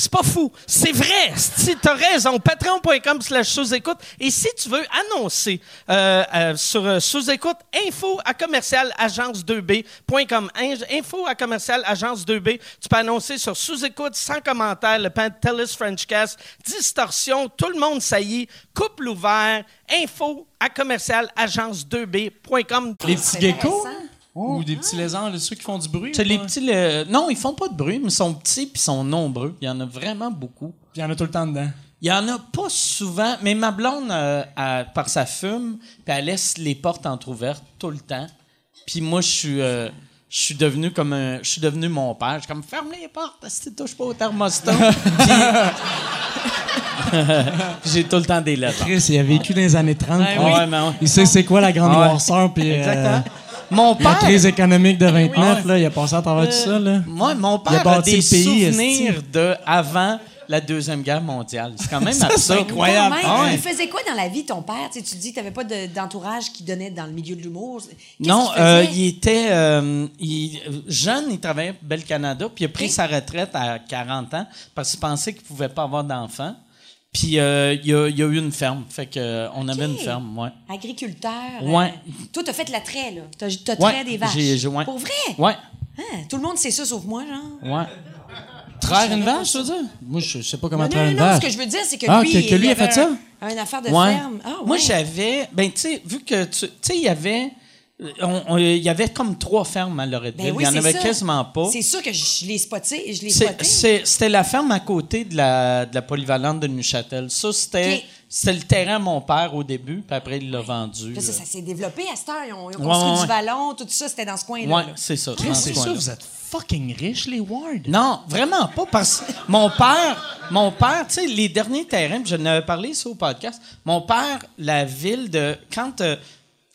C'est pas fou. C'est vrai. Si t'as raison, patreon.com slash sous-écoute. Et si tu veux annoncer euh, euh, sur euh, sous-écoute, info à commercial agence2b.com. In- Info à commercial agence2b. Tu peux annoncer sur sous-écoute, sans commentaire, le Pantelis Frenchcast, distorsion, tout le monde saillit, couple ouvert, info à commercial agence2b.com.
Les petits geckos
intéressant.
ou des petits lézards, là, ceux qui font du bruit.
C'est
là.
les petits... le- Non, ils font pas de bruit, mais ils sont petits puis ils sont nombreux. Il y en a vraiment beaucoup.
Il y en a tout le temps dedans.
Il y en a pas souvent, mais ma blonde, euh, elle- par sa fume, puis elle laisse les portes entrouvertes tout le temps. Puis moi, je suis, euh, je suis devenu comme un, je suis devenu mon père. Je suis comme ferme les portes, si tu touches pas au thermostat. puis Puis j'ai tout le temps des lettres.
Chris, il a vécu dans les années 30.
oui. Ouais, mais ouais.
Il sait c'est quoi la grande
Ah ouais.
noirceur. Puis, euh,
Exactement. Mon
la
père,
crise économique de 29,
Ouais.
là, il a passé à travers tout ça. Là.
moi, mon
Il a
père a,
bâti
des
le pays,
souvenirs de avant la deuxième guerre mondiale. C'est quand même absurde.
Quand même,
Ah ouais.
Il faisait quoi dans la vie, ton père? Tu, sais, tu dis que tu n'avais pas de- d'entourage qui donnait dans le milieu de l'humour. Qu'est-ce
Non,
qu'il faisait?
euh, il était euh, il- euh, jeune, il travaillait pour Bel Canada, puis il a pris
Ok.
sa retraite à 40 ans parce qu'il pensait qu'il pouvait pas avoir d'enfant. Puis euh, il y, a- il y a eu une ferme. Fait que, euh, on avait une ferme, ouais.
Agriculteur.
Ouais.
euh, toi, t'as fait l'attrait, là. T'as as
Ouais,
trait des vaches.
j'ai- j'ai- ouais.
Pour vrai?
Ouais,
Hein, tout le monde sait ça, sauf moi, genre.
ouais.
Je
Traire
savais
une
pas
vache,
ça.
tu veux dire? Moi, je sais pas
Non,
comment
non,
traire
non,
une
non,
vache.
ce que je veux dire, c'est que
Ah,
lui,
que- que
il
lui a
avait
fait ça?
Un, une affaire de
Ouais.
ferme. Ah, ouais.
Moi, j'avais. Ben, tu sais, vu que tu. Tu sais, il y avait. on- on- Il y avait comme trois fermes à Loretteville.
Ben oui,
il y en
c'est
avait
ça.
quasiment pas.
C'est sûr que je l'ai spoté. Je l'ai
C'est-
spoté.
c'est- C'était la ferme à côté de la, de la polyvalente de Neuchâtel. Ça, c'était
Ok.
c'était le terrain à mon père au début, puis après, il l'a vendu.
Là, ça, ça s'est développé à cette heure. Ils ont, ils ont
Ouais,
construit
ouais,
du
ouais.
ballon, tout ça, c'était dans ce coin-là.
ouais,
là.
c'est ça. dans
Chris,
ce
c'est
coin-là.
ça, vous êtes fucking riches, les Ward.
Non, vraiment pas parce que mon père, mon père, tu sais, les derniers terrains, puis je n'avais parlé ça au podcast. Mon père, la ville de quand euh,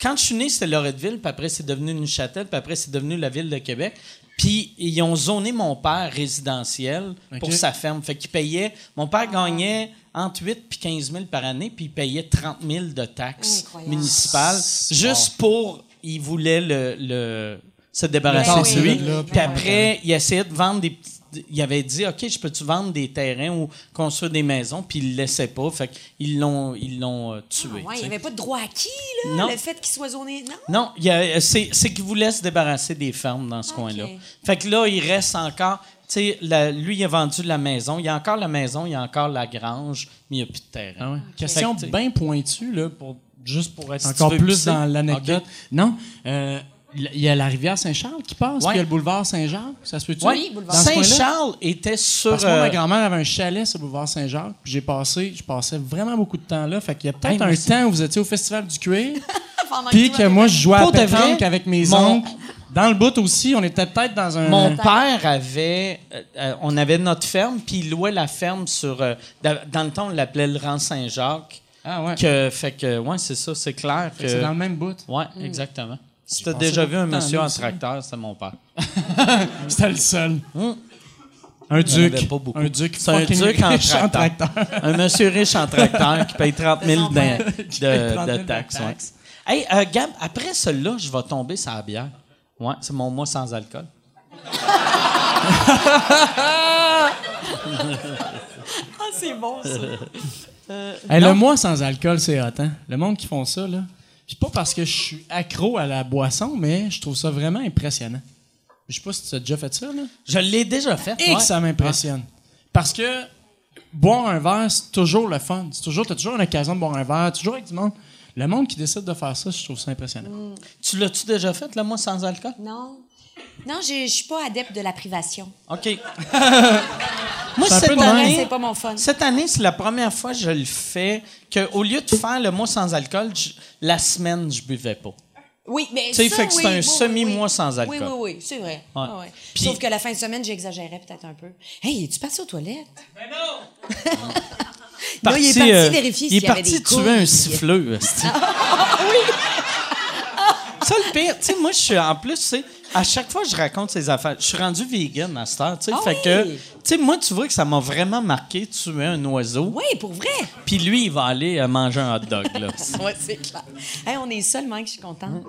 quand je suis né, c'était Loretteville, puis après c'est devenu Neuchâtel, puis après c'est devenu la ville de Québec. Puis ils ont zoné mon père résidentiel pour
Ok.
sa ferme. Fait qu'il payait. Mon père gagnait entre 8 puis 15 000 par année, puis il payait 30 000 de taxes
Incroyable.
municipales juste pour. Il voulait le, le- se débarrasser
Ben
de
oui,
lui.
oui, oui.
Puis après, il essayait de vendre des petits- Il avait dit, OK, je peux-tu vendre des terrains ou construire des maisons? Puis il ne laissait pas. Fait qu'ils l'ont, ils l'ont euh, tué.
Ah, ouais,
tu
il
sais.
n'y avait pas de droit acquis, là,
Non.
le fait qu'il soit zoné. Non.
Non, il y a- c'est, c'est qu'ils voulaient se débarrasser des fermes dans ce
OK.
coin-là. Fait que là, il reste encore. Tu sais, la- lui, il a vendu la maison. Il y a encore la maison, il y a encore la grange, mais il n'y a plus de terrain.
Ah Question
Fait que, tu sais,
bien pointue, là, pour, juste pour être
Si tu
encore
veux
plus
pisser.
dans l'anecdote. Non, euh, il y a la rivière Saint-Charles qui passe,
Ouais.
puis il y a le boulevard Saint-Jacques. Ça se peut-tu?
ouais,
Oui, boulevard
Dans ce coin-là?
Saint-Charles était sur.
Parce que moi,
euh,
ma grand-mère avait un chalet sur le boulevard Saint-Jacques, puis j'ai passé, je passais vraiment beaucoup de temps là. Fait qu'il y a peut-être
Hey,
un
moi,
temps où vous étiez au Festival du cuir,
Pendant
puis
toi,
que moi, je jouais à
Pour de
pétanque
vrai,
avec mes
mon-
oncles. Dans le bout aussi, on était peut-être dans un...
Mon père avait, euh, euh, on avait notre ferme, puis il louait la ferme sur, euh, da- dans le temps on l'appelait le rang Saint-Jacques.
Ah ouais,
Que, fait que, ouais, c'est ça, c'est clair que.
c'est dans le même bout.
Ouais, exactement. Si t'as
pensais
déjà vu un
tout le temps à
monsieur
lui
en
aussi.
tracteur, c'est mon père.
C'était le seul.
Hum.
Un
Il y en
duc.
avait pas beaucoup.
Un duc.
C'est un
fucking
duc en
riche
tracteur. un monsieur riche en tracteur qui paye 30 000 de,
Qui
de-
paye 30
de
000 de
taxes. ouais.
taxes.
Hey, euh, Gab, après cela, je vais tomber sur la bière. Ouais, c'est mon mois sans alcool.
Ah, c'est bon, ça.
Hey, le mois sans alcool, c'est hot, hein? Le monde qui font ça, là. Puis pas parce que je suis accro à la boisson, mais je trouve ça vraiment impressionnant. Je sais pas si tu as déjà fait ça, là.
Je l'ai déjà fait.
Et
ouais.
que ça m'impressionne. Parce que boire un verre, c'est toujours le fun. C'est toujours, t'as toujours une occasion de boire un verre, toujours avec du monde. Le monde qui décide de faire ça, je trouve ça impressionnant.
Tu l'as-tu déjà fait, le mois sans alcool?
Non. Non, je je suis pas adepte de la privation.
OK. Moi,
C'est un peu
cette
de même.
année,
C'est pas mon fun.
cette année, c'est la première fois que je le fais, qu'au lieu de faire le mois sans alcool, je- la semaine, je buvais pas.
Oui, mais
Tu sais,
ça,
fait que c'est
oui,
un
oui, oui,
semi-mois
oui.
sans alcool.
Oui, oui, oui, c'est vrai. Ah ouais.
Puis-
Sauf que la fin de semaine, j'exagérais peut-être un peu. Hey, es-tu parti aux toilettes? Ben non! il est parti
euh,
vérifier
Il
s'il
est
y avait
parti
des couilles. Ah,
tuer un siffleux. esti. Ça, le pire, tu sais, moi, je suis en plus, tu sais, à chaque fois que je raconte ces affaires, je suis rendu vegan à cette heure, tu sais.
Ah
fait
oui!
que, tu sais, moi, tu vois que ça m'a vraiment marqué tuer un oiseau.
Oui, pour vrai.
Puis lui, il va aller euh, manger un hot dog, là.
Oui, c'est clair. Hey, on est seul, Mike, je suis contente.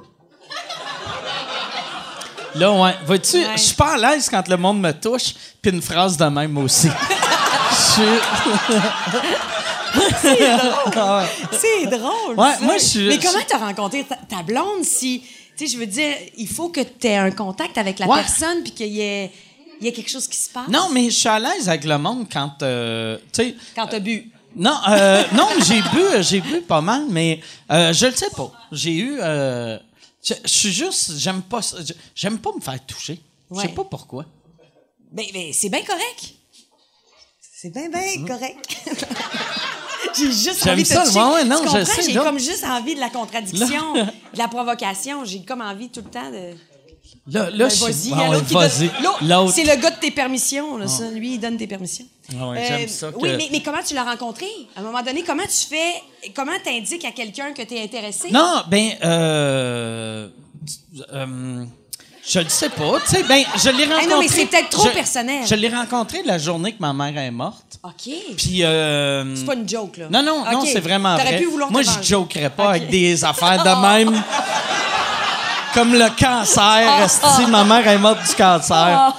Là, ouais. Vois-tu,
Ouais.
je suis pas à l'aise quand le monde me touche, puis une phrase de même aussi.
C'est drôle.
Ouais,
ça.
moi, je suis-
Mais comment t'as rencontré ta, ta blonde si. Tu sais, je veux dire, il faut que tu aies un contact avec la
Ouais.
personne puis qu'il y ait, il y ait quelque chose qui se passe.
Non, mais je suis à l'aise avec le monde quand, euh, tu sais...
Quand t'as bu.
Non, euh, non, mais j'ai bu, euh, j'ai bu pas mal, mais euh, je le sais pas. J'ai eu, euh, je je suis juste, j'aime pas, ça. Je- j'aime pas me faire toucher. Je sais
Ouais.
pas pourquoi.
Ben, ben, c'est bien correct. C'est bien, bien correct. J'ai juste
Mm-hmm. J'aime
envie de te
ça, le
toucher.
moment, non,
tu
je
comprends?
sais,
J'ai
là.
comme juste envie de la contradiction, de la provocation. J'ai comme envie tout le temps de.
Là, là,
Ben,
je
vas-y,
suis,
il y a
Ah ouais,
l'autre qui
vas-y.
donne- l'autre,
L'autre.
C'est le gars de tes permissions, là, ça. Lui, il donne tes permissions. Euh,
Ah ouais, j'aime ça que-
Oui, mais, mais comment tu l'as rencontré? À un moment donné, comment tu fais. Comment tu indiques à quelqu'un que tu es intéressé?
Non, ben, euh, euh, je le sais pas. Tu sais, ben, je l'ai rencontré.
Ah non, mais c'est peut-être trop
je-
personnel.
Je l'ai rencontré la journée que ma mère est morte.
OK.
Puis, euh,
C'est pas une joke, là.
Non, non, non,
OK.
c'est vraiment
T'aurais
vrai.
pu vouloir
Moi,
te
je
venger.
jokerais pas
OK. Oh.
avec des affaires de même. Comme le cancer,
Oh.
esti, ma mère est morte du cancer.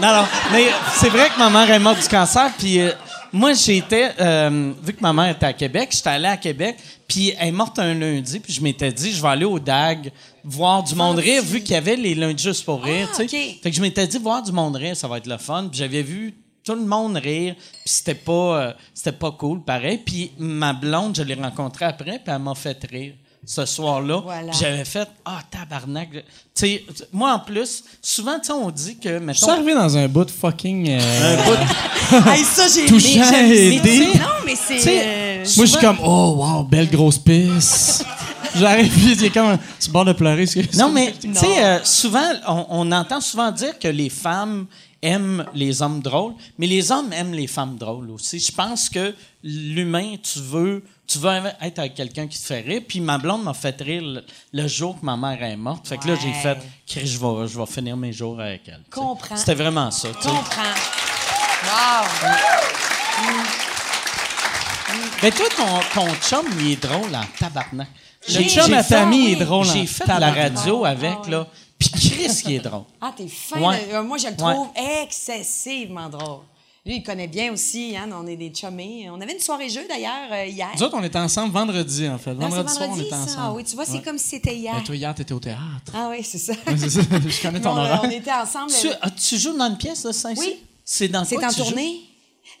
Non, non, mais c'est vrai que ma mère est morte du cancer, puis euh, moi, j'étais, euh, vu que ma mère était à Québec, j'étais allé à Québec, puis elle est morte un lundi, puis je m'étais dit, je vais aller au DAG voir du monde rire, vu qu'il y avait les lundis juste pour rire,
Ah,
tu sais.
ok.
Fait que je m'étais dit, voir du monde rire, ça va être le fun, puis j'avais vu tout le monde rire, puis c'était pas, euh, c'était pas cool, pareil. Puis ma blonde, je l'ai rencontrée après, puis elle m'a fait rire ce soir-là.
Voilà.
Puis J'avais fait, ah, tabarnak. Tu sais, moi, en plus, souvent, tu sais, on dit que,
Je suis
mettons,
arrivé dans un bout de fucking. euh,
Hey, ça, j'ai
Touchant
mais j'aime-
et
mais tu sais,
deep.
Non, mais c'est.
Tu sais,
euh,
Moi, je suis comme, oh, wow, belle grosse pisse. J'arrive, puis il est comme, un- sur le bord de pleurer. c'est-
Non, mais tu sais, euh, souvent, on, on entend souvent dire que les femmes aiment les hommes drôles, mais les hommes aiment les femmes drôles aussi. Je pense que l'humain, tu veux, tu veux être avec quelqu'un qui te fait rire. Puis ma blonde m'a fait rire le, le jour que ma mère est morte. Fait que là, j'ai
Ouais.
fait, Chris, je vais, je vais finir mes jours avec elle. tu sais.
Comprends.
C'était vraiment ça. tu sais.
comprends. Wow.
Mais toi, ton, ton chum, il est drôle en tabarnak.
Le chum à
famille
Tammy est drôle en
J'ai fait de la radio avec, là. Puis Chris, il est drôle.
Ah, t'es fin.
Ouais.
de- euh, moi, je le
Ouais.
trouve excessivement drôle. Lui, il connaît bien aussi, hein, on est des chummés. On avait une soirée jeu d'ailleurs euh, hier.
Nous autres, on était ensemble vendredi, en fait.
Non,
Vendredi,
c'est
soir, on
vendredi,
était
ça.
ensemble.
Ah oui, tu vois, c'est comme si c'était Euh, hier.
Ben, toi, hier, t'étais au théâtre.
Ah oui, c'est ça.
C'est ça, je connais ton
Non,
horaire.
on était ensemble.
Tu, ah, tu joues dans une pièce, là, saint
Oui.
C'est dans
C'est
quoi
en
tu joues?
tournée.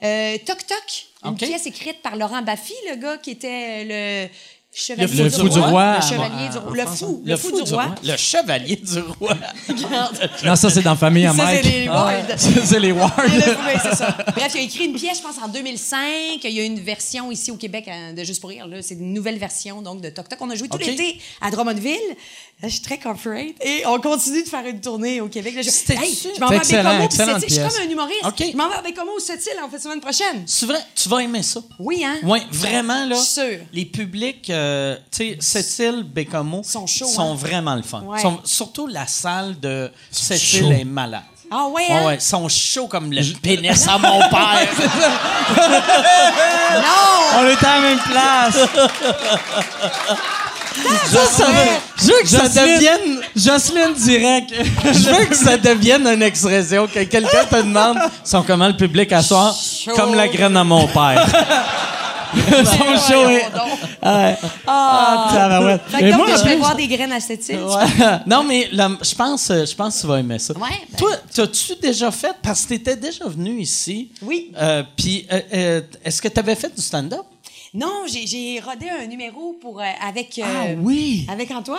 Euh, toc Toc, une
OK.
pièce écrite par Laurent Baffy, le gars qui était le chevalier
Le fou du roi.
Le
Ah,
chevalier du roi. Le fou, le fou du roi.
Le chevalier du roi.
Non, ça, c'est dans Famille à
Ça, c'est
Mike.
les
Ah,
Ward.
Ça, c'est les Ward.
Et le- oui, Ah, c'est ça. Bref, il a écrit une pièce, je pense, en 2005. Il y a une version ici au Québec euh, de Juste pour rire. là. C'est une nouvelle version donc de Toc Toc. On a joué tout l'été à Drummondville. Là, je suis très corporate. Et on continue de faire une tournée au Québec. Là, je
C'était
Hey,
sûr.
je m'en vais à
Excellent,
Bécomo. puis
excellente
c'est- Je suis
pièce.
comme un humoriste.
OK.
Je m'en vais à Bécomo au Sept-Îles en fait semaine prochaine.
C'est vrai, tu vas aimer ça.
Oui, hein?
Oui, vraiment, là.
Je suis sûre.
Les publics, euh, tu sais, Cécile, Bécamo,
Sont chauds,
sont
hein?
vraiment le fun.
Ouais.
Sont- surtout la salle de
chauds.
Cécile est malade.
Ah ouais,
Ouais,
hein?
ouais, ils sont chauds comme le pénis à mon père.
Non!
On était à la même
Ah,
place.
ça, ça veut- je veux que ça devienne...
Jocelyne direct.
Je veux que ça devienne un expression, que quelqu'un te demande sont comment le public à soir, comme la graine à mon père.
Ils sont chauds. hein. Ouais. Ah, tabarouette.
Fait que
Mais
donc,
moi,
je
en
vais
plus-
voir des graines à cette île.
Ouais. Non, mais la- je pense, euh, je pense que tu vas aimer ça.
Ouais, ben-
Toi, t'as-tu déjà fait, parce que t'étais déjà venu ici.
Oui.
euh, Puis, euh, euh, est-ce que t'avais fait du stand-up?
Non, j'ai- j'ai rodé un numéro pour, euh, avec, euh,
Ah
oui.
avec Antoine.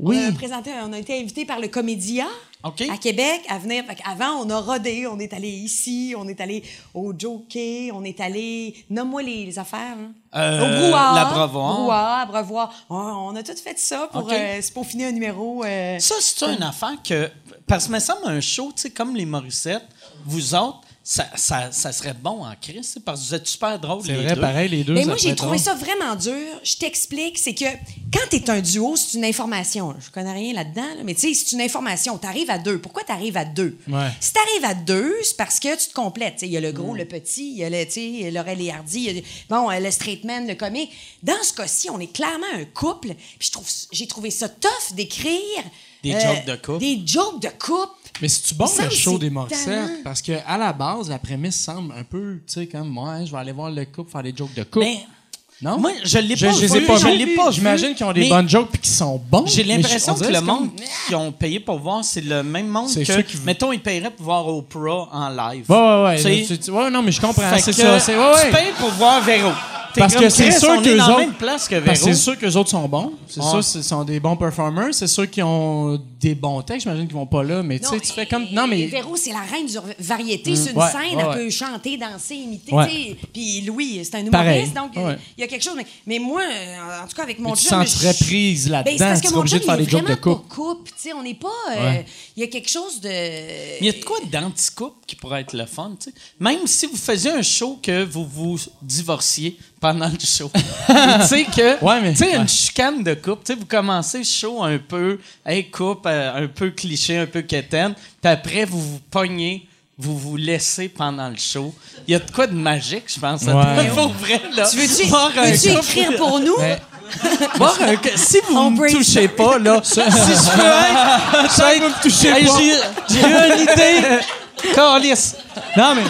Oui.
On a, présenté, on a été invité par le Comédia
OK.
à Québec à venir. Fait Avant, on a rodé, on est allé ici, on est allé au Jockey, on est allé. Nomme-moi les, les affaires. hein.
Euh,
au Brouhaha.
l'Abreuvoir.
Brouhaha, Abreuvoir. On, on a tout fait ça pour
OK.
euh, se peaufiner un numéro. euh,
Ça, c'est une affaire que. Parce que me semble un show, tu sais, comme les Morissettes, vous autres, ça, ça, ça serait bon en crise, c'est parce que vous êtes super drôles
C'est
les
vrai,
deux.
pareil, les deux.
Mais
ça
moi,
peut
j'ai
être
trouvé ça
drôle.
vraiment dur. Je t'explique, c'est que quand t'es un duo, c'est une information. Je connais rien là-dedans, là, mais tu sais, c'est une information. T'arrives à deux. Pourquoi t'arrives à deux?
Ouais.
Si t'arrives à deux, c'est parce que tu te complètes. Tu sais, Il y a le gros, le petit, il y a le, tu sais, Laurel et Hardy, il y a- bon, euh, le straight man, le comique. Dans ce cas-ci, on est clairement un couple. Puis je trouve, j'ai trouvé ça tough d'écrire. euh,
Des jokes de couple.
Des jokes de couple.
Mais c'est-tu bon
Il semble
le show
que
des
c'est
Morissettes?
tellement-
Parce que à la base, la prémisse semble un peu, tu sais, comme moi, je vais aller voir le couple faire des jokes de couple.
Mais
non?
moi, je l'ai
Je-
pas
je les ai
vu,
pas
je
vus.
l'ai pas vu.
J'imagine qu'ils ont des
Mais-
bonnes jokes puis qu'ils sont bons.
J'ai
mais
l'impression
on dirait
que le
c'est comme-
monde qui ont payé pour voir, c'est le même monde
C'est
que,
ceux qui-
mettons, ils paieraient pour voir Oprah en live.
Ouais, ouais, ouais.
Tu sais,
Tu- tu- ouais, non, mais je comprends.
fait
C'est
que
ça. C'est, ouais, ouais.
Tu payes pour voir Véro. T'es
Parce
comme,
que c'est
Chris,
sûr
on est
qu'eux
dans la
autres-
même place que
Parce que
Véro.
c'est sûr que les autres sont bons. C'est
Ouais.
sûr, ce sont des bons performers. C'est sûr qu'ils ont des bons textes. J'imagine qu'ils vont pas là, mais tu sais, tu fais comme. Non, mais. Mm.
Véro, c'est la reine du variété. sur une
Ouais,
scène,
ouais,
elle
ouais.
peut chanter, danser, imiter.
Ouais.
tu sais. Puis Louis, c'est un humoriste,
Pareil.
donc
Ouais.
euh, il y a quelque chose. Mais, mais moi, euh, en tout cas, avec mon
Mais tu te
chum.
sentirais
je-
prise là-dedans,
Ben, c'est parce
tu
que
serais
mon
obligée
chum,
de faire
il est
des jokes de
vraiment pas
couple.
couple. tu sais, on n'est pas. euh,
Ouais.
Il y a quelque chose de.
Il y a de quoi d'anti-couple qui pourrait être le fun, tu sais. Même si vous faisiez un show que vous vous divorciez pendant le show. tu sais que
Ouais, mais-
tu sais
ouais.
une chicane de couple, tu sais vous commencez le show un peu hey couple euh, un peu cliché, un peu quétaine, puis après vous vous pognez vous vous laissez pendant le show. Il y a de quoi de magique, je pense.
Ouais.
Pour vrai, là.
Tu veux-tu
Voir un
veux-tu
couple-
écrire pour nous?
Mais-
voir un cou- si vous
On
me
break-
touchez pas, là, si je peux être... je peux être-
touchez
Hey,
pas.
j'ai- J'ai eu une idée. Calice.
Non, mais.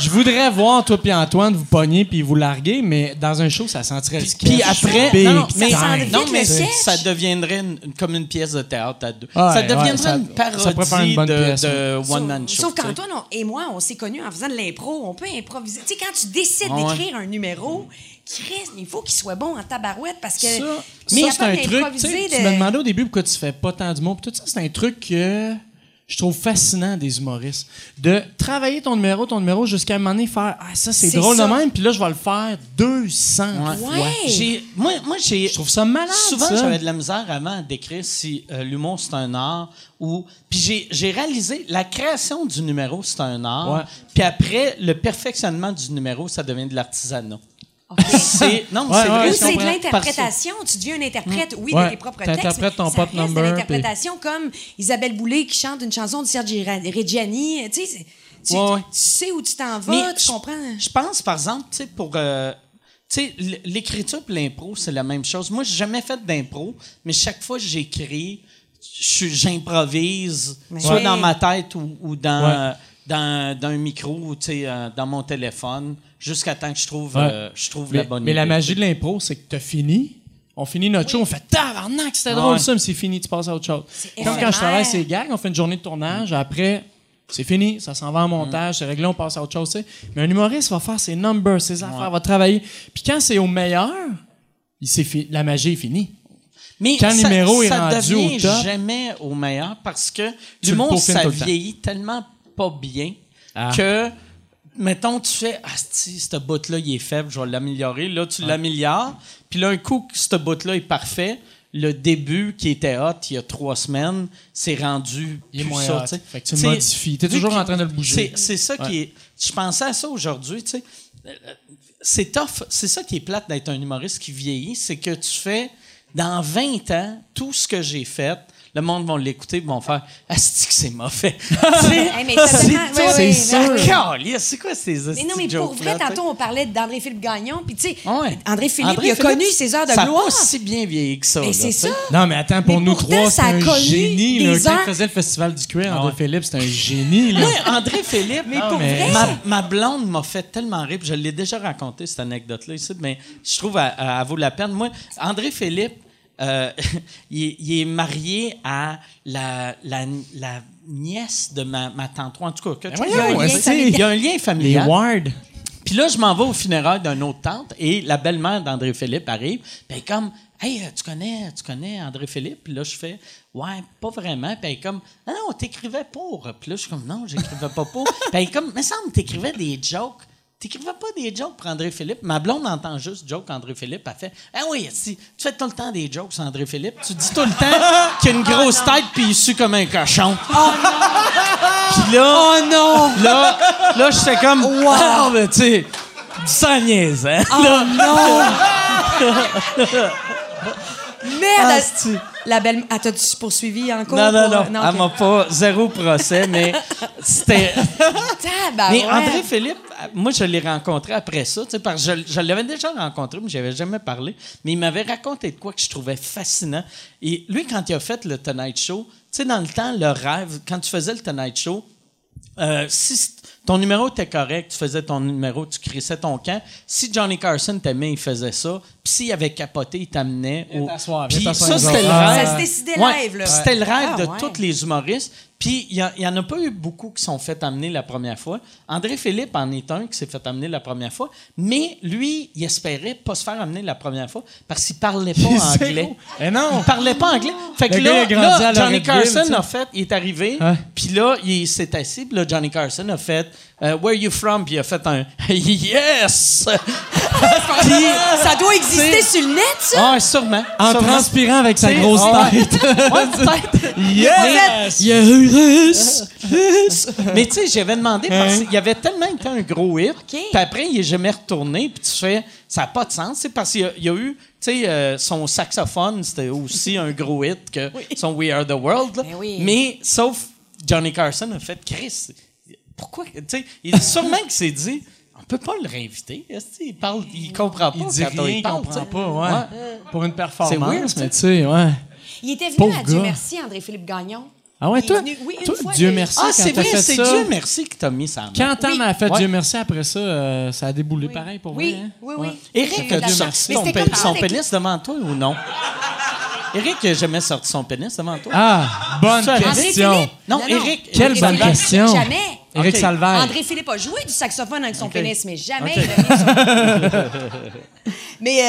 Je voudrais voir toi puis Antoine vous pogner puis vous larguer, mais dans un show, ça sentirait le sketch.
Puis après, non, non, mais,
Ça sent vite
non,
le
mais
sketch.
ça deviendrait une- une- comme une pièce de théâtre à deux.
Ouais,
ça deviendrait
ouais, ça-
une
ça pourrait faire
parodie
une bonne
de,
pièce,
de
Sauf-
One Man Show.
Sauf
tu sais.
qu'Antoine on- et moi, on s'est connus en faisant de l'impro. On peut improviser. Tu sais, quand tu décides
Ouais.
d'écrire un numéro, Chris, il faut qu'il soit bon en tabarouette parce que.
Ça,
tu
ça,
es
c'est un
capable
truc. Tu
d'improviser
sais, tu
de-
me demandais au début pourquoi tu fais pas tant d'humour. Puis tout ça, c'est un truc que je trouve fascinant des humoristes. De travailler ton numéro, ton numéro, jusqu'à un moment donné, faire Ah, ça, c'est
C'est
drôle
ça.
de même, puis là, je vais le faire 200 fois.
Ouais.
J'ai- moi, moi j'ai.
Je trouve ça malade.
Souvent,
ça.
j'avais de la misère avant à décrire si euh, l'humour c'est un art ou. Puis j'ai- j'ai réalisé la création du numéro c'est un art.
Ouais.
Puis après, le perfectionnement du numéro, ça devient de l'artisanat.
OK.
C'est- Non,
Ouais,
c'est
ouais,
vrai.
Ou
je
c'est de
comprends.
l'interprétation. Tu deviens un interprète, oui,
Ouais,
de tes propres textes.
t'interprètes
mais
ton
ça
pop
reste de
number,
l'interprétation comme Isabelle Boulay qui chante une chanson de Serge Ira- Reggiani. Tu sais, c'est- tu,
Ouais, ouais.
tu sais où tu t'en vas,
Mais
tu
je-
comprends.
Je pense, par exemple, tu sais, pour. euh, tu sais, l- l'écriture et l'impro, c'est la même chose. Moi, j'ai jamais fait d'impro, mais chaque fois que j'écris, je- j'improvise,
Mais-
soit
Ouais.
dans ma tête ou, ou dans,
Ouais.
euh, dans, dans un micro, ou, tu sais, euh, dans mon téléphone, jusqu'à temps que je trouve,
Ouais.
euh, je trouve
mais,
la bonne
mais la
idée.
magie de l'impro, c'est que t'as fini. On finit notre show, on fait tabarnak, c'était drôle
Ouais.
ça, mais c'est fini, tu passes à autre chose.
C'est
Comme quand
éphémère.
je travaille ces gags, on fait une journée de tournage, après, c'est fini, ça s'en va en montage, c'est réglé, on passe à autre chose, tu sais. Mais un humoriste va faire ses numbers, ses affaires, va travailler. Puis quand c'est au meilleur, il s'est fi- la magie est finie.
Mais
Quand le
ça,
numéro est
ça
rendu au
devient
top-
jamais au meilleur parce que
Tu
le
le
monde,
peaufines
ça
tout le temps. Ah.
vieillit tellement pas bien que, mettons, tu fais, ah, ce bout-là, il est faible, je vais l'améliorer. Là, tu l'améliores. Puis là, un coup que ce bout-là est parfait, le début qui était hot il y a trois semaines, c'est rendu
Il est
plus
moins
ça,
hot.
tu sais.
Fait que tu le
T'sais,
modifies. T'es
vu
toujours
que-
en train de le bouger.
c'est- C'est ça
Ouais.
qui est. Je pensais à ça aujourd'hui, tu sais. Euh, euh, C'est tough. C'est ça qui est plate d'être un humoriste qui vieillit, c'est que tu fais dans 20 ans tout ce que j'ai fait. Le monde va l'écouter et vont faire Asti que c'est mauvais.
Hey, mais ça
C'est
tellement- ouais,
tout-
ouais,
c'est
ouais, ouais.
caliste. C'est quoi ces
Mais non, mais pour vrai, tantôt, on parlait d'André-Philippe Gagnon. Puis, tu sais, André-Philippe, il a connu ses heures de gloire.
Ah Ça n'a pas si bien vieilli que ça. là,
Mais c'est
tu sais.
ça.
Non, mais attends, pour
Mais
nous
pourtant,
trois, c'est
ça a
un
connu
génie.
des
Là, quand
heures.
il faisait le Festival du Cuir,
Ah
André Philippe, c'est un génie. Là.
Ouais, André Philippe, Ah, mais
pour vrai.
Ma, ma blonde m'a fait tellement rire. puis Je l'ai déjà raconté, cette anecdote-là ici, mais je trouve qu'elle elle vaut la peine. Moi, André Philippe, euh, il, est- il est marié à la, la- la nièce de ma, ma tante. En tout cas, quelque chose-
Ben voyons,
il, y a un lien
esti.
familial. Il y a un lien familial.
Les Ward.
Puis là, je m'en vais au funérail d'une autre tante et la belle-mère d'André Philippe arrive. Puis elle est comme, hey, euh, tu connais, tu connais André Philippe? Puis là, je fais, ouais, pas vraiment. Puis elle est comme, ah non, t'écrivais pour. Puis là, je suis comme, non, j'écrivais pas pour. Puis elle est comme, mais semble, que t'écrivais des jokes. T'écrivais pas des jokes pour André Philippe. Ma blonde entend juste joke André Philippe. Elle fait Ah oui, si tu fais tout le temps des jokes sur André Philippe, tu dis tout le temps qu'il a une grosse tête puis il sue comme un cochon. Puis là, Oh, non! Là, là j'étais comme, wow! Ah, ben, tu sais, ça niaise, hein?
Merde!
Asti.
La belle. Ah, t'as-tu poursuivi encore?
Ah, Non, non, non. Ah,
pour-
Elle m'a
ok.
pas zéro procès, mais c'était.
Tabarouette.
Mais André Philippe, moi, je l'ai rencontré après ça, tu sais, parce que je, je l'avais déjà rencontré, mais je n'avais jamais parlé. Mais il m'avait raconté de quoi que je trouvais fascinant. Et lui, quand il a fait le Tonight Show, tu sais, dans le temps, le rêve, quand tu faisais le Tonight Show, euh, si c- ton numéro était correct, tu faisais ton numéro, tu crissais ton camp. Si Johnny Carson t'aimait, il faisait ça. Puis s'il avait capoté, il t'amenait. au-
t'asseoir, viens
Puis
t'asseoir
ça,
nous
c'était le
autres.
rêve.
Ça se décidait live, là.
puis C'était le rêve
Ah,
de
ouais.
toutes les humoristes. Puis il y, en a pas eu beaucoup qui sont fait amener la première fois. André Philippe en est un qui s'est fait amener la première fois, mais lui, il espérait pas se faire amener la première fois parce qu'il parlait pas
C'est
anglais.
gros. Eh non!
Il parlait pas anglais. Fait que
Le
là,
gars, il a grandi
là,
à la
Johnny
Red Bull, tu
Carson
sais.
a fait, il est arrivé,
Ouais.
puis là, il s'est assis, puis là, Johnny Carson a fait euh, Where you from? Puis il a fait un Yes! puis,
Ça doit exister sur le net, ça?
ah, sûrement.
En
sûrement.
transpirant avec sa
T'sais,
grosse
ah ouais.
tête.
Ouais, peut-être.
Yes! Yes!
Mais tu sais, j'avais demandé
Hein?
parce qu'il avait tellement été un gros hit. Puis après, il est jamais retourné. Puis tu fais, ça n'a pas de sens. C'est parce qu'il y a- il y a, eu, tu sais, euh, son saxophone, c'était aussi un gros hit que son We Are the World. là.
Ben oui.
Mais sauf Johnny Carson a fait Chris. Pourquoi? que- Tu sais, il sûrement qu'il s'est dit. On peut pas le réinviter. esti, Il parle, il comprend pas
Il dit
quand on
rien,
lui
il
parle, tu
comprend
sais.
pas, ouais. Pour une performance,
weird,
mais tu sais, ouais.
Il était venu
Pauvre
à Dieu
gars.
merci, André Philippe Gagnon.
Ah ouais,
Il est
toi,
venu- oui, une
toi,
fois,
Dieu
mais-
merci
Ah,
quand
c'est
t'as
vrai,
fait
c'est
ça.
Dieu merci qui t'a mis ça. main.
Quand Tam
Oui.
a fait
Ouais.
Dieu merci après ça, euh, ça a déboulé pareil pour
Oui,
vrai, hein?
oui, oui.
Ouais.
Eric, as-tu
J'ai eu la-
sorti
Mais
ton
c'était
pé-
comme ça
son
avec-
pénis devant toi ou non? Eric a jamais sorti son pénis devant toi?
Ah, bonne
Ça,
André
question.
Philippe?
Non, Eric-
Quelle
André
bonne
Philippe,
question.
Jamais.
Eric
Ok.
Salvaire.
André Philippe a joué du saxophone avec son pénis, mais jamais il a mis son- mais,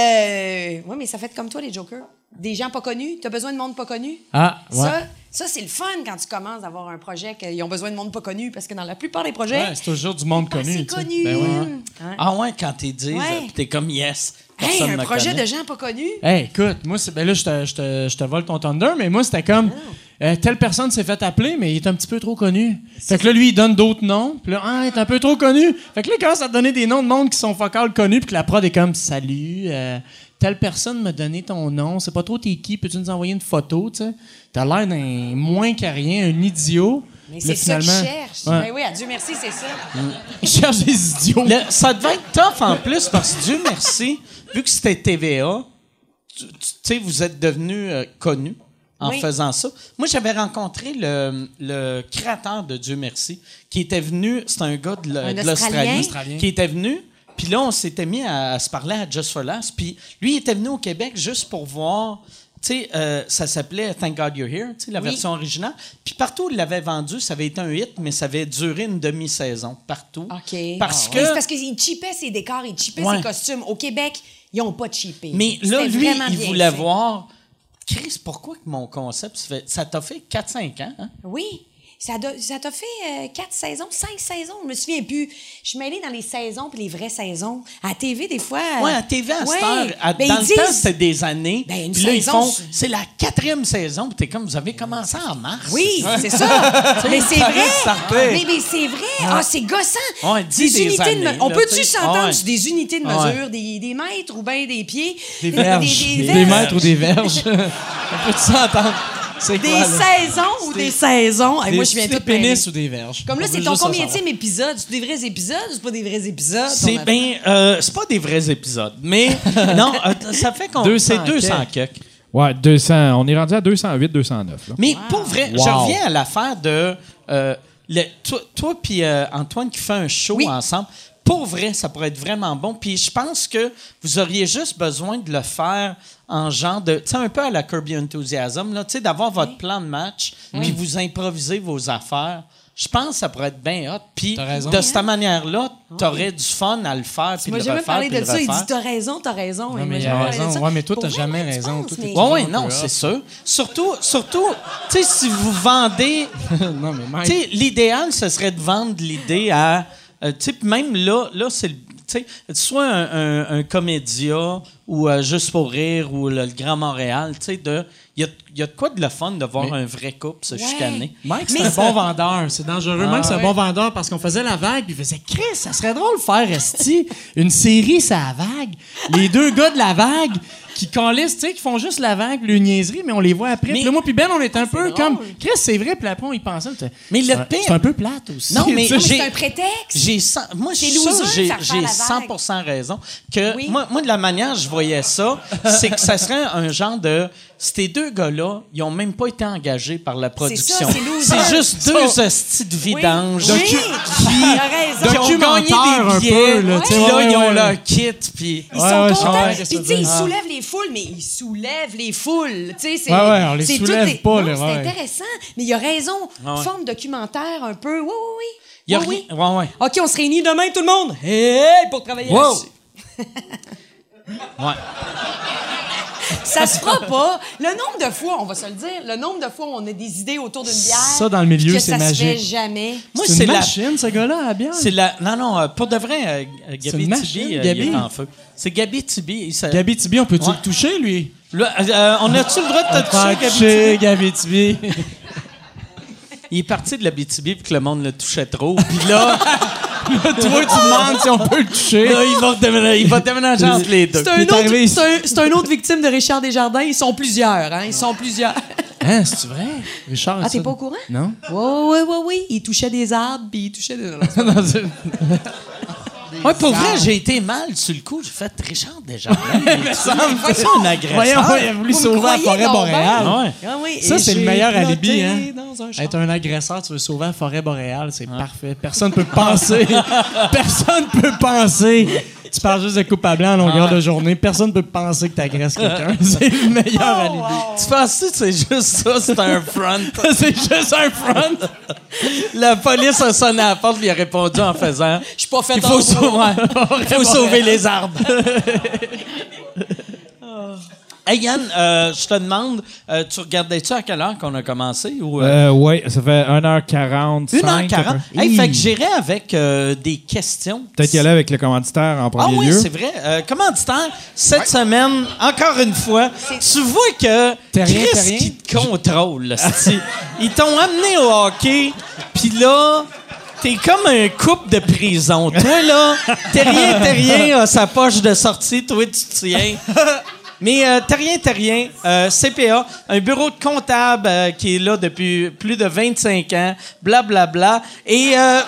euh, ouais, mais ça fait comme toi, les jokers. Des gens pas connus. T'as besoin de monde pas connu.
Ah, ouais.
Ça, ça c'est le fun quand tu commences à avoir un projet qu'ils ont besoin de monde pas connu, parce que dans la plupart des projets,
Ouais, c'est toujours du monde
ah,
connu.
c'est
tu sais.
connu.
Ben ouais, ouais.
Hein?
Ah ouais, quand t'es dit,
Ouais.
t'es comme yes.
Hey,
personne
un
me
projet
connaît.
de gens pas connus.
Hey, écoute, moi, c'est- ben là, je te, je te- je te vole ton thunder, mais moi, c'était comme.
Ah.
euh, telle personne s'est fait appeler, mais il est un petit peu trop connu. Fait que là, lui, il donne d'autres noms. Puis là, ah, il est un peu trop connu. Fait que là, il commence à te donner des noms de monde qui sont focal connus, puis que la prod est comme Salut, euh, telle personne m'a donné ton nom. C'est pas trop t'es qui. Peux-tu nous envoyer une photo, tu sais? T'as l'air d'un moins qu'à rien, un idiot.
Mais c'est ça
finalement,
qu'ils cherchent.
ouais.
Ben oui, à Dieu merci, c'est ça.
Il cherche des idiots.
Le- ça devait être tough en plus parce que Dieu merci, vu que c'était TVA, tu tu- tu sais, vous êtes devenu connu en
Oui.
faisant ça. Moi, j'avais rencontré le, le créateur de Dieu merci qui était venu, c'est un gars de
Un
la- de
Australien.
l'Australie qui était venu. Puis là, on s'était mis à, à se parler à Just for Last. Puis lui, il était venu au Québec juste pour voir. Tu sais, euh, ça s'appelait Thank God You're Here, tu sais, la
Oui.
version originale. Puis partout où il l'avait vendu, ça avait été un hit, mais ça avait duré une demi-saison partout.
OK. Ah,
Parce
Mais
que
c'est parce qu'ils chippaient ses décors, ils chippaient
Ah, Ouais.
ses costumes. Au Québec, ils n'ont pas chippé.
Mais là,
C'était
lui,
vraiment
il
bien
voulait
fait.
voir. Chris, pourquoi que mon concept, se fait- ça t'a fait 4-5 ans? hein?
Oui. Ça do- ça t'a fait euh, quatre saisons, cinq saisons, je me souviens plus. Je suis mêlée dans les saisons puis les vraies saisons. À la TV, des fois. euh,
Ouais, à TV, à cette
ouais.
heure, à-
Ben,
dans
ils
le temps,
disent-
c'était des années.
Ben, une
puis là, ils
saison,
font,
c'est-
c'est la quatrième saison. Puis t'es comme, vous avez commencé en mars.
Oui, c'est ça. mais c'est vrai.
Ça repart.
Mais, mais c'est vrai. Ah, c'est gossant.
Ouais, dis des
unités de me-
années,
On
là,
peut-tu
tu sais.
s'entendre
Ouais.
sur des unités de
Ouais.
mesure, des, des mètres ou bien des pieds? Des,
Verges.
des-
Des
verges.
maîtres ou des verges. On peut-tu s'entendre? C'est
Des
quoi, là?
saisons ou des saisons? Hey, moi, je viens
des
tout mêlée.
pénis ou des verges.
Comme là,
On
c'est
veut
ton
juste en
combien
savoir.
épisode? C'est des vrais épisodes ou c'est pas des vrais épisodes?
C'est
On a-
bien, euh, c'est pas des vrais épisodes, mais non, euh, ça fait qu'on.
200
C'est 200 quelques.
Ouais, 200. On est rendu à 208, 209. Là.
Mais pour vrai,
Wow.
je reviens à l'affaire de euh, le- toi, toi puis euh, Antoine qui fait un show
Oui.
ensemble. Pour vrai, ça pourrait être vraiment bon. Puis je pense que vous auriez juste besoin de le faire en genre de, tu sais, un peu à la Kirby Enthusiasm, là, tu sais, d'avoir votre plan de match, puis vous improviser vos affaires. Je pense que ça pourrait être bien hot. Puis
T'as raison.
de cette manière-là, t'aurais du fun à le faire, puis le
Tu m'as
refaire,
jamais parlé
puis
de
le
ça. Il
refaire.
dit T'as raison, t'as raison. Il m'a
mais il
jamais
a
parlé de
raison.
ça.
Ouais, mais toi,
Pour
t'as
vrai,
jamais
moi, tu
raison.
penses,
Toi, t'es
mais-
Oui, oui, non, c'est sûr. Surtout, surtout, tu sais, si vous vendez.
Non, mais Mike,
Tu sais, l'idéal, ce serait de vendre l'idée à. euh, tu sais, puis même là, là c'est le. Tu sais, soit un, un, un comédia ou euh, Juste pour rire ou le, le Grand Montréal, tu sais, de. Il y a, y a de quoi de le fun de voir un vrai couple se chicaner.
Mike,
Mais
c'est un
ça-
bon vendeur. C'est dangereux. Mike, c'est un bon vendeur parce qu'on faisait la vague. Puis il faisait Chris, ça serait drôle de faire Esti. Une série, c'est la vague. Les deux gars de la vague qui calissent, tu sais, qui font juste la vague, le niaiserie, mais on les voit après. Puis là, moi, puis Ben, on est un peu comme Chris, c'est vrai. Puis après, on y pensait. on était,
Mais le
c'est un-
pire-
C'est un peu plate aussi.
Non, mais
Tu sais,
Non, mais
J'ai-
C'est un prétexte.
J'ai cent- moi
C'est
je- ça,
loser de
j'ai
faire faire
j'ai
la vague.
100% raison que
Oui.
moi, moi, de la manière que je voyais ça, c'est que ça serait un genre de ces deux gars-là, ils ont même pas été engagés par la production.
c'est loser.
juste deux hosties de vidanges
Oui,
qui,
t'as raison.
qui ont gagné
Documentaire
des
un
billets,
peu, là,
puis
tu sais,
là,
ouais,
ils ont
ouais.
leur kit puis
Ils
Ouais,
sont
ouais, je
contents.
comprends qu'est-ce que
Puis,
tu
tu sais,
veux
ils
dire.
soulèvent les foules, mais ils soulèvent les foules. Tu sais, c'est.
Ouais, ouais, on les
c'est tout
soulève
des-
pas,
Non,
là, ouais.
C'est intéressant, mais il a raison.
ouais.
Forme documentaire un peu. Oui, oui, oui.
Il y a
Oui,
rien-
oui.
ouais, ouais.
OK, on se réunit demain, tout le monde. Hey, pour travailler
Wow.
là-dessus.
Ouais.
Ça se fera pas. Le nombre de fois, on va se le dire, le nombre de fois où on a des idées autour d'une bière.
Ça, dans le milieu,
que
c'est
ça se fait
magique.
jamais.
Moi
c'est
c'est
une
la
machine, ce gars-là, à bien.
c'est la non non euh, pour de vrai euh, euh, Gabi
une
Tibi
machine,
euh,
Gabi.
il est en feu. C'est Gabi Tibi, il s'a-
Gabi Tibi, on peut-tu
Ouais.
le toucher, lui?
Là, euh, on a-tu le droit de te toucher Gabi Tibi?
Toucher Gabi Tibi.
Il est parti de la BTB puis que le monde le touchait trop. Puis là,
Toi, tu demandes si on peut le toucher.
là, il va déménager, il va déménager entre les deux.
C'est un,
Il est arrivé
autre,
ici.
c'est un- c'est un autre victime de Richard Desjardins. Ils sont plusieurs, hein? Ils sont plusieurs.
Hein, c'est vrai? Richard,
Ah, t'es
ça-
pas au courant?
Non.
Oui, oui, oui, oui. Il touchait des arbres, puis il touchait des...
Dans une-
Ouais, pour vrai, j'ai été mal sur le coup. J'ai fait Richard déjà. ça me fait un
Voyons,
agresseur.
ouais, il a voulu
Vous me
sauver la
croyez
forêt
donc
boréale.
bien?
Ouais.
Ah oui,
Ça,
et
c'est le
j'ai
meilleur
noté
alibi, hein?
dans un
Être un agresseur, tu veux sauver la forêt boréale, c'est parfait. Personne ne peut penser. Personne ne peut penser. Tu parles juste de coupe à blanc à longueur de journée. Personne ne peut penser que tu agresses quelqu'un. C'est le meilleur
Oh,
alibi.
Tu penses que c'est juste ça, c'est un front?
c'est juste un front.
La police a sonné à la porte, lui a répondu en faisant
Je suis pas fait
Il faut,
en
sauver, il faut sauver les arbres. hey Yann, euh, je te demande, euh, tu regardais-tu à quelle heure qu'on a commencé? Ou, euh,
Euh, ouais, ça fait 1h40.
1h40. Hey, fait que j'irai avec euh, des questions.
Peut-être y aller avec le commanditaire en
Ah
premier
oui,
lieu.
c'est vrai. Euh, commanditaire, cette semaine, encore une fois, tu vois que
T'es rien, t'es
Chris
rien.
qui te contrôle. là, c'ti. Ils t'ont amené au hockey, puis là, t'es comme un couple de prison. Toi, là, t'es rien, t'es rien, a sa poche de sortie, toi, tu tiens. Mais euh, t'as rien, t'as rien. Euh, CPA, un bureau de comptable euh, qui est là depuis plus de 25 ans, blablabla. Et euh,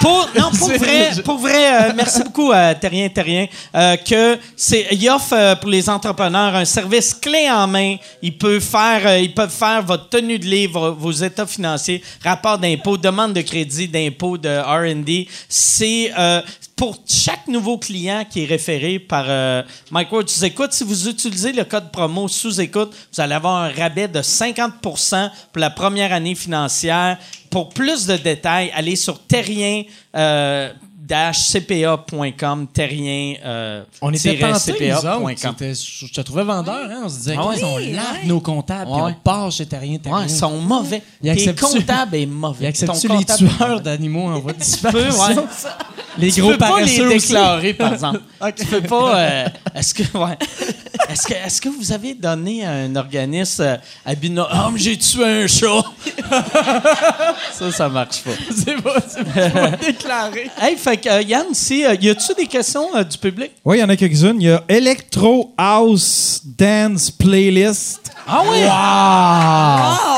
pour, non, pour vrai, pour vrai euh, merci beaucoup à Terrien Terrien. euh, que c'est, il offre euh, pour les entrepreneurs un service clé en main. Ils peuvent faire, euh, ils peuvent faire votre tenue de livre, vos états financiers, rapport d'impôt, demande de crédit, d'impôt, de R&D. C'est euh, pour chaque nouveau client qui est référé par euh, Mike Ward sous écoute, si vous utilisez le code promo sous écoute, vous allez avoir un rabais de 50 pour la première année financière. Pour plus de détails, allez sur terrien euh, cpa.com terrien euh,
On était
tiret
pensés, nous
CPA
autres.
point com.
C'était- Je je te trouvais vendeur, hein? On se disait,
Ah ouais.
Qu'est-ce qu'on
Oui,
lave
ouais.
nos comptables, puis
Ouais.
on part chez Terrien, Terrien.
Ouais, ils sont mauvais.
Il
Tes
accepte-tu-
comptables est
Il
mauvais. Ton
accepte les
comptable est
tueurs d'animaux en voie de
mauvais.
disparition?
Ouais.
Les
Tu
gros
peux pas les
paresseux aussi.
déclarer, par exemple. Tu peux pas. euh, est-ce que, ouais. Est-ce que, est-ce que vous avez donné à un organisme euh, à but no- Ah, mais j'ai tué un chat. ça, ça marche pas.
C'est pas, c'est pas déclaré.
Hey, fait que euh, Yann, si euh, y a-tu des questions euh, du public
Oui, il y en a quelques-unes. Il y a Electro House Dance Playlist.
Ah oui.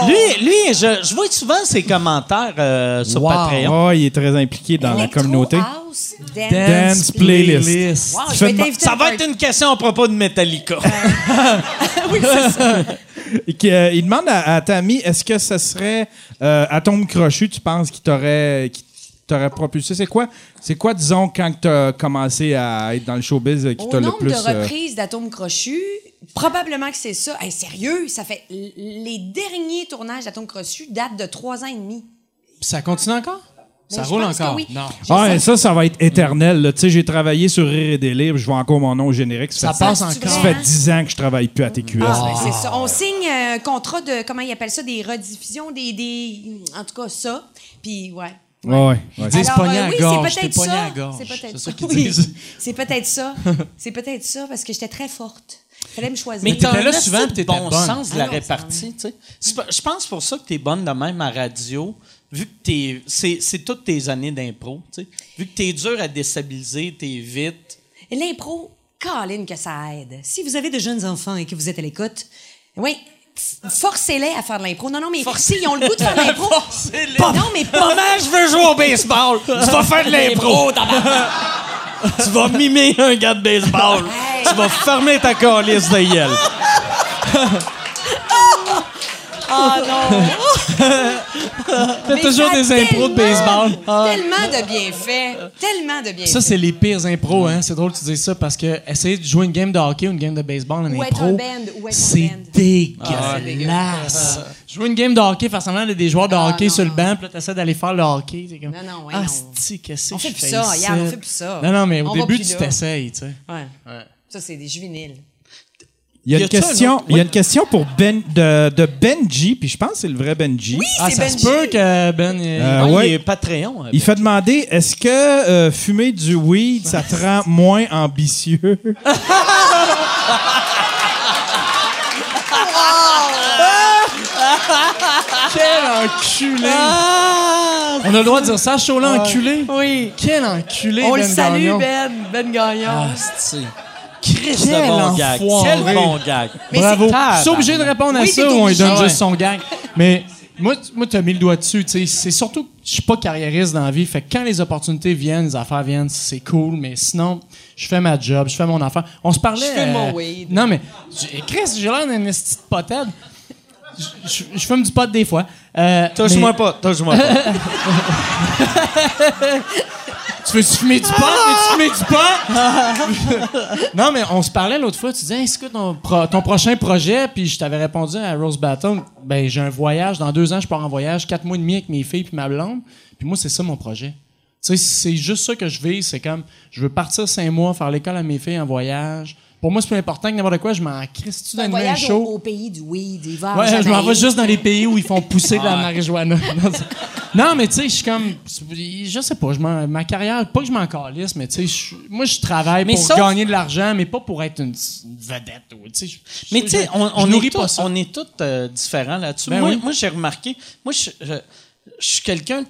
Lui, lui, je, je vois souvent ses commentaires euh, sur
Wow.
Patreon.
Oh, il est très impliqué dans la
Electro
communauté.
House Dance,
Dance Playlist.
Playlist.
Wow,
Tu
je
fais
vais
de-
t'inviter à
Ça
une
va
party.
être une question à propos de Metallica.
oui, c'est ça.
Et qui, euh, il demande à, à Tammy, est-ce que ce serait euh, Atome Crochu, tu penses, qui t'aurait qui t'aurait propulsé? C'est quoi, c'est quoi, disons, quand tu as commencé à être dans le showbiz euh, qui
Au
t'a le
nombre
plus...
de
euh,
reprises d'atomes crochus, probablement que c'est ça. Hey, sérieux, ça fait l- les derniers tournages d'atomes crochus datent de trois ans et demi.
Ça continue encore? ça
je
roule
pense que
encore?
oui.
Non.
J'ai
Ah,
ça.
et ça, ça va être éternel. là. Tu sais, j'ai travaillé sur Rire et Délire, je vois encore mon nom au générique. Ça,
Ça
fait,
passe
c'est-tu
encore.
ça
vrai,
fait
hein?
10 ans que je travaille plus à TQS.
Ah, ben, c'est ça. On signe un contrat de, comment ils appellent ça, des rediffusions, des, des- en tout cas, ça. Puis, ouais.
Ouais, ouais, ouais.
Ils disent
Ah. Alors, euh,
pogné à
oui,
gorge,
c'est
t'es
peut-être
pogné
ça.
à gorge.
C'est peut-être
C'est
ça.
ça qu'ils
Oui.
disent.
C'est peut-être ça. C'est peut-être ça parce que j'étais très forte. Fallait me choisir.
Mais
t'as
t'as
là
là
souvent,
souvent
puis t'étais
bon
bonne.
sens de la
Ah non, ça
répartie, tu sais. C'est pas- Je pense pour ça que t'es bonne de même à radio, vu que t'es, c'est, c'est toutes tes années d'impro, tu sais. Vu que t'es dur à déstabiliser, t'es vite.
Et L'impro, Colin, que ça aide. Si vous avez de jeunes enfants et que vous êtes à l'écoute, oui, f- forcez-les à faire de l'impro. Non, non, mais s'ils ont le goût de faire de l'impro.
Forcez-les.
Non, mais pas
Maman, je veux jouer au baseball. tu vas faire de l'impro. tu vas mimer un gars de baseball.
Hey.
tu vas fermer ta calice de gueule.
Ah non! T'as
toujours des impros de baseball. Ah.
Tellement de bienfaits. Tellement de bienfaits.
Ça, c'est les pires impros, hein? C'est drôle que tu dises ça parce que essayer de jouer une game de hockey ou une game de baseball en
Ou être
impro,
en band, ou être en
c'est
band. Ah, c'est
dégueulasse. jouer une game de hockey, faire semblant d'être des joueurs de
Ah,
hockey
non,
sur
non.
le banc, puis là, t'essaies d'aller faire le hockey. C'est comme,
Non, non, ouais,
ah,
non.
sti, qu'est-ce que
On fait
je
plus
fais
ça,
ici?
regarde, on fait plus ça.
Non, non, mais au
On va
début,
plus
tu
là.
t'essayes, tu sais.
Ouais. Ça, c'est des juvéniles.
Il y a
Y
une
a-t-il un
question,
autre?
il y a une question pour Ben de, de Benji, puis je pense que c'est le vrai Benji.
Oui,
Ah,
c'est
ça
Benji.
se peut que Ben. il-
Euh,
Ouais,
ouais.
Il est Patreon.
Il fait demander est-ce que euh, fumer du weed, ça te rend moins ambitieux
Quel enculé!
Ah!
On a le droit de dire ça, Chola enculé?
Oui.
Quel enculé,
On
Ben
le salue,
Gagnon. Ah,
Ben. Ben Gagnon.
Asti. Chris de
Quel
bon gag.
enfoiré.
Quel bon gag.
Mais
Bravo.
c'est-
Je suis obligé de répondre à
Oui,
ça
t'es
ou on lui
obligé.
donne
Ouais.
juste son gag. Mais Moi, tu- moi, t'as mis le doigt dessus. tu sais. C'est surtout que je suis pas carriériste dans la vie. Fait que quand les opportunités viennent, les affaires viennent, c'est cool. Mais sinon, je fais ma job, je fais mon affaire. On se parlait. euh,
Je fais mon weed.
Non, mais j'ai- Chris, j'ai l'air d'un esti de potade. Je- Je je fume du pot des fois. Euh,
Touche-moi
mais-
pas, touche-moi pas.
Tu veux fumer du pot? mais tu fumer du pot?
Ah!
non, mais on se parlait l'autre fois. Tu disais, hey, c'est quoi ton, pro- ton prochain projet? Puis je t'avais répondu à Rose Baton, ben j'ai un voyage. Dans deux ans, je pars en voyage, quatre mois et demi avec mes filles puis ma blonde. Puis moi, c'est ça mon projet. Tu sais, c'est juste ça que je vis. C'est comme, je veux partir cinq mois, faire l'école à mes filles en voyage. Pour moi, c'est plus important que n'importe quoi. Je m'en crisse tu
Un
d'animer un
voyage au,
show.
au pays du weed, il
Ah,
va en
Ouais, je m'en vais
Jamaïque.
juste dans les pays où ils font pousser de la marijuana. Non, c'est- non, mais tu sais, je suis comme. Je sais pas, je m'en- ma carrière, pas que je m'en calisse, mais tu sais, je- moi, je travaille
Mais
pour
sauf-
gagner de l'argent, mais pas pour être une, une vedette. ou, tu sais, je- je-
Mais tu sais,
je-
on,
je
on
nourris
est
pas
tous,
ça.
on est tous euh, différents là-dessus.
Ben
moi,
oui.
moi, j'ai remarqué, moi, je, je, je suis quelqu'un de,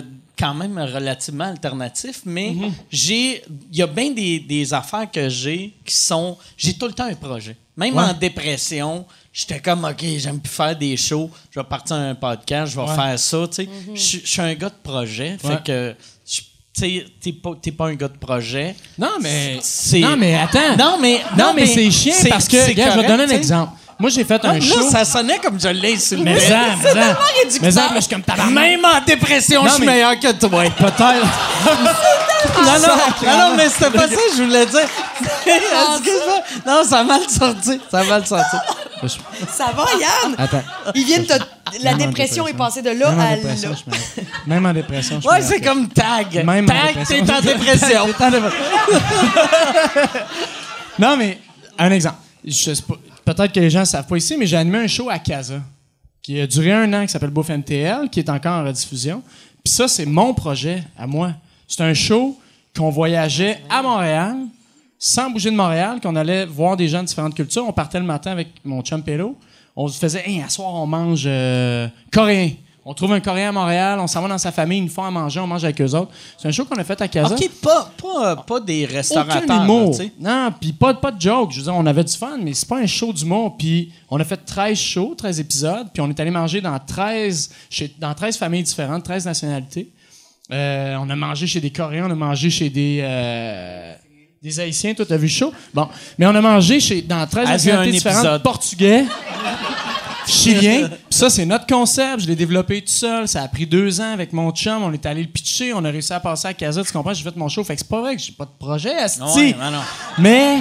de- quand même relativement alternatif, mais
Mhm.
j'ai, il y a bien des, des affaires que j'ai qui sont, j'ai tout le temps un projet. Même en dépression, j'étais comme, OK, j'aime plus faire des shows, je vais partir à un podcast, je vais faire ça, tu sais. Je suis- Je suis un gars de projet, fait que, je- tu sais, t'es pas, t'es pas un gars de projet.
Non, mais.
C'est-
Non, mais attends.
Non, mais-
Non,
non, mais
mais, c'est chiant
c'est-
parce que.
c'est
Regarde, je vais te
correct, tu
donner un
sais.
exemple. Moi, j'ai fait un
Là,
show.
ça sonnait comme je l'ai insulté.
Mais ça, mais ça. Mais ça, puis là, je suis comme tabarnak.
Même en dépression,
Non,
je suis
mais-
meilleur que toi.
Peut-être.
Non, non, non, non, mais c'était pas ça que je voulais dire. Excuse-moi. Non, ça a mal sorti. Ça a mal sorti.
Ça va, Yann?
Attends.
Ils viennent te- La
Même en
dépression est passée
dépression.
de là
Même en
à là.
dépression, je me- Même en dépression, je
Ouais,
me-
c'est comme tag.
Même en
tag,
dépression.
t'es en dépression.
Non, mais un exemple. Je sais pas- Peut-être que les gens ne savent pas ici, mais j'ai animé un show à Casa qui a duré un an, qui s'appelle Bouffe MTL, qui est encore en rediffusion. Puis ça, c'est mon projet à moi. C'est un show qu'on voyageait à Montréal, sans bouger de Montréal, qu'on allait voir des gens de différentes cultures. On partait le matin avec mon chum Pélo. On se faisait, hey, à soir, on mange euh, coréen. On trouve un coréen à Montréal, on s'en va dans sa famille, une fois à manger, on mange avec eux autres. C'est un show qu'on a fait à Casa.
OK, pas, pas, pas des restaurateurs.
Aucun
là,
humour.
tu sais.
non, puis pas, pas de joke. Je veux dire, on avait du fun, mais c'est pas un show d'humour. Puis on a fait 13 shows, 13 épisodes, puis on est allé manger dans 13, chez, dans 13 familles différentes, 13 nationalités. Euh, on a mangé chez des Coréens, on a mangé chez des... euh, des Haïtiens, toi, t'as vu le show? Bon. Mais on a mangé chez, dans 13
As-tu
nationalités
un
différentes.
épisode?
Portugais, chilien. Puis ça, c'est notre concept. Je l'ai développé tout seul. Ça a pris deux ans avec mon chum. On est allé le pitcher. On a réussi à passer à Casa. Tu comprends? J'ai fait mon show. Fait que c'est pas vrai que j'ai pas de projet, asti.
Ouais, non, non.
Mais,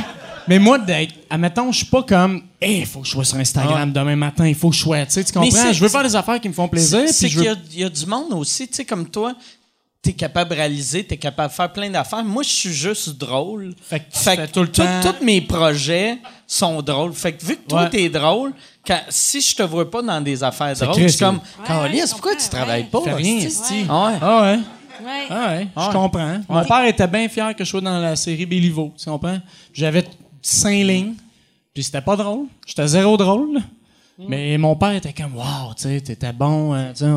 mais moi, d'être, admettons, je suis pas comme, eh, il faut que je sois sur Instagram demain matin, il faut que je sois, tu sais, tu
Mais c'est-
comprends? Je veux faire des affaires qui me font plaisir.
C'est- C'est
puis je veux-
qu'il y a- il y, a du monde aussi, tu sais, comme toi, t'es capable de réaliser, t'es capable de faire plein d'affaires. Moi, je suis juste drôle.
Fait que tu fais tout le
tout-
temps-
Tous mes projets sont drôles. Fait que vu que toi,
Ouais.
t'es drôle, quand- si je te vois pas dans des affaires drôles, je
Chris,
suis comme,
là.
Carlis,
Ouais, je
pourquoi tu
comprends,
travailles
ouais.
pas?
Fais rien,
hostie?
esti.
Ah ouais.
Ah ouais.
Ouais.
Ah ouais,
Ah ouais.
je comprends. Mon
Ouais.
père était bien fier que je sois dans la série Béliveau, tu comprends? J'avais cinq lignes, puis c'était pas drôle. J'étais zéro drôle. Mais mon père était comme, wow, tu sais, t'étais bon, hein, tu sais.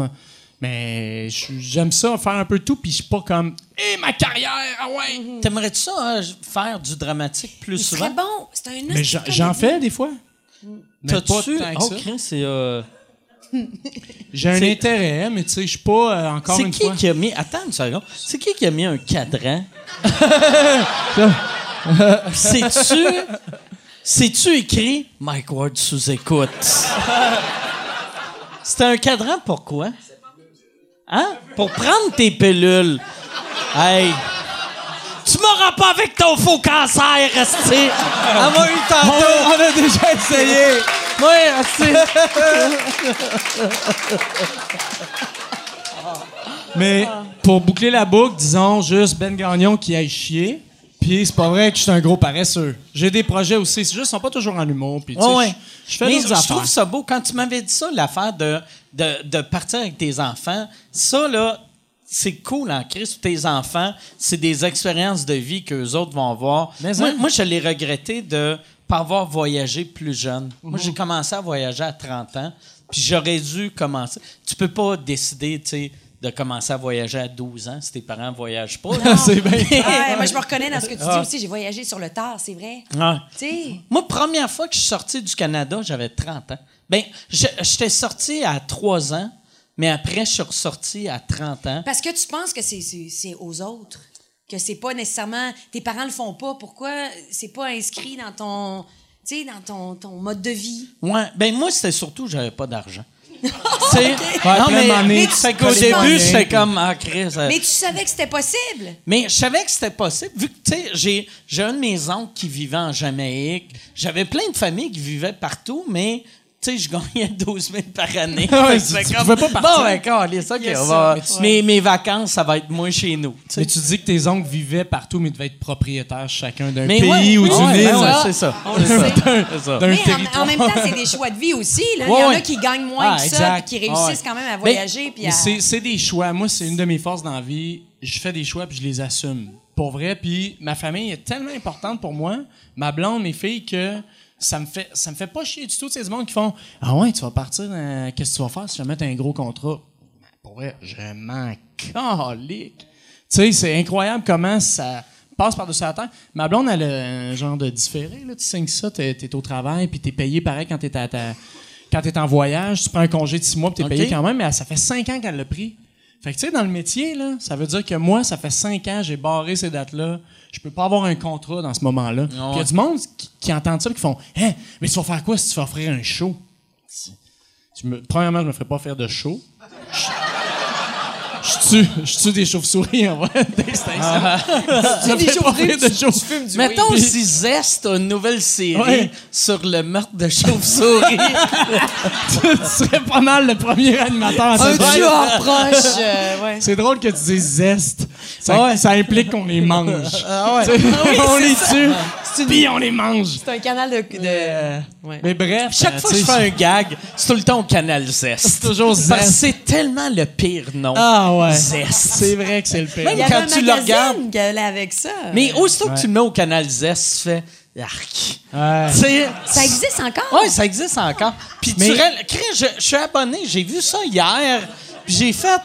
Mais je suis- j'aime ça, faire un peu tout, puis je suis pas comme, hé, ma carrière, ah ouais!
T'aimerais-tu ça, hein, faire du dramatique plus
C'est
souvent?
très bon. C'est un
Mais
hostie
j'en-
de
j'en
comédie.
fais des fois. Mais pas
T'as-tu.
tant que
Oh,
ça.
Chris, c'est. euh,
J'ai un intérêt, mais tu sais, je suis pas euh, encore
C'est
une
qui
fois.
qui a mis. Attends une seconde. C'est qui qui a mis un cadran? C'est-tu. C'est-tu écrit Mike Ward sous écoute? C'était un cadran pour quoi? Hein? Pour prendre tes pilules. Hey! Tu m'auras pas avec ton faux cancer, resté.
Ah,
Elle m'a eu tantôt.
On a déjà essayé!
Ouais, resté.
Mais pour boucler la boucle, disons juste Ben Gagnon qui aille chier. Puis c'est pas vrai que je suis un gros paresseux. J'ai des projets aussi, c'est juste qu'ils sont pas toujours en humour. Puis tu sais,
Ouais, ouais.
je je fais
Mais
des
je trouve
affaires.
ça beau. Quand tu m'avais dit ça, l'affaire de, de, de partir avec tes enfants, ça, là, c'est cool en Christ. Tes enfants, c'est des expériences de vie qu'eux autres vont avoir.
Mais
moi,
hein.
moi, je l'ai regretté de pas avoir voyagé plus jeune. Moi,
Mhm.
j'ai commencé à voyager à 30 ans, puis j'aurais dû commencer. Tu peux pas décider, tu sais, de commencer à voyager à 12 ans si tes parents ne voyagent pas.
Non.
C'est bien.
Ah, Ouais, moi, je me reconnais dans ce que tu
Ah.
dis aussi. J'ai voyagé sur le tard, c'est vrai.
Ah.
Tu sais,
Moi, première fois que je suis sorti du Canada, j'avais 30 ans. Ben, je- j'étais sorti à 3 ans, mais après, je suis ressorti à 30 ans.
parce que tu penses que c'est- c'est c'est aux autres, que c'est pas nécessairement. Tes parents le font pas. Pourquoi c'est pas inscrit dans ton, tu sais, dans ton, ton mode de vie?
Ouais, ben moi, c'était surtout j'avais pas d'argent. Tu sais, non,
plein de money,
mais,
tu
fait qu'au
prenais pas
début,
rien.
j'étais comme ah, Chris, euh,
Mais tu savais que c'était possible.
Mais je savais que c'était possible, vu que, tu sais, j'ai, j'ai un de mes oncles qui vivait en Jamaïque. J'avais plein de familles qui vivaient partout, mais, tu sais, je gagnais 12 000 par année. Fait que c'est
tu
comme,
pouvais pas partir.
Bon, ben, câlisse, OK,
Yes,
on va-
mais tu-
mes, mes vacances, ça va être moins chez nous. tu sais.
Mais tu dis que tes oncles vivaient partout, mais devaient être propriétaires chacun d'un
Mais
pays
ouais,
ou
oui,
d'une
ouais,
île.
ouais, ouais, c'est ça.
C'est ça. D'un- d'un
Mais en- en,
territoire.
même temps, c'est des choix de vie aussi. Là. Il y
Ouais,
en a
ouais.
qui gagnent moins
Ah,
que ça,
exact.
puis qui réussissent
Ouais.
quand même à
Mais-
Ben, voyager. puis
Mais
à-
c'est, c'est des choix. Moi, c'est une de mes forces dans la vie. Je fais des choix puis je les assume. Pour vrai. Puis ma famille est tellement importante pour moi, ma blonde, mes filles, que ça me fait, ça me fait pas chier du tout. C'est du monde qui font Ah ouais, tu vas partir, dans- qu'est-ce que tu vas faire si jamais t'as un gros contrat? Ben, Pour vrai, je m'en calique. Tu sais, c'est incroyable comment ça passe par-dessus la terre. Ma blonde, elle a un genre de différé. Là. Tu signes ça, t'es, t'es au travail, puis t'es payé pareil quand t'es, à ta- quand t'es en voyage. Tu prends un congé de six mois, puis t'es payé
Ok.
quand même. Mais elle, ça fait cinq ans qu'elle l'a pris. Fait que tu sais, dans le métier, là, ça veut dire que moi, ça fait cinq ans, j'ai barré ces dates-là. Je peux pas avoir un contrat dans ce moment-là. Puis il y a du monde qui, qui entend ça, puis qui font Hein, mais tu vas faire quoi si tu vas offrir un show? Je me- premièrement, je me ferais pas faire de show. Je je tue, je tue des chauves-souris en vrai, d'extinction.
Ah,
Je me ferais pas faire de show.
Mettons si Zest a une nouvelle série
Ouais.
sur le meurtre de chauve-souris.
tu serais pas mal le premier animateur à
Un
se faire.
tueur proche. euh, ouais.
C'est drôle que tu dises zeste. Ça, ça implique qu'on les mange. Tu sais, on les tue, puis on les mange.
C'est un canal de. de- ouais.
Mais bref, euh,
Chaque fois que je fais un gag, c'est tout le temps au canal Zest. C'est
toujours
Parce que
Zest.
c'est tellement le pire nom.
Ah ouais.
Zest.
C'est vrai que c'est le pire.
Il y avait
quand
un
tu le
magazine
regardes-
qui allait avec ça.
Mais aussitôt que tu le mets au canal Zest, tu fais arc. Tu sais,
ça existe encore.
Oui, ça existe encore. Puis tu
Mais-
rel- Chris, je, je suis abonné, j'ai vu ça hier, puis j'ai fait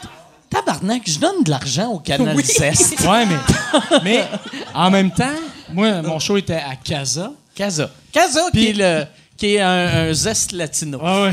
tabarnak, je donne de l'argent au canal Zest.
Ouais, mais, mais en même temps, moi, mon show était à Casa.
Casa. Casa qui est le qui est un, un zest latino.
Ah ouais.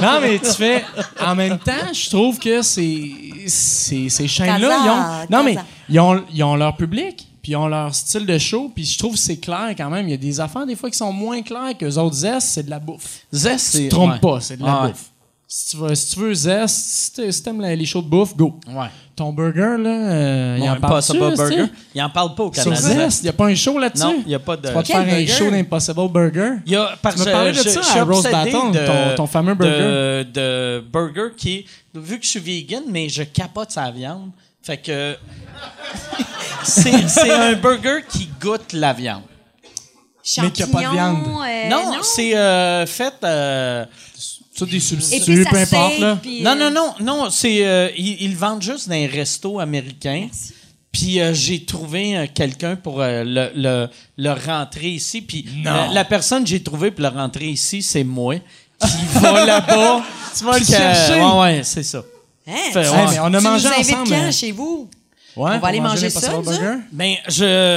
non, mais tu fais. En même temps, je trouve que ces, ces, ces chaînes-là, ils ont.
Casa, Casa.
Non, mais ils ont, ils ont leur public, puis ils ont leur style de show, puis je trouve que c'est clair quand même. Il y a des affaires, des fois, qui sont moins claires que autres zestes, c'est de la bouffe.
Zest, c'est
Tu te trompes
ouais.
pas, c'est de la
Ah ouais.
bouffe. Si tu, veux, si tu veux zest, si t'aimes si t'aimes la- les shows de bouffe, go.
Ouais.
Ton burger, là, euh, il
Bon,
en
pas-
parle
ça pas burger. Il en parle pas au
Sur
canal
Zest, il
Zest.
n'y a pas un show là-dessus?
Non, il y a pas de-
Tu vas te
Quel
faire un
burger?
show d'Impossible Burger?
Il y a parce
Tu m'as parlé de
je-
ça
je suis
à Roast
obsédé
Battle,
de-
ton- ton fameux burger.
de, de burger qui est vu que je suis vegan mais je capote sa viande. Fait que c'est c'est un burger qui goûte la viande.
Mais qu'il y a pas de viande.
Champignons, euh,
non, c'est euh, fait. euh,
Ça, des substituts,
Et puis ça
peu importe,
saigne,
là.
puis,
non,
euh,
non, non, non. C'est euh, ils, ils le vendent juste dans les restos américains. Puis euh, j'ai trouvé euh, quelqu'un pour euh, le, le, le rentrer ici. Puis la, la personne que j'ai trouvée pour le rentrer ici, c'est moi. Qui va là-bas. tu vas
le chercher.
Ouais, ouais, c'est ça.
Hein?
Fait,
Tu-
ouais.
Ouais, mais on a
tu
mangé
nous invites
ensemble.
quand
hein.
chez vous?
Ouais,
On va aller
pour
manger
les
ça,
Impossible
nous
Burger.
Ben,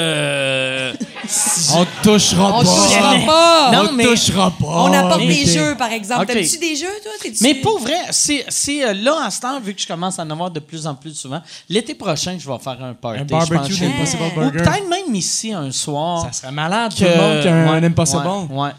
je.
On te touchera
On
pas.
se touchera pas.
Non,
On te
mais-
touchera pas.
On apporte des
Ok.
jeux, par exemple.
Ok.
T'aimes-tu des jeux, toi? T'es-tu-
Mais pour vrai, c'est c'est, euh, là, en ce temps, vu que je commence à en avoir de plus en plus souvent, l'été prochain, je vais faire un party.
Un
je
barbecue
pense, chez nous.
d'Impossible
Ou
Burger.
peut-être même ici un soir.
Ça serait malade,
que-
tout le monde qui a un
Ouais,
Impossible.
ouais, ouais.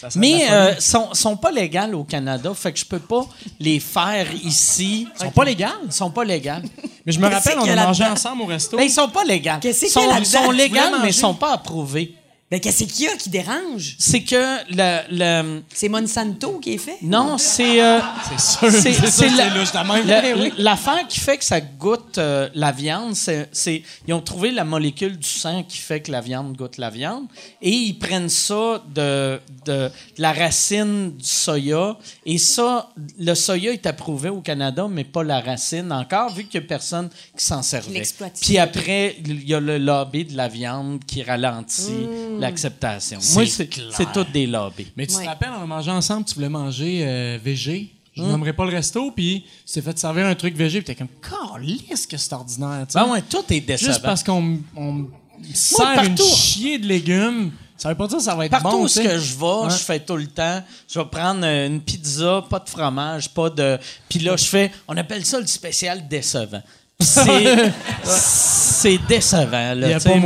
Ça serait
Mais
la folie.
euh, sont sont pas légales au Canada, fait que je peux pas les faire ici. Ils sont pas légales, ils sont pas légales.
mais je me rappelle, on
qu'il y
a
a
mangé
là-dedans?
ensemble au resto.
Ben, ils sont pas légales.
Qu'est-ce qu'il y a
sont,
là-dedans?
sont
Tu voulais
légales
manger?
mais ils sont pas approuvés.
Ben, qu'est-ce qu'il y a qui dérange?
C'est que le, le-
C'est Monsanto qui est fait?
non, c'est euh,
c'est sûr.
c'est- c'est
sûr,
la-
louche de même. Eh
le-
Oui.
l'affaire qui fait que ça goûte euh, la viande, c'est c'est- ils ont trouvé la molécule du sang qui fait que la viande goûte la viande et ils prennent ça de, de, de la racine du soya et ça le soya est approuvé au Canada mais pas la racine encore vu qu'il y a personne qui s'en servait.
l'exploite.
Puis après il y a le lobby de la viande qui ralentit l'acceptation. Moi c'est c'est toutes des lobbies.
Mais tu
Ouais.
te rappelles, on a mangé ensemble, tu voulais manger euh, VG. Je
Hein?
nommerai pas le resto, puis s'est fait servir un truc végé, puis t'es comme, calisse que c'est ordinaire, tu sais.
Ben ouais, tout est décevant.
Juste parce qu'on m- on me sert une
partout-
chier de légumes, ça veut pas dire que ça va être
Partout
bon,
où
tu
ce
sais.
que je vais, je fais tout le temps. Je vais prendre une pizza, pas de fromage, pas de. Puis là, je fais. On appelle ça le spécial décevant. Puis C'est c'est décevant. Là,
Il y a
tu sais,
pas
mais,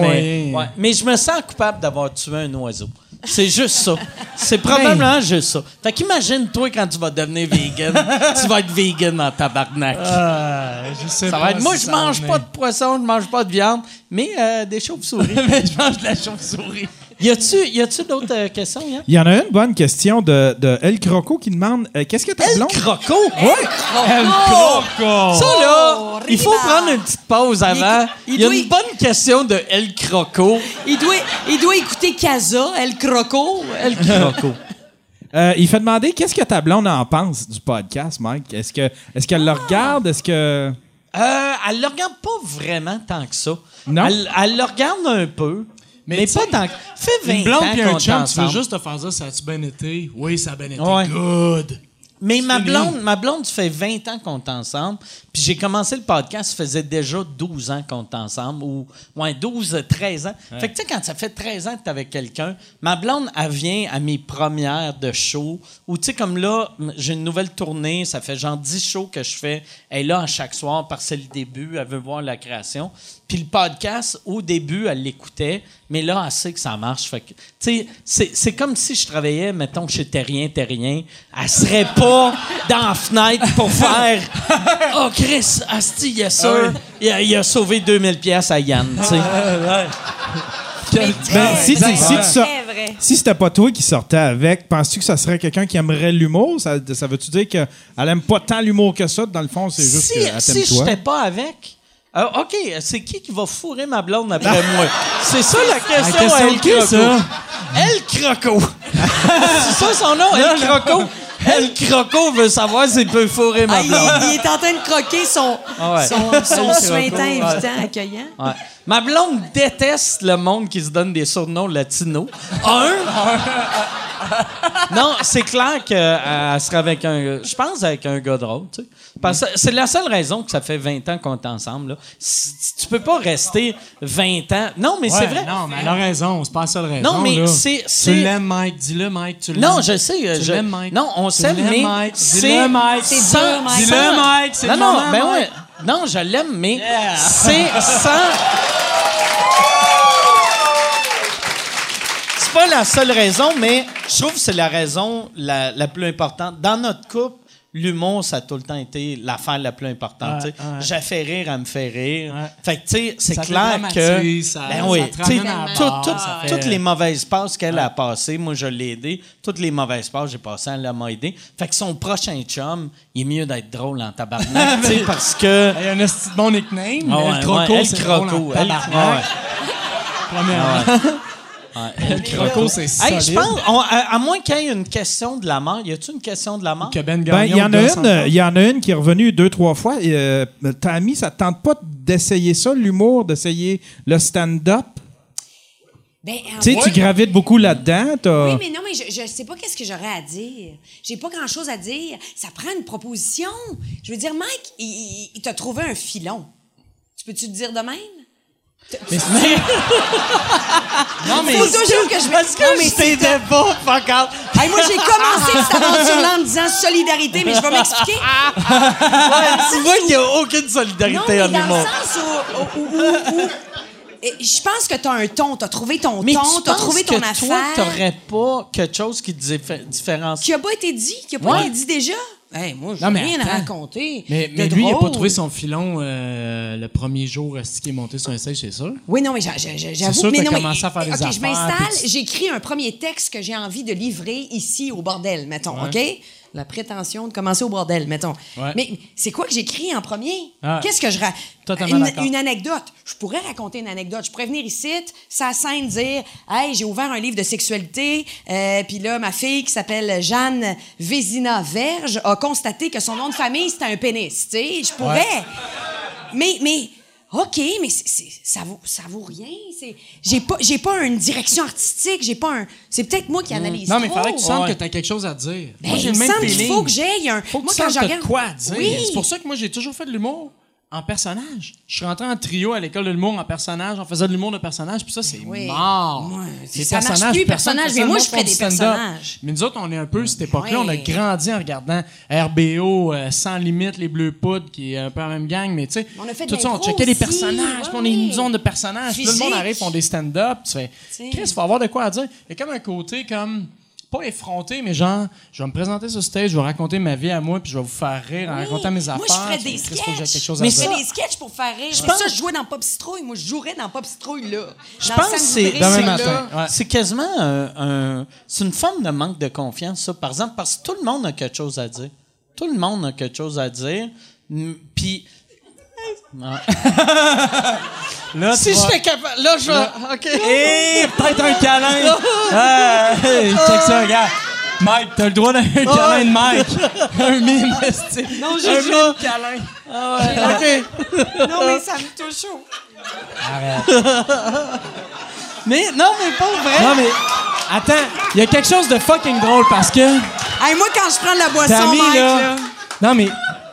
moyen.
ouais. Mais je me sens coupable d'avoir tué un oiseau. C'est juste ça. C'est probablement juste ça. Fait qu'imagine-toi quand tu vas devenir vegan. tu vas être vegan en tabarnak.
Ah, je sais
ça
pas
va être. Moi, je
si ça
mange
en est.
pas de poisson, je mange pas de viande, mais euh, des chauves-souris.
Mais je mange de la chauve-souris.
y a-tu y a-tu d'autres euh, questions, Yann?
Il y en a une bonne question de, de El Croco qui demande euh, Qu'est-ce que ta blonde
Croco?
El Croco
Ça,
Oh,
là, il faut
Ribard.
prendre une petite pause avant.
il
Il y a
doit-
une bonne question de El Croco.
Il doit, il doit écouter Casa, El Croco. El
Croco.
Euh, Il fait demander Qu'est-ce que ta blonde en pense du podcast, Mike Est-ce que est-ce qu'elle le regarde Est-ce que.
Euh, elle le regarde pas vraiment tant que ça.
Non?
Elle, elle le regarde un peu, mais,
tu
pas
sais,
tant que... Fait 20
Une blonde
ans
puis un
qu'on est
chum, tu veux
ensemble.
juste te faire dire ça a-tu bien été? Oui, ça a bien été.
Ouais.
Good.
Mais ma
lui.
blonde, ma blonde, ça fait 20 ans qu'on est ensemble. Puis j'ai commencé le podcast, ça faisait déjà 12 ans qu'on est ensemble, ou ouais, 12, euh, 13 ans. Fait que tu sais, quand ça fait 13 ans que t'es avec quelqu'un, ma blonde, elle vient à mes premières de show, ou tu sais, comme là, m- j'ai une nouvelle tournée, ça fait genre 10 shows que je fais. Elle est là à chaque soir parce que c'est le début, elle veut voir la création. Puis le podcast, au début, elle l'écoutait, mais là, elle sait que ça marche. Fait que, tu sais, c'est, c'est comme si je travaillais, mettons, chez Terrien, Terrien. Elle serait pas dans la fenêtre pour faire « Oh, Chris, Asti, il a ça. il, a, il a sauvé 2000 pièces à Yann, tu sais.
Ben, si, si-
c'est
si tu sors-
Très vrai.
si c'était pas toi qui sortais avec, penses-tu que ça serait quelqu'un qui aimerait l'humour? Ça, ça veut-tu dire qu'elle aime pas tant l'humour que ça? Dans le fond, c'est juste
Si,
qu'elle
si
t'aime
je
toi.
n'étais pas avec... euh, OK, c'est qui qui va fourrer ma blonde après moi? C'est ça la Ah, question à El Croco. El Croco. c'est ça son nom, El Croco. El Croco veut savoir s'il peut fourrer ma
Ah, il,
blonde.
est, il est en train de croquer son,
Ah ouais.
son, son suintant invitant, accueillant.
Ouais. Ma blonde déteste le monde qui se donne des surnoms latinos. Un. non, c'est clair qu'elle sera avec un. Je pense avec un gars drôle, tu sais. Parce que c'est la seule raison que ça fait 20 ans qu'on est ensemble. Là. Si- Tu peux pas rester 20 ans. Non, mais c'est vrai.
Non, mais elle a raison, c'est pas la seule raison.
Non, mais
là.
c'est- c'est-
Tu l'aimes, Mike. Dis-le, Mike. Tu l'aimes.
Non, je sais. euh,
Tu
je-
l'aimes, Mike.
Non, on
Tu
s'aime,
l'aimes,
mais
Mike.
c'est...
Dis-le, Mike.
C'est
sans-
dur, Mike.
sans-
Dis-le, Mike. C'est
Non,
le
non,
moment,
ben ouais.
Mike.
Non, je l'aime, mais c'est sans... C'est pas la seule raison, mais je trouve que c'est la raison la, la plus importante. Dans notre couple, l'humour, ça a tout le temps été l'affaire la plus importante. tu sais. J'ai fait rire, elle me fait rire. Fait que, tu sais, c'est
Ça
clair que...
dédramatise, ça-
ben
ça
oui,
te
tu sais,
ramène à la
tout-
barre,
tout-
ça fait-
toutes les mauvaises passes qu'elle a passées, moi, je l'ai aidé. Toutes les mauvaises passes, j'ai passé, elle m'a aidé. Fait que son prochain chum, il est mieux d'être drôle en tabarnak, tu sais, parce que...
Il y a un esti de bon nickname. mais
Ah Ouais,
le croco,
ouais, El
c'est drôle en
Croco, El-
tabarnak. Premièrement.
Ah ouais.
Le croco, c'est ça.
Hey, je pense, on- à, à moins qu'il y ait une question de la mort, y a-tu une question de la mort?
que Ben
Ben,
Gagnon.
il y en a
gosse
une, il y en a une qui est revenue deux, trois fois. Et, euh, t'as mis, ça te tente pas d'essayer ça, l'humour, d'essayer le stand-up?
Ben, en
Tu sais, tu gravites beaucoup là-dedans. t'as-
Oui, mais non, mais je, je sais pas qu'est-ce que j'aurais à dire. J'ai pas grand-chose à dire. Ça prend une proposition. Je veux dire, Mike, il, il- il t'a trouvé un filon. Tu peux-tu te dire de même?
Non, mais.
Faut toujours que je me-
Parce que
Non, mais
je t'aidais pas, fuck out.
Hey, moi, j'ai commencé cette aventure-là en disant solidarité, mais je vais m'expliquer.
Ah, tu vois qu'il n'y a aucune
Non,
solidarité
mais
en
dans le
humour.
sens où... où- où- où- et je pense que t'as un ton, t'as trouvé ton
Mais
ton,
tu
t'as
penses
trouvé ton
que
affaire.
toi, t'aurais pas quelque chose qui te diffé- différencie.
qui a pas été dit, qui a pas
Ouais.
été dit déjà. Hey, moi, j'ai
Non, mais
rien à
attends.
raconter.
Mais,
de
mais lui, il n'a pas
drôle.
trouvé son filon euh, le premier jour esti, qu'il est monté sur un stage, c'est sûr.
Oui, non, mais j'a- j'a- j'a-
C'est
j'avoue.
sûr,
mais
t'as
non, mais-
commencé à faire des
OK, je
affaires,
m'installe,
puis tu-
j'écris un premier texte que j'ai envie de livrer ici au bordel, mettons, OK? La prétention de commencer au bordel, mettons.
Ouais.
Mais c'est quoi que j'écris en premier?
Ah.
Qu'est-ce que je ra-
Totalement
une,
d'accord.
une anecdote. Je pourrais raconter une anecdote. Je pourrais venir ici, sa scène, dire Hey, j'ai ouvert un livre de sexualité, euh, puis là, ma fille qui s'appelle Jeanne Vézina Verge a constaté que son nom de famille, c'était un pénis. Tu sais, je pourrais. Mais, mais, OK, mais c'est- c'est- ça, vaut, ça vaut rien. C'est- J'ai pas, j'ai pas une direction artistique, j'ai pas un. C'est peut-être moi qui analyse.
Hmm. Non, mais il
trop.
faudrait que tu sentes que t'as quelque chose à dire.
Ben,
moi, j'ai
il
le
me
même
semble
feeling.
qu'il faut que j'aille un.
Faut que
moi,
tu
quand
sentes
je
t'as de
regarde.
quoi à dire.
Oui.
C'est pour ça que moi, j'ai toujours fait de l'humour en personnage. Je suis rentré en trio à l'école de l'humour en personnage. On faisait de l'humour de personnage, puis ça, c'est
Ben oui.
mort.
Ouais,
Les
ça marche
personnages,
plus,
personne-
personnages, mais
personne
moi,
ne
je
font
fais
du
des
stand-up.
personnages. Ben
Mais nous autres, on est un peu cette époque-là.
Ouais.
On a grandi en regardant RBO, euh, Sans Limite, Les Bleus Poudres, qui est un peu la même gang, mais tu sais,
On a fait de
tout ça, on
l'impro
checkait les
aussi.
personnages, puis on est
Ouais.
une zone de personnages. Puis là, le monde
Physique.
arrive, font des stand-up. Tu fais,
sais.
Chris, faut avoir de quoi à dire. Il y a comme un côté comme pas effronté, mais genre, je vais me présenter sur stage, je vais raconter ma vie à moi, puis je vais vous faire rire en
Oui.
racontant mes
Moi,
affaires.
je ferais
Tu fais,
des
Chris, faut que j'ai
sketchs.
quelque chose
Mais
à
Je
dire.
fais des sketchs pour faire rire. C'est
pense-
ça, je jouais dans Pop Citrouille. Moi, je jouerais dans Pop Citrouille, là.
Je
Dans
pense
le
que
Sam
c'est
Dubré,
demain
là.
matin. Ouais.
c'est quasiment un, un- c'est une forme de manque de confiance ça par exemple parce que tout le monde a quelque chose à dire. Tout le monde a quelque chose à dire. Mm, Puis Ouais. si je fais capable là je
Ah,
vais- OK.
Eh,
Et peut-être un câlin.
Ah,
hey, check ça regarde. Mike, t'as le droit d'un câlin de Mike. un mime, Ah. Non, j'ai un mime câlin. Ah ouais. OK.
Non, mais ça me touche chaud.
Mais non, mais pas vrai.
Non, mais attends, il y a quelque chose de fucking drôle parce que
Hey, moi, quand je prends de la boisson,
Tammy,
Mike,
là,
là.
Non, mais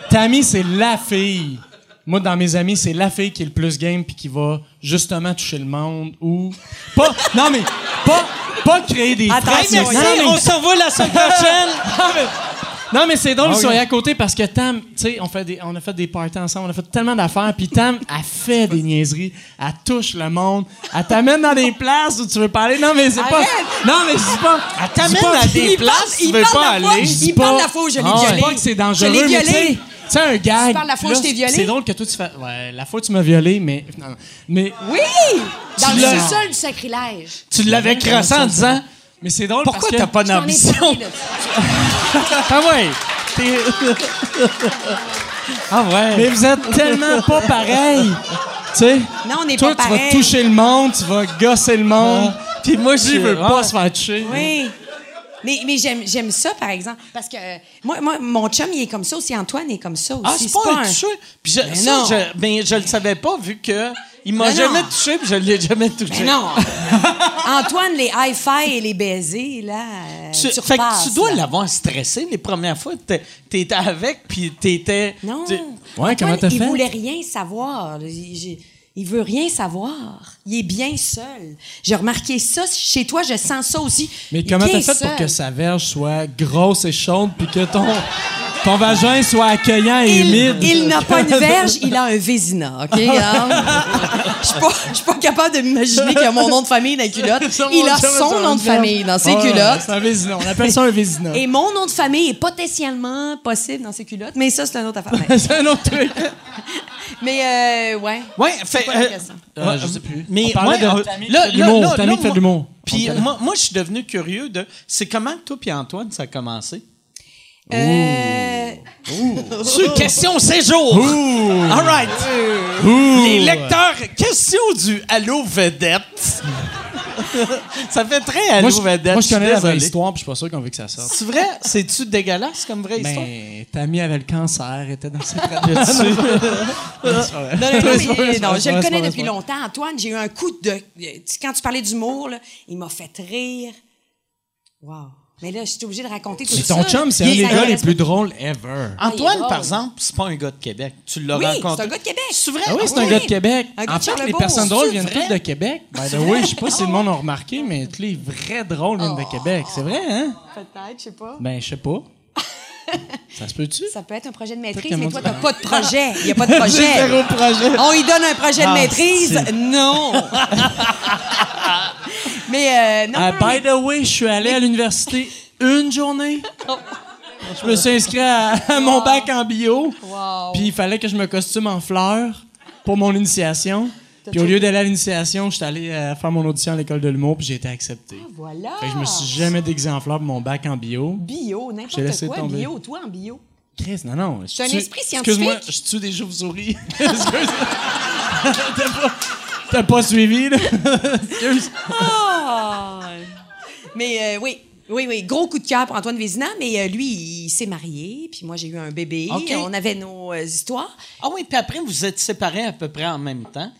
Tammy, c'est la fille. Moi, dans mes amis, c'est la fille qui est le plus game puis qui va justement toucher le monde ou. Pas. Non, mais pas, pas créer des
Attends,
phrases, mais-
merci,
non, mais-
on se revoit la semaine prochaine.
non, mais- Non, mais c'est drôle,
Ah
ils sont
oui.
à côté parce que Tam, tu sais, on, fait des- on a fait des parties ensemble, on a fait tellement d'affaires, puis Tam, elle fait des niaiseries, elle touche le monde, elle t'amène dans des places où tu veux parler. Non, mais c'est pas.
Arrête!
Non, mais je dis pas.
Elle
je dis
t'amène
pas-
à des
Il parle-
places, tu
il
veux
parle
pas
de moi,
aller.
je dis
Il parle
pas-
de la fois où je l'ai
Ah,
violée.
Je dis pas que c'est dangereux,
Je l'ai
mais tu
violée.
sais- tu sais, un gag.
parles de la fois où
là,
je t'ai violée?
C'est drôle que toi, tu fais. Ouais, la fois où tu m'as violée, mais. non, non. mais
Oui! Dans
Tu
le
l'as-
sous-sol du sacrilège.
tu l'avais crassé en disant. Mais c'est drôle
Pourquoi
parce que.
t'as pas
J'en ai
d'ambition?
parlé, là.
Ah ouais! ah ouais! Mais vous êtes tellement pas pareil! Tu sais?
Non, on n'est pas
Toi, tu vas
pareil. Ah.
toucher le monde, tu vas gosser le monde.
Puis moi,
Lui,
je
il veut
ouais.
pas se faire toucher.
Oui. Mais, mais j'aime, j'aime ça, par exemple. Parce que euh, moi, moi, mon chum, il est comme ça aussi. Antoine est comme ça aussi.
Ah, c'est pas un touché. Puis je,
Mais
ça,
non.
je- mais je le savais pas vu que il m'a
Mais
jamais
non.
touché, puis je l'ai jamais touché.
Mais Ben non! Antoine, les hi-fi et les baisers, là, euh,
Tu,
tu,
fait que
repasses,
tu dois
là.
l'avoir stressé les premières fois. T'es- T'étais avec, puis t'étais.
Non.
t'es-
Ouais, comment t'as
Il
fait?
voulait rien savoir. Il, j'ai- il veut rien savoir. Il est bien seul. J'ai remarqué ça chez toi, je sens ça aussi.
Mais
Il est
comment
bien
t'as fait pour
seul.
que sa verge soit grosse et chaude puis que ton, ton vagin soit accueillant et humide?
Il, il n'a pas une verge, il a un vésina, OK? hein? Je suis pas- je suis pas, capable de m'imaginer qu'il y a mon nom de famille dans les culottes. Il a son nom de famille dans ses
Ouais,
culottes.
Ah, C'est un vésinon. On appelle ça un vésinon.
Et mon nom de famille est potentiellement possible dans ses culottes, mais ça, c'est une autre affaire. Mais-
c'est un autre truc.
Mais, euh, ouais.
Ouais, fait.
quoi la
euh,
question?
euh,
je sais plus.
Mais
On parlait
ouais,
de-
euh,
Tammy
là,
qui fait de
là,
l'humour.
là,
Tammy
là,
qui fait de
moi-
l'humour.
Puis
On connaît.
moi, moi, je suis devenu curieux de. C'est comment que toi puis Antoine ça a commencé?
Euh,
Sur question séjour. All right. Les lecteurs, question du Allô vedette. ça fait très Allô
Moi, je,
vedette.
moi, je connais la vraie
désolé.
histoire, puis je suis pas sûr qu'on veut que ça sorte.
C'est vrai? C'est-tu dégueulasse comme
Ben,
vraie histoire?
Mais Tammy avait le cancer, était dans ses
Non, non, non, mais-
Laisse-moi, laisse-moi,
non, je
laisse-moi,
le connais
laisse-moi,
depuis
laisse-moi.
longtemps. Antoine, j'ai eu un coup de. tu- Quand tu parlais d'humour, là, il m'a fait rire. Wow. Mais là, je suis obligée de raconter tout
Mais
ça.
ton chum, c'est
Il-
un des
ça
gars les
reste-
plus drôles ever.
Ah, il est
Antoine,
drôle.
par exemple, c'est pas un gars de Québec. Tu l'as
Oui,
rencontré.
c'est un gars de Québec.
C'est vrai?
Ah oui, c'est un gars de Québec.
Un gars
En
de
fait, les
Charlebourg.
personnes drôles
C'est
viennent
vrai? Ah
toutes Ben, de Québec. By the way, je sais pas si le monde a remarqué, mais tous les vrais drôles viennent
Oh.
de Québec. C'est vrai, hein?
Peut-être, je sais pas.
Ben, je sais pas. Ça se peut-tu?
Ça peut être un projet de maîtrise,
Peut-être
mais
que
toi,
moi,
t'as pas de projet. Il n'y a pas de projet. Oh,
projet.
On lui donne un projet de
Ah,
maîtrise? Non! mais euh, non, non,
Ah,
Oh.
by the way, je suis allé à l'université une journée. Je me suis inscrit à, à mon bac en bio.
Wow.
Puis il fallait que je me costume en fleurs pour mon initiation. Puis au lieu d'aller à l'initiation, j'étais allé euh, faire mon audition à l'école de l'humour, puis j'ai été accepté.
mais- Voilà!
Fait que je me suis jamais déguisé en fleur pour mon bac en bio.
Bio,
J'ai
n'importe
laissé
quoi.
tomber.
Bio, toi, en bio.
Chris, non, non. C'est
un esprit
Excuse-moi, je
scientifique.
tue des chauves-souris. Excuse. T'as pas- T'as pas suivi, là? Excuse.
Ah! Mais euh, oui, Oui, oui, gros coup de cœur pour Antoine Vézina, mais euh, lui, il s'est marié, puis moi, j'ai eu un bébé.
OK.
On avait nos euh, histoires.
Ah oui, puis après, vous êtes séparés à peu près en même temps.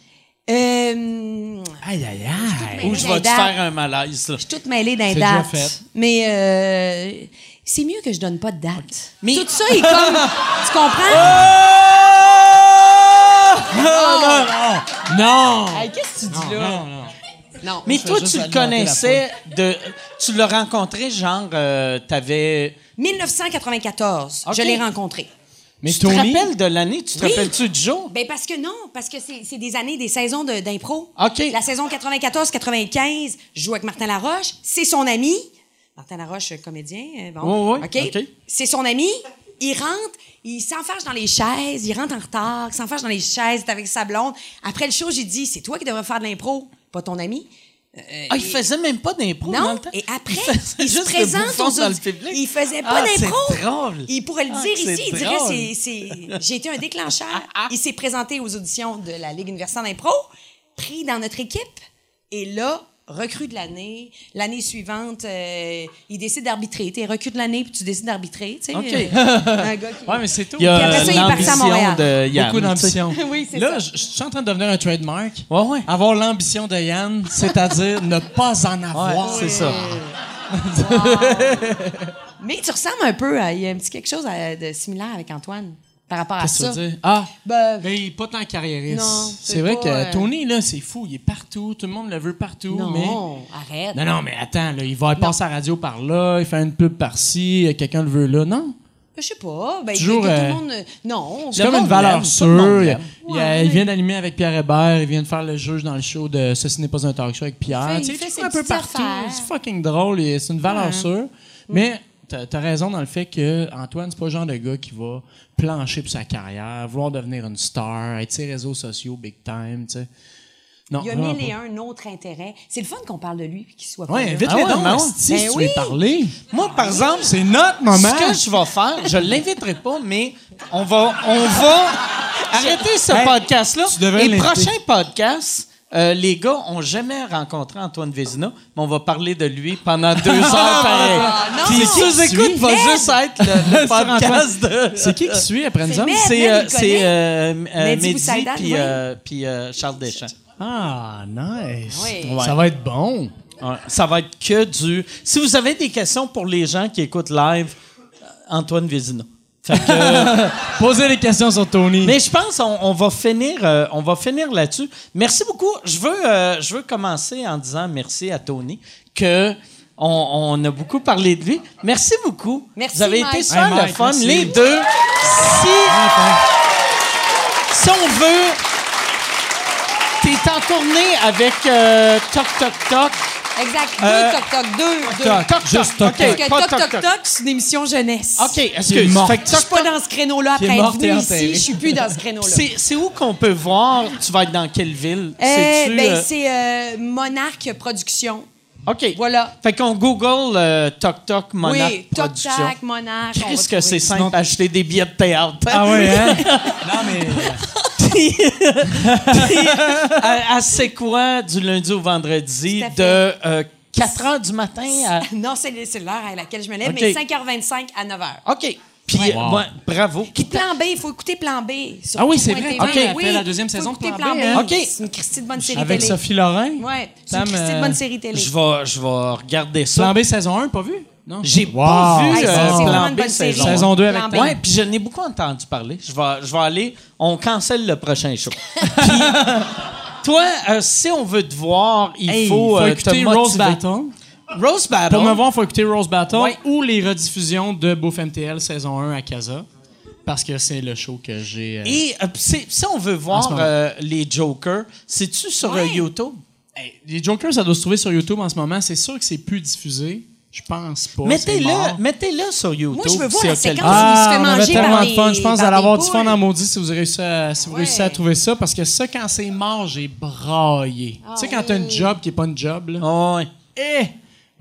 Euh,
Aïe, aïe,
mêlée
aïe. Ou je
d'un
vais te
dard.
faire un malaise, là.
je suis toute mêlée d'un
déjà
date.
fait.
Mais euh, c'est mieux que je donne pas de date.
Mais- Euh,
Tout ça est comme. tu comprends?
Ah! Non, non, non.
Hey, Qu'est-ce que tu dis là?
Non, non.
Non.
Mais toi,
juste
tu le
alimenter la
connaissais de. Tu l'as rencontré, genre, euh, t'avais.
1994,
OK.
je l'ai rencontré.
Mais tu te rappelles de l'année? Tu te
Oui.
rappelles-tu du jour?
Ben parce que non, parce que c'est c'est des années, des saisons de- d'impro.
OK.
La saison 94-95, je joue avec Martin Laroche, c'est son ami. Martin Laroche, euh, comédien, euh, bon.
Oui, oui,
OK.
OK.
C'est son ami. Il rentre, il s'enfarge dans les chaises, il rentre en retard, il s'enfarge dans les chaises, il est avec sa blonde. Après le show, j'ai dit, c'est toi qui devrais faire de l'impro, pas ton ami.
Ah, il faisait même pas d'impro dans
Euh, Non,
le temps.
et après,
faisait
il, se
juste le
présente
bouffon
aux
dans le
audi-
public.
Il faisait
Ah,
pas d'impro.
c'est drôle.
Il pourrait le
Ah,
dire
c'est
ici. Il dirait,
drôle.
c'est, c'est- j'ai été un déclencheur.
Ah,
Il s'est présenté aux auditions de la Ligue universitaire d'impro, pris dans notre équipe, et là, recrue de l'année. L'année suivante, euh, il décide d'arbitrer. T'es recrue de l'année, puis tu décides d'arbitrer, tu sais.
OK.
euh, un gars qui...
Ouais, mais c'est tout.
Il y
Puis
a
après ça, il est parti à
l'ambition
Montréal.
de Yann.
Beaucoup d'ambition.
Oui, c'est
Là, je je suis en train de devenir un trademark.
Ouais, ouais.
Avoir l'ambition de Yann, c'est-à-dire ne pas en
Ouais,
avoir.
c'est ça.
Mais tu ressembles un peu à... Il y a un petit quelque chose euh, de similaire avec Antoine par rapport à
Qu'est-ce que
ça.
tu veux dire? Ah,
Ben,
mais il est pas tant carriériste.
Non, c'est
C'est vrai
pas,
que
euh,
Tony, là, c'est fou. Il est partout. Tout le monde le veut partout.
non,
mais...
arrête.
Non, non, mais attends, là, il va passer à la radio par là, il fait une pub par-ci, euh, quelqu'un le veut là. Non.
Je sais pas. Ben,
Toujours,
que tout
euh,
le monde... euh, Non.
C'est
le
comme une
monde
valeur
l'aime.
le
sûre.
monde
Il,
l'aime.
il- il vient d'animer avec Pierre Hébert, il vient de faire le juge dans le show de Ceci n'est pas un talk show avec Pierre.
Il fait- il
Tu sais,
fait
il
ses
un peu
petites
partout.
affaires.
C'est fucking drôle et c'est une valeur sûre. Mais t'as as raison dans le fait que Antoine, c'est pas le genre de gars qui va plancher pour sa carrière, vouloir devenir une star, être ses réseaux sociaux big time, tu sais. Non,
Il y a
vraiment
mille
pas.
et un autres intérêts. C'est le fun qu'on parle de lui puis qu'il soit pas
ah, Ouais,
là.
invite-les
Ah ouais,
donc,
ben ouais.
asti,
Ben
si tu veux
oui.
y parler.
Moi, par exemple,
C'est notre moment.
Ce que je vais faire, je l'inviterai pas, mais on va, on va arrêter ce
Hey,
podcast-là.
tu devrais
Et
l'inviter.
prochain podcast, euh, les gars ont jamais rencontré Antoine Vézina, mais on va parler de lui pendant deux
Ah,
heures pareil.
non!
Puis sous-écoute va
Merde!
juste être le, le podcast de...
C'est qui qui suit après nous
Euh, C'est
autres?
Mel.
C'est euh,
Mel, il
c'est, euh, euh,
connaît.
Mehdi
Mehdi Boussaïdan,
puis
oui.
euh, puis, euh, Charles Deschamps.
Ah, nice.
Oui.
Ça va être bon.
Ouais, Ça va être que du... Si vous avez des questions pour les gens qui écoutent live, euh, Antoine Vézina. Fait que... euh,
Posez des questions sur Tony.
Mais je pense on, on va finir, euh, on va finir là-dessus. Merci beaucoup. Je veux, euh, je veux commencer en disant merci à Tony que on, on a beaucoup parlé de lui. Merci beaucoup.
Merci,
Vous avez été
Mike.
super
Hey, Mike,
le fun
merci.
les deux. Si, si on veut, t'es en tournée avec euh, Toc Toc Toc.
Exact. Deux
Euh,
toc toc deux. deux.
Juste Toc
Parce que
Pas
toc toc toc, c'est une émission jeunesse.
Ok,
Qui est
excuse.
morte.
Fait que
Je
Toc
suis pas dans ce créneau-là
est
après être
morte et
venu
enterrée.
ici. Je suis plus dans ce créneau-là.
C'est c'est où qu'on peut voir? Tu vas être dans quelle ville?
Euh,
Sais-tu,
ben,
euh,
c'est euh, Monarque Production.
OK.
Voilà.
Fait qu'on Google euh, Toc Toc Monarch
oui, toc
Production.
tac, Monarque. on va
Qu'est-ce que c'est
trouver.
simple acheter des billets de théâtre?
Ah ouais, hein? non, mais.
euh, euh, à, à c'est quoi du lundi au vendredi
Tout à
de
fait.
euh, 4 h du matin à.
Non, c'est c'est l'heure à laquelle je me lève,
Ok.
mais 5h25 à 9h.
OK. Puis, euh,
Wow.
ouais, bravo.
Puis plan B, il faut écouter plan B. sur
Ah oui, c'est
Point
vrai.
TV.
OK, elle
Oui,
fait la deuxième
faut
saison de
écouter
Plan B, hein.
OK.
C'est une Christie de bonne série
Avec
télé.
Sophie Lorrain.
Ouais, c'est
Sam,
une Christie de
euh,
bonne série télé.
Je vais, je vais regarder ça.
Plan B saison 1, pas vu? Non.
J'ai pas
Wow.
vu
Hey,
euh,
ça, c'est vraiment
Plan
une
B
bonne série.
saison.
Saison 2
Plan
avec
B.
Ouais, puis je n'ai beaucoup entendu parler. Je vais, je vais aller. On cancelle le prochain show. Puis, toi, euh, si on veut te voir, il
Hey,
faut, euh, te
écouter
motiver.
Rose Battle.
Rose Battle.
Pour me voir, il faut écouter Rose Battle
Ouais.
ou les rediffusions de Beauf MTL saison 1 à Casa. Parce que c'est le show que j'ai. euh,
Et euh, si, si on veut
En ce
voir
moment.
euh, les Jokers, c'est-tu sur euh, YouTube?
Hey, les Jokers, ça doit se trouver sur YouTube en ce moment. C'est sûr que c'est plus diffusé. Je pense pas.
Mettez-le
c'est mort.
mettez-le sur YouTube.
Moi, je veux voir
s'il y a
la séquence
quelqu'un.
où il se
Ah,
fait
on avait
manger
tellement
par
de
les-
fun. Je pense
par
à avoir
des
du fun
poules.
en maudit si vous réussissez à, si vous
Ouais.
réussissez à trouver ça. Parce que ça, quand c'est mort, j'ai braillé.
Ah
tu sais, quand t'as une job qui est pas une job, là.
Ah, ouais.
Eh!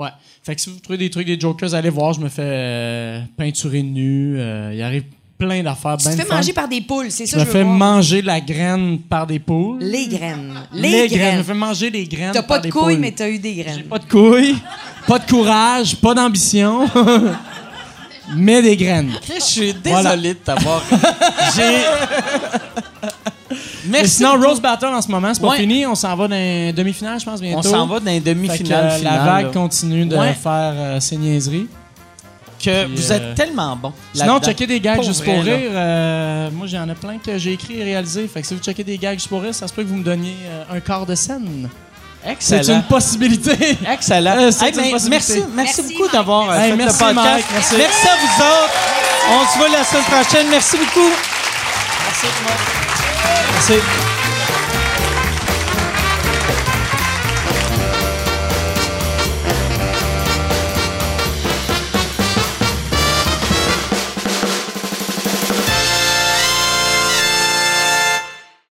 Ouais. Fait que si vous trouvez des trucs des Jokers, allez voir. Je me fais euh, peinturer nu. euh, il arrive plein d'affaires.
Tu te
ben
fais
le fun.
manger par des poules, c'est
Je
ça
me
que je
fais
veux voir.
manger la graine par des poules.
Les graines.
Les
Les
Je me
graines.
fais manger les graines
T'as
par
pas de
des
couilles,
poules.
mais t'as eu des graines.
Pas de couilles. Pas de courage, pas d'ambition, mais des graines.
Chris, je suis
Ah,
désolé de t'avoir. J'ai.
Mais
Merci.
sinon, Rose Battle en ce moment, c'est pas
Ouais.
fini. On s'en va dans demi-finale, je pense, bientôt.
on s'en va dans les
Fait que,
demi-finales.
euh, la
finales,
vague
là.
continue de
Ouais.
faire euh, ses niaiseries.
que
puis,
vous
euh,
êtes tellement bon.
Sinon, checker des gags
Pour
juste
vrai,
pour
là.
rire. euh, moi, j'en ai plein que j'ai écrit et réalisé. Fait que si vous checkez des gags juste pour rire, ça se peut que vous me donniez euh, un quart de scène. C'est
Excellent.
une possibilité.
Excellent.
Euh, c'est
Hey,
une
ben,
possibilité.
merci, merci
Merci,
beaucoup
Mike.
d'avoir euh,
Hey,
fait
merci,
le podcast.
Mike. Merci.
à vous autres. On se voit la semaine prochaine. Merci beaucoup. Merci tout le monde. Merci.